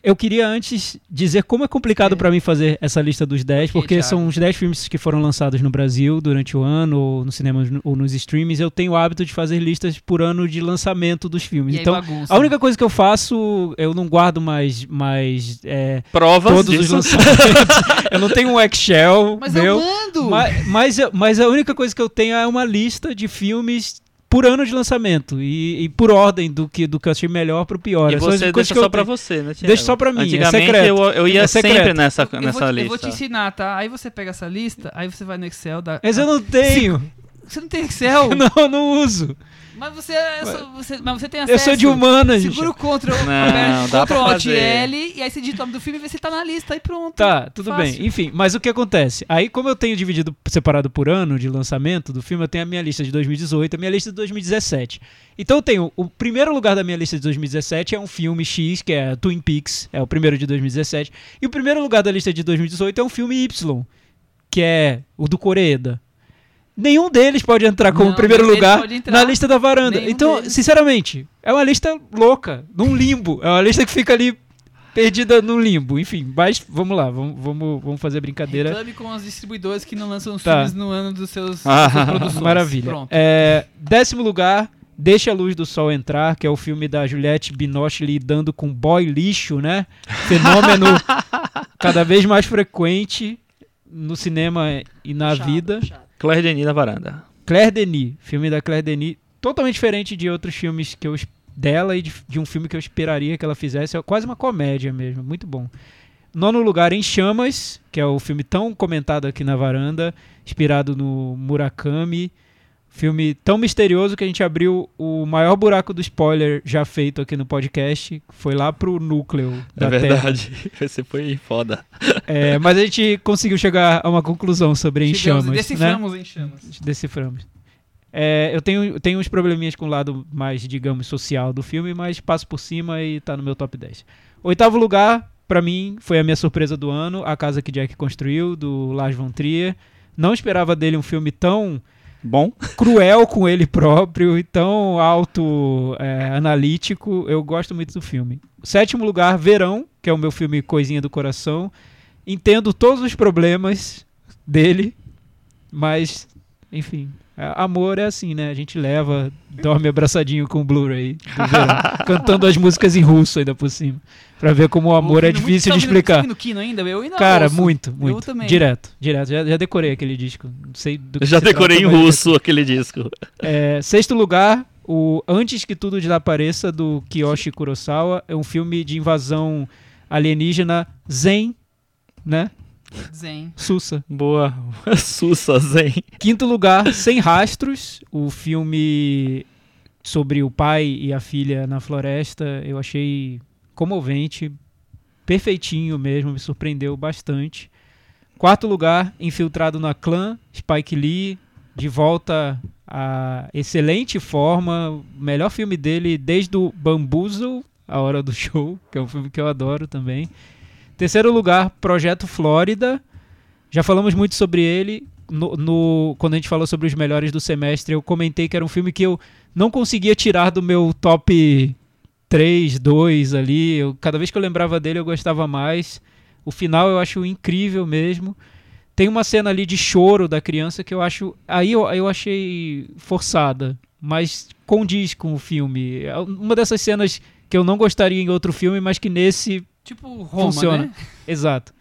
Eu queria antes dizer como é complicado
É.
pra mim fazer essa lista dos 10,
Ok,
porque
Thiago.
são os 10 filmes que foram lançados no Brasil durante o ano, ou no cinema ou nos streams. Eu tenho o hábito de fazer listas por ano de lançamento dos filmes.
E aí,
então,
bagunça.
a única coisa que eu faço, eu não guardo mais, mais é,
Provas
todos os
disso.
lançamentos. eu não tenho um Excel
Mas eu
meu.
mando!
Mas, mas, eu- mas a única coisa que eu tenho é uma lista de filmes por ano de lançamento e, e por ordem do que, do que eu achei melhor pro pior.
E
Essas são as
você
coisas
deixa
que eu
só pra
tenho.
você, né, Thiago?
Deixa só pra mim, é
Antigamente
secreto.
eu, eu ia
É secreto.
sempre nessa,
Eu- eu
nessa
vou te-
lista.
Eu vou te ensinar, tá? Aí você pega essa lista, aí você vai no Excel da.
Mas eu não tenho.
Você não tem Excel?
Não, eu não uso.
Mas você, é só- você- mas você tem acesso.
Eu sou de
um
humanas.
Segura o Ctrl,
Não,
aperta
dá pra
Ctrl Alt
fazer.
L e aí você digita o nome do filme e vê se tá na lista e pronto.
Tá, tudo
Fácil.
bem. Enfim, mas o que acontece? Aí, como eu tenho dividido, separado por ano de lançamento do filme, eu tenho a minha lista de 2018, a minha lista de 2017. Então eu tenho. O primeiro lugar da minha lista de 2017 é um filme X, que é Twin Peaks, é o primeiro de 2017. E o primeiro lugar da lista de 2018 é um filme Y, que é o do Coreeda. Nenhum deles pode entrar como
Não,
primeiro
nenhum deles
lugar
pode entrar.
na lista da varanda.
Nenhum
então,
deles.
sinceramente, é uma lista louca, num limbo. É uma lista que fica ali perdida no limbo. Enfim, mas vamos lá, vamos, vamos, vamos fazer a brincadeira.
Reclame com os distribuidores que não lançam os
Tá.
filmes no ano dos seus,
Ah,
das suas produções.
Maravilha.
Pronto.
É, décimo lugar, Deixa a Luz do Sol Entrar, que é o filme da Juliette Binoche lidando com boy lixo, né? Fenômeno cada vez mais frequente no cinema e na
Puxado,
vida.
puxado.
Claire Denis na varanda.
Claire Denis, filme da Claire Denis, totalmente diferente de outros filmes que eu es- dela e de, de um filme que eu esperaria que ela fizesse, é quase uma comédia mesmo, muito bom. Nono lugar em Chamas, que é o filme tão comentado aqui na varanda, inspirado no Murakami, filme tão misterioso que a gente abriu o maior buraco do spoiler já feito aqui no podcast, foi lá pro núcleo da
é
Terra.
verdade. Você foi foda.
É, mas a gente conseguiu chegar a uma conclusão sobre Em
Chegamos e
Chamas, né?
Deciframos em chamas.
Deciframos. É, eu tenho, tenho uns probleminhas com o lado mais, digamos, social do filme, mas passo por cima e tá no meu top 10. Oitavo lugar, pra mim, foi a minha surpresa do ano, A Casa que Jack Construiu, do Lars von Trier. Não esperava dele um filme tão
Bom.
cruel com ele próprio e tão auto-analítico. eu gosto muito do filme. Sétimo lugar, Verão, que é o meu filme Coisinha do Coração. Entendo todos os problemas dele, mas, enfim, a- amor é assim, né? A gente leva, dorme abraçadinho com o Blu-ray do verão, cantando as músicas em russo ainda por cima, pra ver como o amor é
Ouvindo muito-
difícil
tá
de
ouvindo- tá
explicar.
ouvindo Kino ainda? Eu ainda
Cara,
ouço.
muito, muito.
também.
Direto, direto. Já, já decorei aquele disco. Não sei do que
Eu já
se trata,
decorei em
mas-
russo aquele disco.
é, sexto lugar, o Antes que Tudo Desapareça, do Kiyoshi Kurosawa. É um filme de invasão alienígena zen, né?
Zen.
Sussa.
Boa. Sussa, Zen.
Quinto lugar, Sem Rastros, o filme sobre o pai e a filha na floresta. Eu achei comovente, perfeitinho mesmo, me surpreendeu bastante. Quarto lugar, Infiltrado na Clã, Spike Lee, de volta à excelente forma, melhor filme dele desde o Bamboozle, A Hora do Show, que é um filme que eu adoro também. Terceiro lugar, Projeto Flórida. Já falamos muito sobre ele. No, no- quando a gente falou sobre os melhores do semestre, eu comentei que era um filme que eu não conseguia tirar do meu top 3, 2 ali. Eu, cada vez que eu lembrava dele, eu gostava mais. O final eu acho incrível mesmo. Tem uma cena ali de choro da criança que eu acho. Aí eu, eu achei forçada, mas condiz com o filme. É Uma dessas cenas que eu não gostaria em outro filme, mas que nesse
Tipo Roma,
Funciona.
né?
Exato.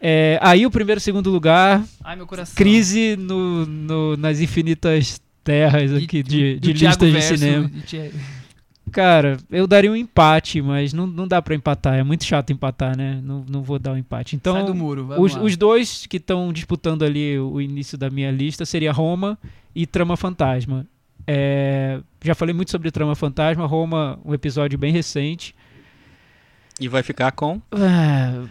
É, aí o primeiro e segundo lugar,
Ai, meu coração.
crise no, no- nas infinitas terras aqui de,
do
de
Thiago
listas de
Verso, né?
cinema.
de Thi-
Cara, eu daria um empate, mas não, não dá pra empatar. É muito chato empatar, né? Não, não vou dar um empate.
Sai do
Então,
muro, vamos
os,
lá.
os dois que estão disputando ali o início da minha lista seria Roma e Trama Fantasma. É, já falei muito sobre Trama Fantasma. Roma, um episódio bem recente.
E vai ficar com.
Ah,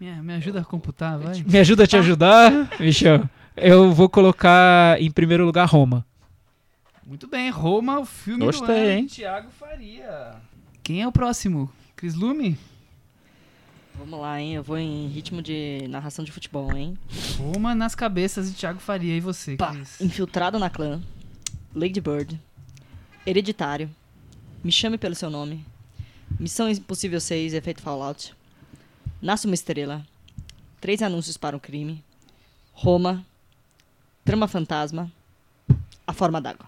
Me, me ajuda a computar, vai.
Me ajuda
Tá.
a te ajudar, Michel. Eu vou colocar em primeiro lugar Roma.
Muito bem, Roma, o filme do
Gostei,
ano,
hein?
Tiago Faria. Quem é o próximo? Cris Lume?
Vamos lá, hein? Eu vou em ritmo de narração de futebol, hein?
Roma nas cabeças de Tiago Faria. E você,
Pá,
é
Cris?
Infiltrado na clã. Lady Bird. Hereditário. Me chame pelo seu nome. Missão Impossível 6, efeito Fallout. Nasce uma estrela. Três anúncios para um crime. Roma. Trama fantasma. A forma d'água.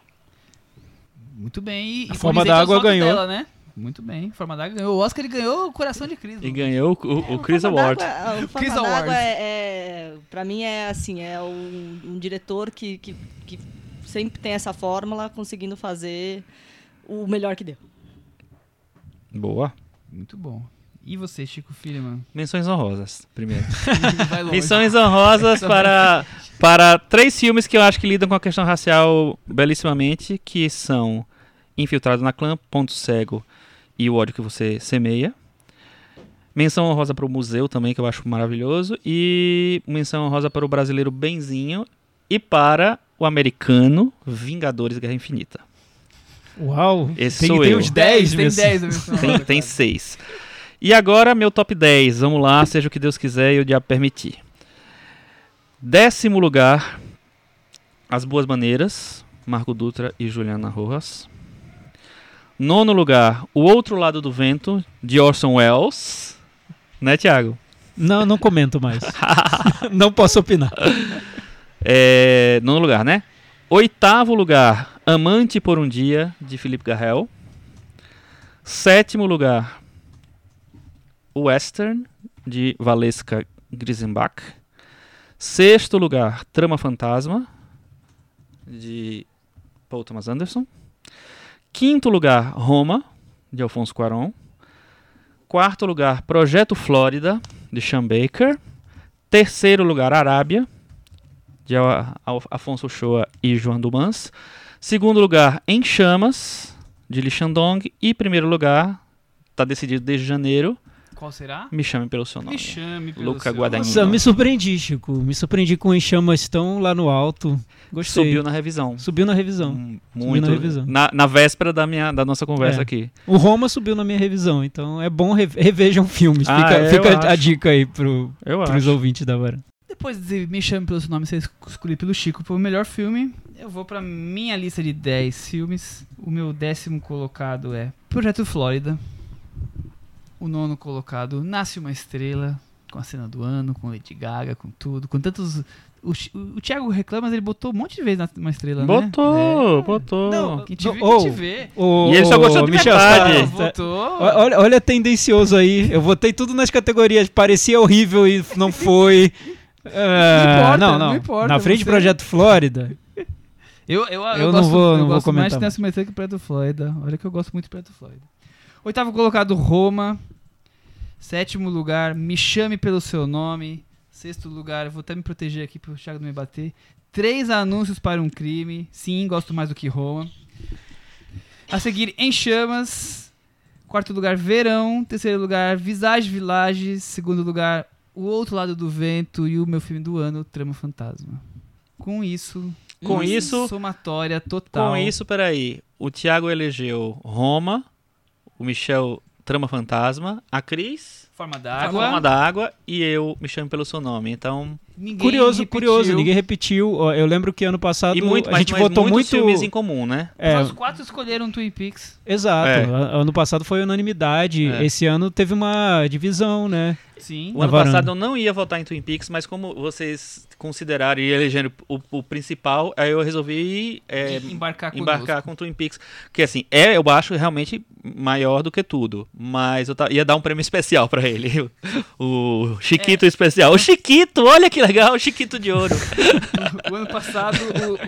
Muito bem. E,
A
e
Forma
colisei com as
d'Água
notas
ganhou.
Dela, né? Muito bem, Forma d'Água ganhou. O Oscar ele ganhou o coração de Cris.
E
Lume.
ganhou o, o, o Chris
Forma
Award.
d'Água- a- O
Chris
Chris Award.
Award.
É, é, pra mim é assim, é um, um diretor que, que, que sempre tem essa fórmula conseguindo fazer o melhor que deu.
Boa.
Muito bom. E você, Chico Filho,
Menções honrosas, primeiro.
Vai longe.
Menções honrosas para, para três filmes que eu acho que lidam com a questão racial belíssimamente, que são Infiltrado na Clã, Ponto Cego e O Ódio que Você Semeia. Menção honrosa para o museu também, que eu acho maravilhoso. E menção honrosa para o brasileiro Benzinho e para o americano Vingadores Guerra Infinita.
Uau!
Esse
tem,
sou
tem
eu.
uns 10
tem
nesse.
10 na menção
Tem,
honrosa,
tem
cara.
seis. E agora, meu top 10. Vamos lá, seja o que Deus quiser e o diabo permitir. Décimo lugar, As Boas Maneiras, Marco Dutra e Juliana Rojas. Nono lugar, O Outro Lado do Vento, de Orson Welles. Né, Tiago?
Não, não comento mais. não posso opinar.
É, nono lugar, né? Oitavo lugar, Amante por um Dia, de Felipe Garrel. Sétimo lugar, Western, de Valesca Grisenbach. Sexto lugar, Trama Fantasma, de Paul Thomas Anderson. Quinto lugar, Roma, de Alfonso Cuarón. Quarto lugar, Projeto Flórida, de Sean Baker. Terceiro lugar, Arábia, de A- Al- Afonso Shoa e João Dumans. Segundo lugar, Em Chamas, de Li Shandong. E primeiro lugar, está decidido tá desde janeiro,
Qual será?
Me chame pelo seu nome.
Me chame pelo
Luca
seu-
Guadagnino.
Nossa, me surpreendi, Chico. Me surpreendi com em chamas tão lá no alto. Gostei.
Subiu na revisão.
Subiu na revisão.
Hum,
Subiu
Muito.
na revisão.
Na, na véspera da, minha, da nossa conversa
É.
aqui.
O Roma subiu na minha revisão, então é bom re- revejam filmes.
Ah,
fica
é, eu
fica a
acho.
dica aí pro,
Eu
pros
acho.
ouvintes da Varanda.
Depois de Me Chame Pelo Seu Nome, você escolher pelo Chico pro melhor filme, eu vou pra minha lista de 10 filmes. O meu décimo colocado é Projeto Flórida. O nono colocado, Nasce Uma Estrela, com a cena do ano, com Lady Gaga, com tudo, com tantos... O, Chi- o Thiago reclama, mas ele botou um monte de vezes Nasce Uma Estrela, né?
Botou, botou.
Não, quem te,
É. Não,
vê, quem te
ou-
vê.
Ô,
E ele só
ô,
gostou de
Michel, tá-
metade.
Ah,
é.
botou.
Ó- Olha, olha tendencioso aí. Eu botei tudo nas categorias. Parecia horrível e não foi. Ah,
importa,
não, não.
não importa,
Na frente
você-
do Projeto Flórida.
Eu, eu, eu,
Eu não
gosto,
vou-
eu
não vou
gosto mais
comentar
de Nelson Mendes que Preto Florida. Olha que eu gosto muito de Preto Florida. Oitavo colocado, Roma. Sétimo lugar, Me Chame Pelo Seu Nome. Sexto lugar, eu vou até me proteger aqui pro Thiago não me bater. Três anúncios para um crime. Sim, gosto mais do que Roma. A seguir, Em Chamas. Quarto lugar, Verão. Terceiro lugar, Visage Village. Segundo lugar, O Outro Lado do Vento. E o meu filme do ano, Trama Fantasma. Com isso,
Com
uma
isso-
somatória total.
Com isso, peraí. O Thiago elegeu Roma, o Michel Trama Fantasma, a Cris,
Forma
a
d'água.
Forma da Água e eu me chame pelo seu nome. Então,
Ninguém
curioso,
repetiu.
curioso. Ninguém repetiu. Ó, Eu lembro que ano passado
e muito,
a
mas,
gente
mas
votou muito.
muitos filmes em comum, né?
É,
Só os quatro escolheram Twin Peaks.
exato.
É.
A- Ano passado foi unanimidade.
É.
Esse ano teve uma divisão, né?
Sim.
O
Na
ano
varanda.
passado eu não ia votar em Twin Peaks, mas como vocês consideraram e elegeram o, o principal, aí eu resolvi é,
embarcar com
embarcar com Twin Peaks. Que assim, é, eu acho realmente maior do que tudo. Mas eu ta- ia dar um prêmio especial pra ele. O Chiquito especial. O Chiquito, olha que legal, o Chiquito de ouro.
O ano passado,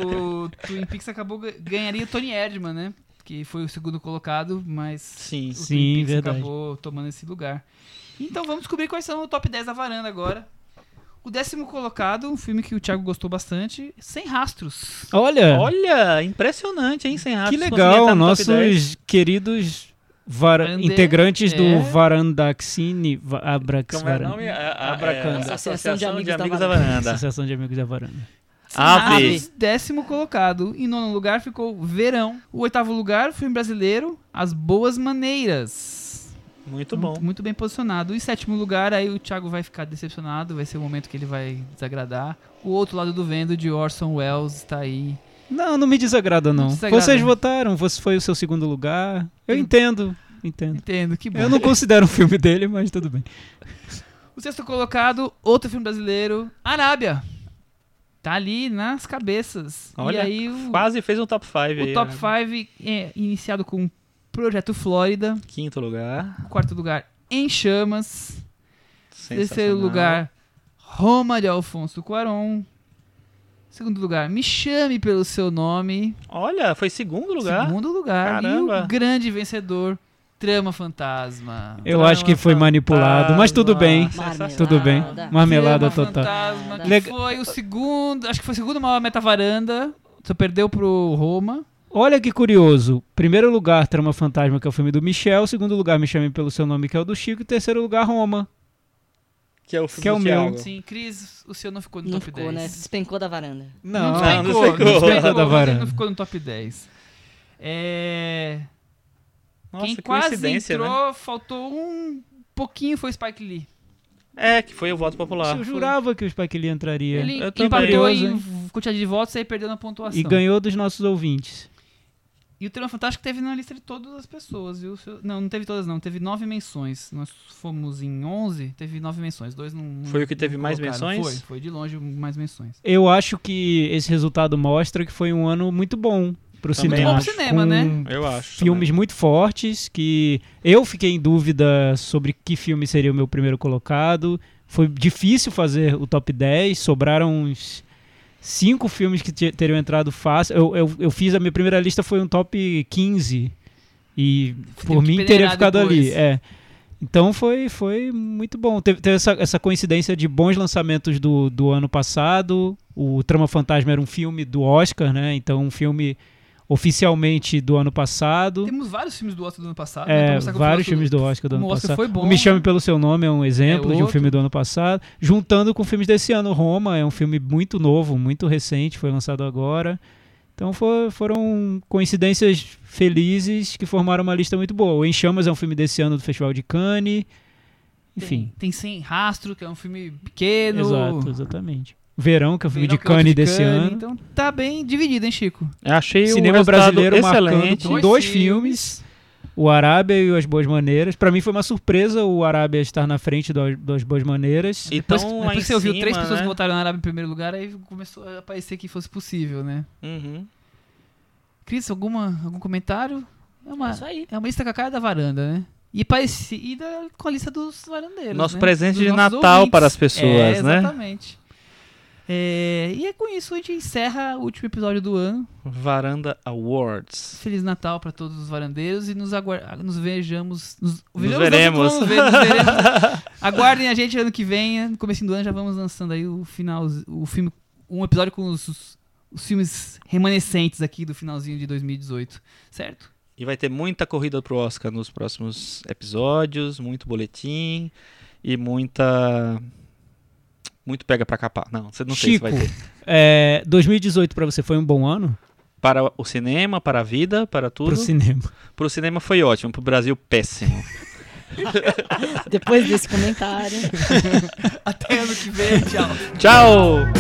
o, o Twin Peaks acabou ga- ganharia o Tony Erdman, né? Que foi o segundo colocado, mas
Sim.
o
Sim,
Twin Peaks
verdade.
acabou tomando esse lugar. Então vamos descobrir quais são o top 10 da varanda agora. O décimo colocado, um filme que o Thiago gostou bastante, Sem Rastros.
Olha,
Olha, impressionante, hein, sem
É. que
ratos, conseguia
legal.
estar no top 10.
Nossos queridos vara-
Varanda-
integrantes do
é.
Varandaxine. Va Abrax
Como é o
Varanda.
nome? A- a-
Abracanda.
é,
Associação de Amigos da
Varanda.
Associação de Amigos da Varanda.
Ave.
Aves, Ah, décimo colocado. Em nono lugar ficou Verão. O oitavo lugar, filme brasileiro, As Boas Maneiras.
Muito bom.
Muito bem posicionado. Em sétimo lugar, aí o Thiago vai ficar decepcionado, vai ser o momento que ele vai desagradar. O outro lado do vento de Orson Welles está aí.
Não, não me desagrada, não.
Não desagrada.
né?
Vocês votaram, você foi o seu segundo lugar. Eu
Hum.
entendo, entendo.
Entendo, que bom.
Eu não considero um filme dele, mas tudo bem.
O sexto colocado, outro filme brasileiro, Arábia. Tá ali nas cabeças. e
Olha,
aí o,
Quase fez um top 5 aí.
o top
né?
5 é iniciado com Projeto Flórida.
Quinto lugar.
Quarto lugar, Em Chamas. Terceiro
sensacional.
é lugar, Roma de Alfonso Cuarón. Segundo lugar, Me Chame Pelo Seu Nome.
Olha, foi segundo lugar.
Segundo lugar. E
Caramba.
o grande vencedor, Trama Fantasma.
Eu
Trama
acho que foi
fantasma.
manipulado, mas tudo bem.
Marmelada.
Tudo bem. Marmelada
Trama
total.
Fantasma, que
Lega-
foi o segundo, acho que foi o segundo maior metavaranda. Só perdeu pro Roma.
Olha que curioso. Primeiro lugar, Trama Fantasma, que é o filme do Michel. Segundo lugar, Me Chame Pelo Seu Nome, que é o do Chico. E terceiro lugar, Roma.
Que é o,
Que é o
do
meu.
Thiago.
Sim, Cris, o seu não ficou no
Não
top
ficou,
10.
né? Despencou da varanda.
Não,
não
ficou,
ficou.
não ficou,
Ficou da
mas ele
varanda.
não ficou no top 10. É...
Nossa,
Quem
que
quase
coincidência, né?
entrou, faltou um pouquinho, foi o Spike Lee.
É, que foi o voto popular.
eu jurava que o Spike Lee entraria.
Ele
Eu também.
empatou
Curioso,
em
hein?
v- quantidade de votos e aí perdeu na pontuação.
E ganhou dos nossos ouvintes.
E o Trama Fantástico teve na lista de todas as pessoas, viu? Seu- Não, não teve todas não, teve nove menções. Nós fomos em 11, teve nove menções, dois não... não-
Foi o que
não
teve mais
colocaram.
menções?
Foi, foi de longe o mais menções.
Eu acho que esse resultado mostra que foi um ano muito bom pro
Também
cinema.
acho. Bom pro cinema,
com
né?
Eu acho.
Filmes muito fortes que eu fiquei em dúvida sobre que filme seria o meu primeiro colocado. Foi difícil fazer o top 10, sobraram uns cinco filmes que te- teriam entrado fácil. Eu, eu, eu fiz a minha primeira lista foi um top 15 e por
que
mim
peneirar
teria ficado ali,
depois.
é. Então foi, foi muito bom. Teve, teve essa, essa coincidência de bons lançamentos do, do ano passado. O Trama Fantasma era um filme do Oscar, né? Então um filme oficialmente do ano passado.
Temos vários filmes do Oscar do ano passado. né?
É,
Vamos começar com o
vários
Oscar
filmes do Oscar do
como
ano
o Oscar
passado.
foi bom.
O Me Chame Pelo Seu Nome é um exemplo de um
outro.
filme do ano passado. Juntando com filmes desse ano, Roma é um filme muito novo, muito recente, foi lançado agora. Então fo- foram coincidências felizes que formaram uma lista muito boa. O Em Chamas é um filme desse ano do Festival de Cannes. Enfim,
Tem, tem Sem Rastro, que é um filme pequeno.
exato, exatamente. Verão, que é o filme
Verão,
de
que é outro
Cannes desse
Cannes,
ano.
Então tá bem dividido, hein, Chico?
Eu achei um
Cinema
resultado
brasileiro
excelente.
marcando com
Dois
dois
filmes.
filmes. O Arábia e o As Boas Maneiras. Pra mim foi uma surpresa o Arábia estar na frente do, do As Boas Maneiras.
Então,
Depois-
lá
depois
em
que você ouviu
cima,
três pessoas
né?
que votaram na Arábia em primeiro lugar, aí começou a parecer que fosse possível, né?
Uhum.
Cris, alguma, algum comentário? É uma,
Isso aí.
é uma lista com a cara da varanda, né? E parecida com a lista dos varandeiros.
Nosso
né?
presente
Dos
de
nossos
Natal
ouvintes.
para as pessoas,
É,
né?
Exatamente. É, e é com isso a gente encerra o último episódio do ano.
Varanda Awards.
Feliz Natal para todos os varandeiros e nos, aguar- ah, nos vejamos. Nos,
Nos
vejamos, não,
veremos.
vamos ver, nos veremos. Aguardem a gente ano que vem, no começo do ano já vamos lançando aí o final, o filme, um episódio com os, os- os filmes remanescentes aqui do finalzinho de 2018, certo?
E vai ter muita corrida pro Oscar nos próximos episódios, muito boletim e muita. Muito pega pra capar. Não, você não
Chico,
sei se vai ter.
é, 2018 pra você foi um bom ano?
Para o cinema, para a vida, para tudo.
Pro cinema.
Pro cinema foi ótimo, pro Brasil péssimo.
Depois desse comentário.
Até ano que vem, tchau.
Tchau!